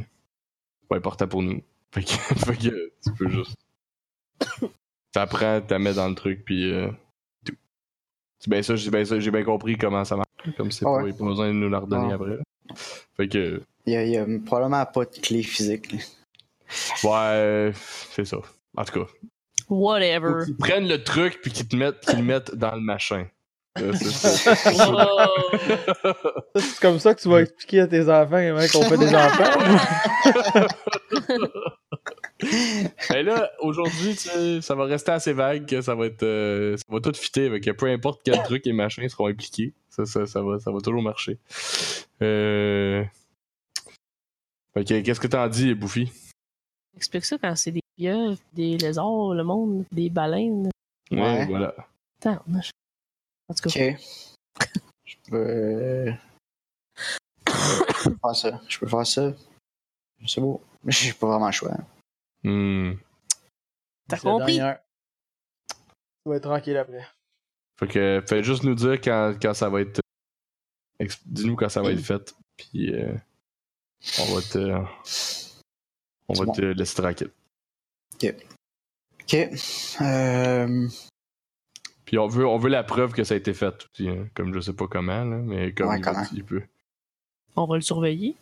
c'est pas important pour nous. [LAUGHS] Fait que, fait que tu peux juste. [COUGHS] T'apprends, t'as mets dans le truc, puis euh, tout. C'est bien ça, j'ai bien ça, j'ai bien compris comment ça marche. Comme c'est
Ah Ouais. Ah.
pas, il a pas besoin de nous la redonner
Ouais.
après. là. Fait que,
Il y a, il y a probablement pas de clé physique. là.
ouais, euh, c'est ça. En tout cas,
Whatever.
ils prennent le truc, puis qu'ils te mettent, qu'ils le mettent dans le machin. Euh, c'est ça.
Wow.
Ça, C'est comme ça que tu vas expliquer à tes enfants comment qu'on fait des enfants.
Mais Ben là, aujourd'hui, tu sais, ça va rester assez vague que ça va être. euh, ça va tout fitter avec peu importe quel truc et machin seront impliqués. Ça, ça, ça va, ça va toujours marcher. Euh. Fait que, qu'est-ce que t'en dis, Bouffy?
Explique ça quand c'est des pieuvres, des lézards, le monde, des baleines.
Ouais.
voilà.
Attends, je- en tout cas,
Ok. Je peux. euh, Je peux faire ça. Je peux faire ça. C'est beau. J'ai pas vraiment le choix.
Hmm.
[LAUGHS] t'as
C'est la
compris?
dernière. Tu vas être tranquille après.
Fait que, fais juste nous dire quand, quand ça va être. euh, ex- Dis-nous quand ça va être fait. Puis, euh, on va te. On
C'est
va
bon.
te laisser tranquille.
Ok. Euh,
Puis on veut, on veut la preuve que ça a été fait aussi, hein, comme je sais pas comment, là, mais comme
Ouais,
il, veut-
comment.
il peut.
On va le surveiller.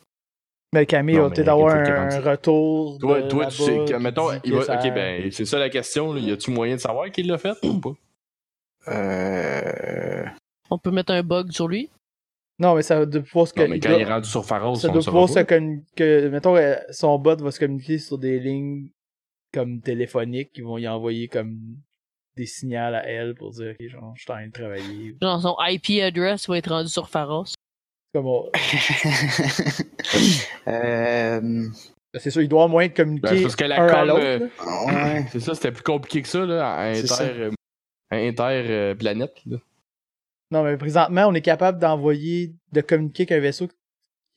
Mais Camille
Non,
va peut-être
mais
avoir
quelqu'un
un,
qui rentre.
retour. de
Toi, toi tu sais,
là-bas
que,
qui
mettons,
dit
il
que
va,
ça-
ok, ben, c'est ça la question, là, y a-tu moyen de savoir qu'il l'a fait ou pas?
euh, [LAUGHS]
On peut mettre un bug sur lui.
Non, mais ça va de pouvoir se
Non, mais
il
quand il est
doit-
rendu sur Pharos,
Ça
on
doit
le
pouvoir
saura
se
pas.
communiquer. Mettons, euh, son bot va se communiquer sur des lignes comme téléphoniques qui vont y envoyer comme des signaux à elle pour dire, ok, genre, je suis en train de travailler.
Genre, son IP address va être rendu sur Pharos.
Comme on-
euh,
C'est sûr, il doit avoir moyen de
Ben, c'est
communiquer
parce que la
un à
com,
l'autre.
euh,
là.
ouais.
C'est ça, c'était plus compliqué que ça, là, à
C'est ça.
inter, euh, à inter euh, planète, là.
Non, mais présentement, on est capable d'envoyer, de communiquer qu'un vaisseau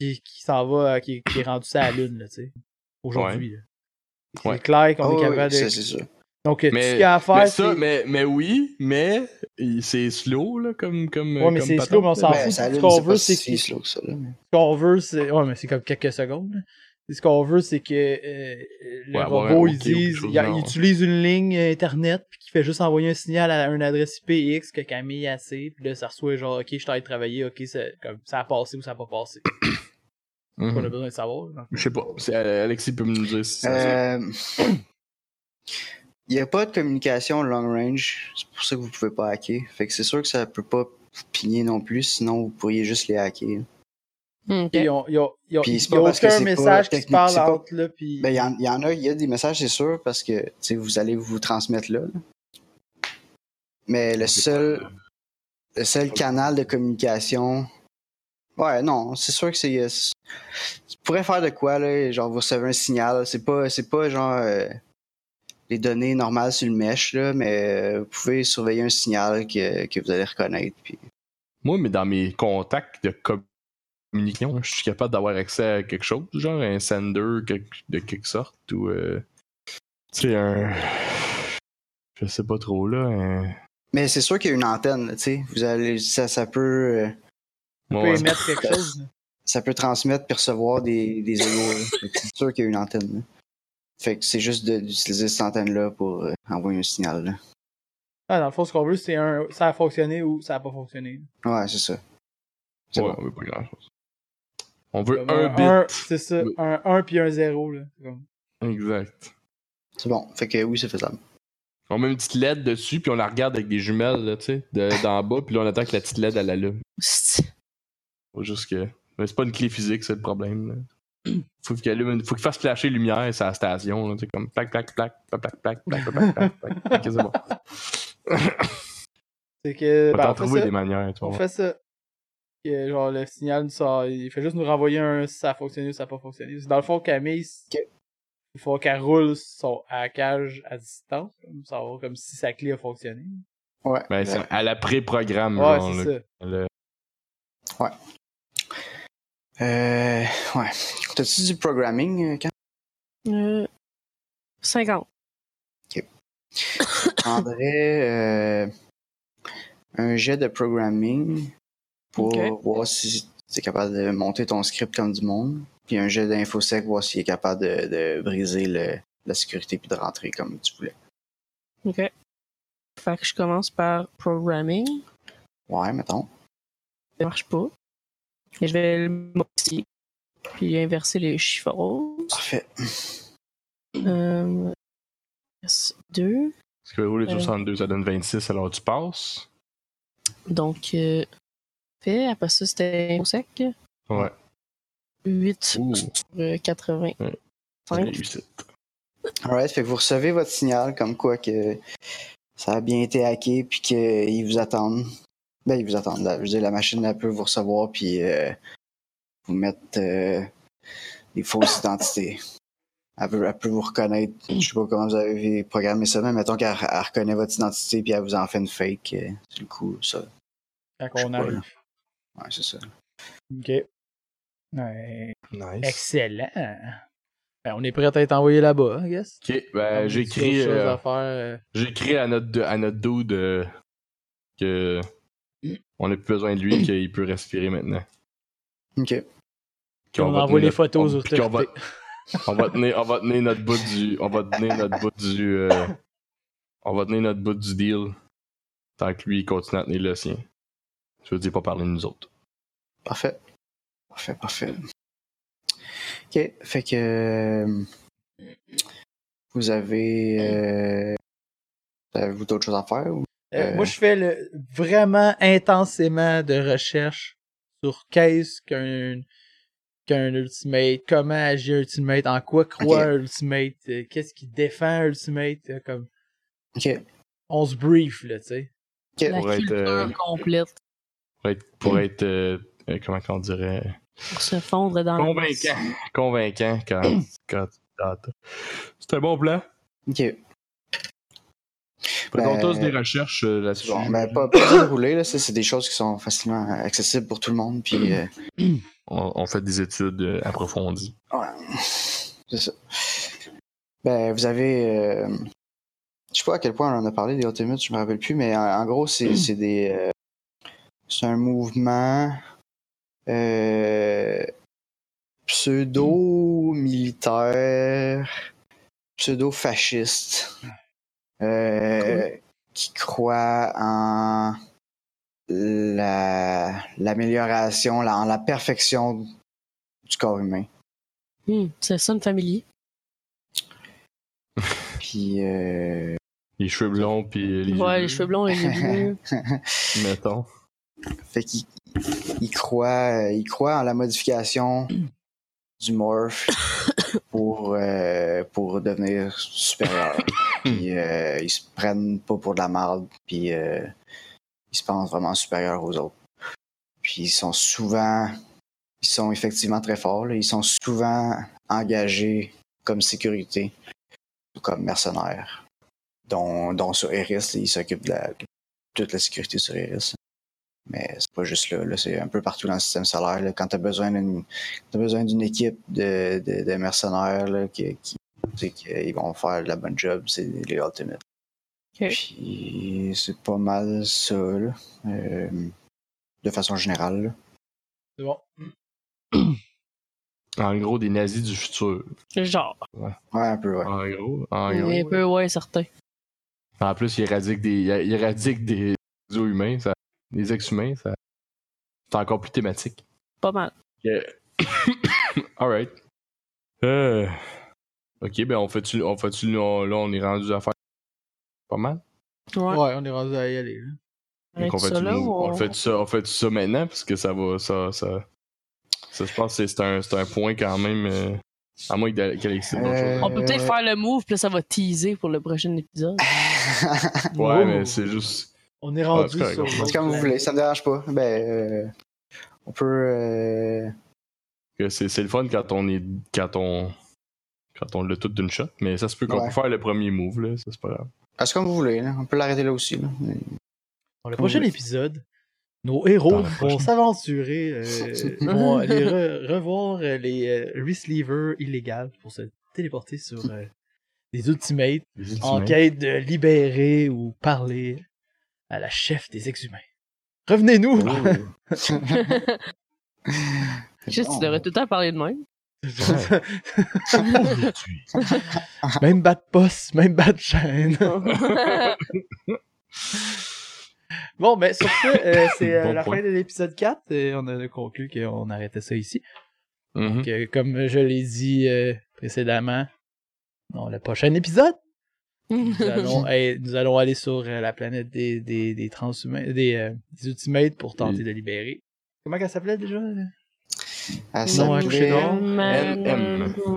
qui, qui s'en va, euh, qui, qui est rendu sur la Lune, là, tu sais. Aujourd'hui, là. C'est
Ouais.
clair qu'on
Ah
est
oui,
capable
ça,
de.
c'est sûr.
Donc, euh, tout
Mais-
ce qu'il y a à
mais
faire, c'est.
ça, mais, mais oui, mais il- c'est slow, là, comme, comme,
Ouais, mais
comme
c'est
patente,
slow, mais on
là.
s'en
Ben,
fout. Ce
ça allume,
qu'on
c'est
veut,
pas
c'est
si
que
slow que ça, là. mais-
ce qu'on veut, c'est. Ouais, mais c'est comme quelques secondes. là. Ce qu'on veut, c'est que euh, le
Ouais, avoir un
robot,
OK
ils
ou quelque
disent,
chose
il,
du genre.
il utilise une ligne euh, Internet, puis qui fait juste envoyer un signal à une adresse IPX que Camille a assez, puis là, ça reçoit genre, ok, je suis en train de travailler, ok, ça, comme, ça a passé ou ça a pas passé.
Mhm.
On a besoin de savoir. non?
Je sais pas, c'est- euh, Alexis peut nous dire si ça se-
Euh,
[CLEARS THROAT]
Il n'y a pas de communication long range, c'est pour ça que vous pouvez pas hacker. Fait que c'est sûr que ça peut pas pigner non plus, sinon vous pourriez juste les hacker.
Ok.
Ils ont, ils ont, ils ont,
Puis c'est
ils ont
pas parce que
aucun
c'est pas
message qui se
technique,
parle
c'est pas-
entre là, puis
Ben, il y, en- il y en a, il y a des messages, c'est sûr, parce que tu sais, vous allez vous transmettre là. là. Mais le seul, le seul canal de communication. Ouais, non, c'est sûr que c'est. c'est- Tu pourrais faire de quoi, là? Genre, vous recevez un signal. C'est pas, c'est pas genre. euh, les données normales sur le mesh, là, mais euh, vous pouvez surveiller un signal que, que vous allez reconnaître. Puis...
Moi, mais dans mes contacts de communication, je suis capable d'avoir accès à quelque chose, genre un sender quelque- de quelque sorte, ou euh, tu sais, un. Je sais pas trop là. Un...
Mais c'est sûr qu'il y a une antenne, là, tu sais. Vous allez. Ça, ça peut. euh,
on peut
Ouais, ouais.
émettre quelque chose.
[LAUGHS]
là.
ça peut transmettre et recevoir des, des échos, là. Fait que C'est sûr qu'il y a une antenne. là. Fait que c'est juste de- d'utiliser cette antenne-là pour euh, envoyer un signal. là.
Ah, dans le fond, ce qu'on veut, c'est un, ça a fonctionné ou ça a pas fonctionné.
Ouais, c'est ça. C'est
Ouais,
bon.
on veut pas grand chose. On veut
Comme
un bit.
c'est ça,
Oui.
un 1 puis un 0, là. C'est comme-
Exact.
C'est bon. Fait que oui, c'est faisable.
On met une petite LED dessus, puis on la regarde avec des jumelles, là, tu sais, de- d'en bas, puis là, on attend que la petite LED, elle allume.
C'est-
Faut juste que. Mais c'est pas une clé physique, c'est le problème. Là. Faut qu'il allume, faut qu'il fasse flasher lumière sur la station. là, C'est comme plac, plac, plac, plac, plac, plac, plac, plac, plac, plac. Ok, c'est bon.
C'est que.
On
ben,
va t'en
on fait
trouver
ça.
des manières, tu vas
On
voir.
fait ça. Et, euh, genre, le signal, nous sort- il fait juste nous renvoyer un si ça a fonctionné ou ça a pas fonctionné. Dans le fond, Camille,
Ok.
il faut qu'elle roule son hackage à distance, comme, savoir comme si sa clé a fonctionné.
Ouais.
Ben, c'est
Ouais.
à la pré-programme,
Ouais,
genre,
c'est
là,
ça.
le-
Euh, ouais. T'as-tu du programming, euh,
[COUGHS]
Cam?
Euh, 50.
Je te demanderais, euh, un jet de programming pour
Ok.
voir si tu es capable de monter ton script comme du monde. Puis un jet d'infosec, voir s'il est capable de, de briser le- la sécurité puis de rentrer comme tu voulais.
Ok. Fait que je commence par programming.
Ouais, mettons.
Ça marche pas. Et je vais le modifier. Puis inverser les chiffres.
Parfait.
Euh, S2.
Parce que rouler
Euh.
62, ça donne 26, alors tu passes.
Donc, euh, fait. Après ça, c'était au sec.
Ouais.
8
Ouh,
sur euh, 85.
Ouais. réussite.
Alright, fait que vous recevez votre signal comme quoi que ça a bien été hacké puis qu'ils vous attendent. Ben, ils vous attendent. Là. Je veux dire, la machine, elle peut vous recevoir puis euh, vous mettre euh, des fausses identités. Elle peut, elle peut vous reconnaître. Je sais pas comment vous avez programmé ça, mais mettons qu'elle elle reconnaît votre identité puis elle vous en fait une fake. euh, C'est le coup, ça.
Quand
Je sais
on
pas,
arrive.
Ouais, c'est ça.
Ok. Ouais,
Nice.
excellent. Ben, on est prêt à être envoyé là-bas, I guess.
Ok, ben,
Comme
j'écris.
d'autres choses
euh,
à faire. Ah, euh,
J'écris à notre, à notre dude euh, que on n'a plus besoin de lui, qu'il peut respirer maintenant.
Ok.
puis on
va
envoie les
tenir notre-
photos aux
on- puis qu'on va-
autorités.
[LAUGHS] On va tenir, on va tenir notre bout du, on va tenir notre bout du, euh, on va tenir notre bout du deal tant que lui il continue à tenir le sien. Je veux dire pas parler de nous autres.
Parfait. Parfait, parfait. Ok, fait que euh, vous avez, euh, avez-vous d'autres choses à faire ou
Euh,
euh,
Moi, je fais le, vraiment intensément de recherche sur qu'est-ce qu'un qu'un ultimate, comment agit un ultimate, en quoi croit un ultimate, euh, qu'est-ce qui défend un ultimate, euh, comme
Ok,
on se brief là, tu sais.
ok,
La
Pour être,
culture
euh,
complète
Pour être, pour être euh, euh, comment qu'on dirait,
pour se fondre dans la masse.
convaincant, [LAUGHS] convaincant quand, quand quand- C'est un bon plan.
ok.
Faisons
Ben,
tous des recherches euh, là-dessus.
Bon, ben pas, pas [COUGHS] besoin de rouler là, ça, c'est des choses qui sont facilement accessibles pour tout le monde, puis euh,
On, on fait des études euh, approfondies.
Ouais. C'est ça. Ben, vous avez. euh, Je sais pas à quel point on en a parlé des Ultimates, je me rappelle plus, mais en, en gros, c'est c'est des. euh, C'est un mouvement. euh, Pseudo-militaire. Pseudo-fasciste. euh, Qui croit en. la- L'amélioration, la, en la perfection du corps humain.
Hmm, ça sonne familier.
Puis, euh...
Les cheveux blonds puis euh, les yeux
Ouais, les
bleus,
cheveux blonds, les yeux bleus.
mettons.
fait qu'il il croit, euh, il croit en la modification du morph pour, euh, pour devenir supérieur. Puis, euh, ils se prennent pas pour de la marde, puis euh, ils se pensent vraiment supérieurs aux autres. Puis, ils sont souvent, ils sont effectivement très forts, là. ils sont souvent engagés comme sécurité ou comme mercenaires. Dont, dont sur Eris, là, ils s'occupent de la- de toute la sécurité sur Eris. Mais c'est pas juste là, là c'est un peu partout dans le système solaire. Là. Quand t'as besoin d'une t'as besoin d'une équipe de, de, de mercenaires là, qui, qui, tu sais, qui- ils vont faire la bonne job, c'est les Ultimates.
Ok.
Puis c'est pas mal ça, là. Euh, de façon générale. là.
C'est bon.
En gros, des nazis du futur.
Genre.
Ouais, un peu, ouais.
En gros. En gros.
Un peu, ouais, certain.
En plus, ils éradiquent des, ils éradiquent des os humains, ça, des ex-humains. Ça... C'est encore plus thématique.
Pas mal.
Alright. Euh... Ok, ben on fait-tu. On fait-tu là, on- là, on est rendu à faire. Pas mal.
Ouais.
Ouais, on est rendu à y aller. là.
Donc, on
Arrête
fait
ça, là, ou
on... fait ça, on fait ça maintenant, parce que ça va. Ça, ça... ça, je pense que c'est un, c'est un point quand même. euh, À moins que- qu'Alexis ait d'autres choses à
Euh,
on peut peut-être faire le move, puis là, ça va teaser pour le prochain
[LAUGHS]
épisode.
dire. Ouais,
Oh,
mais c'est juste.
On est rendu
c'est correct,
sur.
on fait
l'autre
C'est comme vous
plan.
voulez, ça me dérange pas. Ben euh, on peut euh,
que c'est c'est le fun quand on est quand on quand on l'a tout d'une shot mais ça se peut qu'on
Ouais.
peut faire le premier move là ça c'est pas grave
ah, c'est comme vous voulez, là. On peut l'arrêter là aussi.
[LAUGHS]
Là.
Dans le prochain épisode, nos héros
Dans le prochain.
vont s'aventurer, euh, vont aller re- revoir euh, les euh, Reslevers illégales pour se téléporter sur euh, des Ultimates en quête de libérer ou parler à la chef des exhumains. Revenez-nous!
euh,
Juste, tu devrais tout le temps parler de [LAUGHS] même.
Aujourd'hui.
[LAUGHS] même bat de poste, même bat de chaîne. [LAUGHS] Bon, ben sur ce, euh, c'est euh,
Bon
la
point.
fin de l'épisode 4 et on a conclu qu'on arrêtait ça ici.
Mhm.
Donc, euh, comme je l'ai dit euh, précédemment, dans le prochain épisode, [LAUGHS] nous allons, eh, nous allons aller sur euh, la planète des, des, des transhumains, des, euh, des Ultimates pour tenter de libérer. Comment elle s'appelait déjà? euh?
À
Non, accouché
s'appeler
d'or.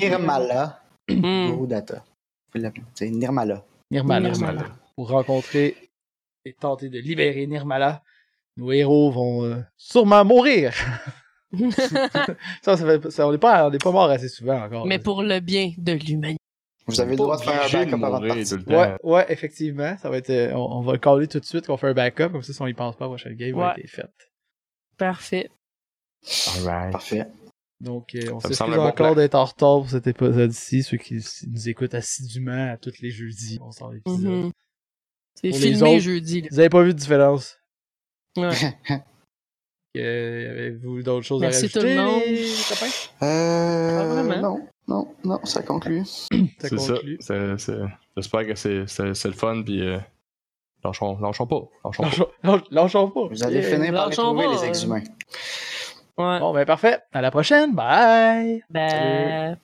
Nirmala
[LAUGHS]
Mm.
Gorudata. Vous pouvez l'appeler. C'est Nirmala.
Nirmala.
Nirmala.
Pour rencontrer et tenter de libérer Nirmala, nos héros vont euh, sûrement mourir. [LAUGHS] Ça, ça fait- ça, on n'est pas, on n'est pas mort assez souvent encore.
Mais pour le bien de l'humanité.
Vous avez le droit de faire un
Obligé
backup avant de
mourir
partir.
tout le
Ouais,
temps.
ouais, effectivement. Ça va être, euh, on, on va le caller tout de suite qu'on fait un backup. Comme ça, si on y pense pas, la prochaine game va
Ouais.
être faite.
Parfait.
Alright.
Parfait.
Donc, euh, on
Ça me
s'excuse
semble un bon
encore
plan.
d'être en retard pour cet épisode-ci. Ceux qui s- nous écoutent assidûment à tous les jeudis, on sort l'épisode.
Mhm. C'est
Pour les
filmé
autres-
jeudi. là.
Vous avez pas vu de différence?
Ouais. [LAUGHS]
Euh, Avez-vous d'autres choses
Merci
à
tout
rajouter,
le monde.
les
Pas
Euh,
vraiment.
non, non, non, ça conclut.
copains?
C'est ça.
conclut.
C'est- c'est- J'espère que c'est- c'est c'est le fun, puis euh, lâchons, lâchons pas. Lâchons pas.
Lâchons- lâ- Lâchons pas.
Vous allez
Yeah.
finir par les
lâchons
trouver,
pas,
les
euh.
exhumains.
Ouais.
Bon, ben parfait. À la prochaine. Bye!
Ben,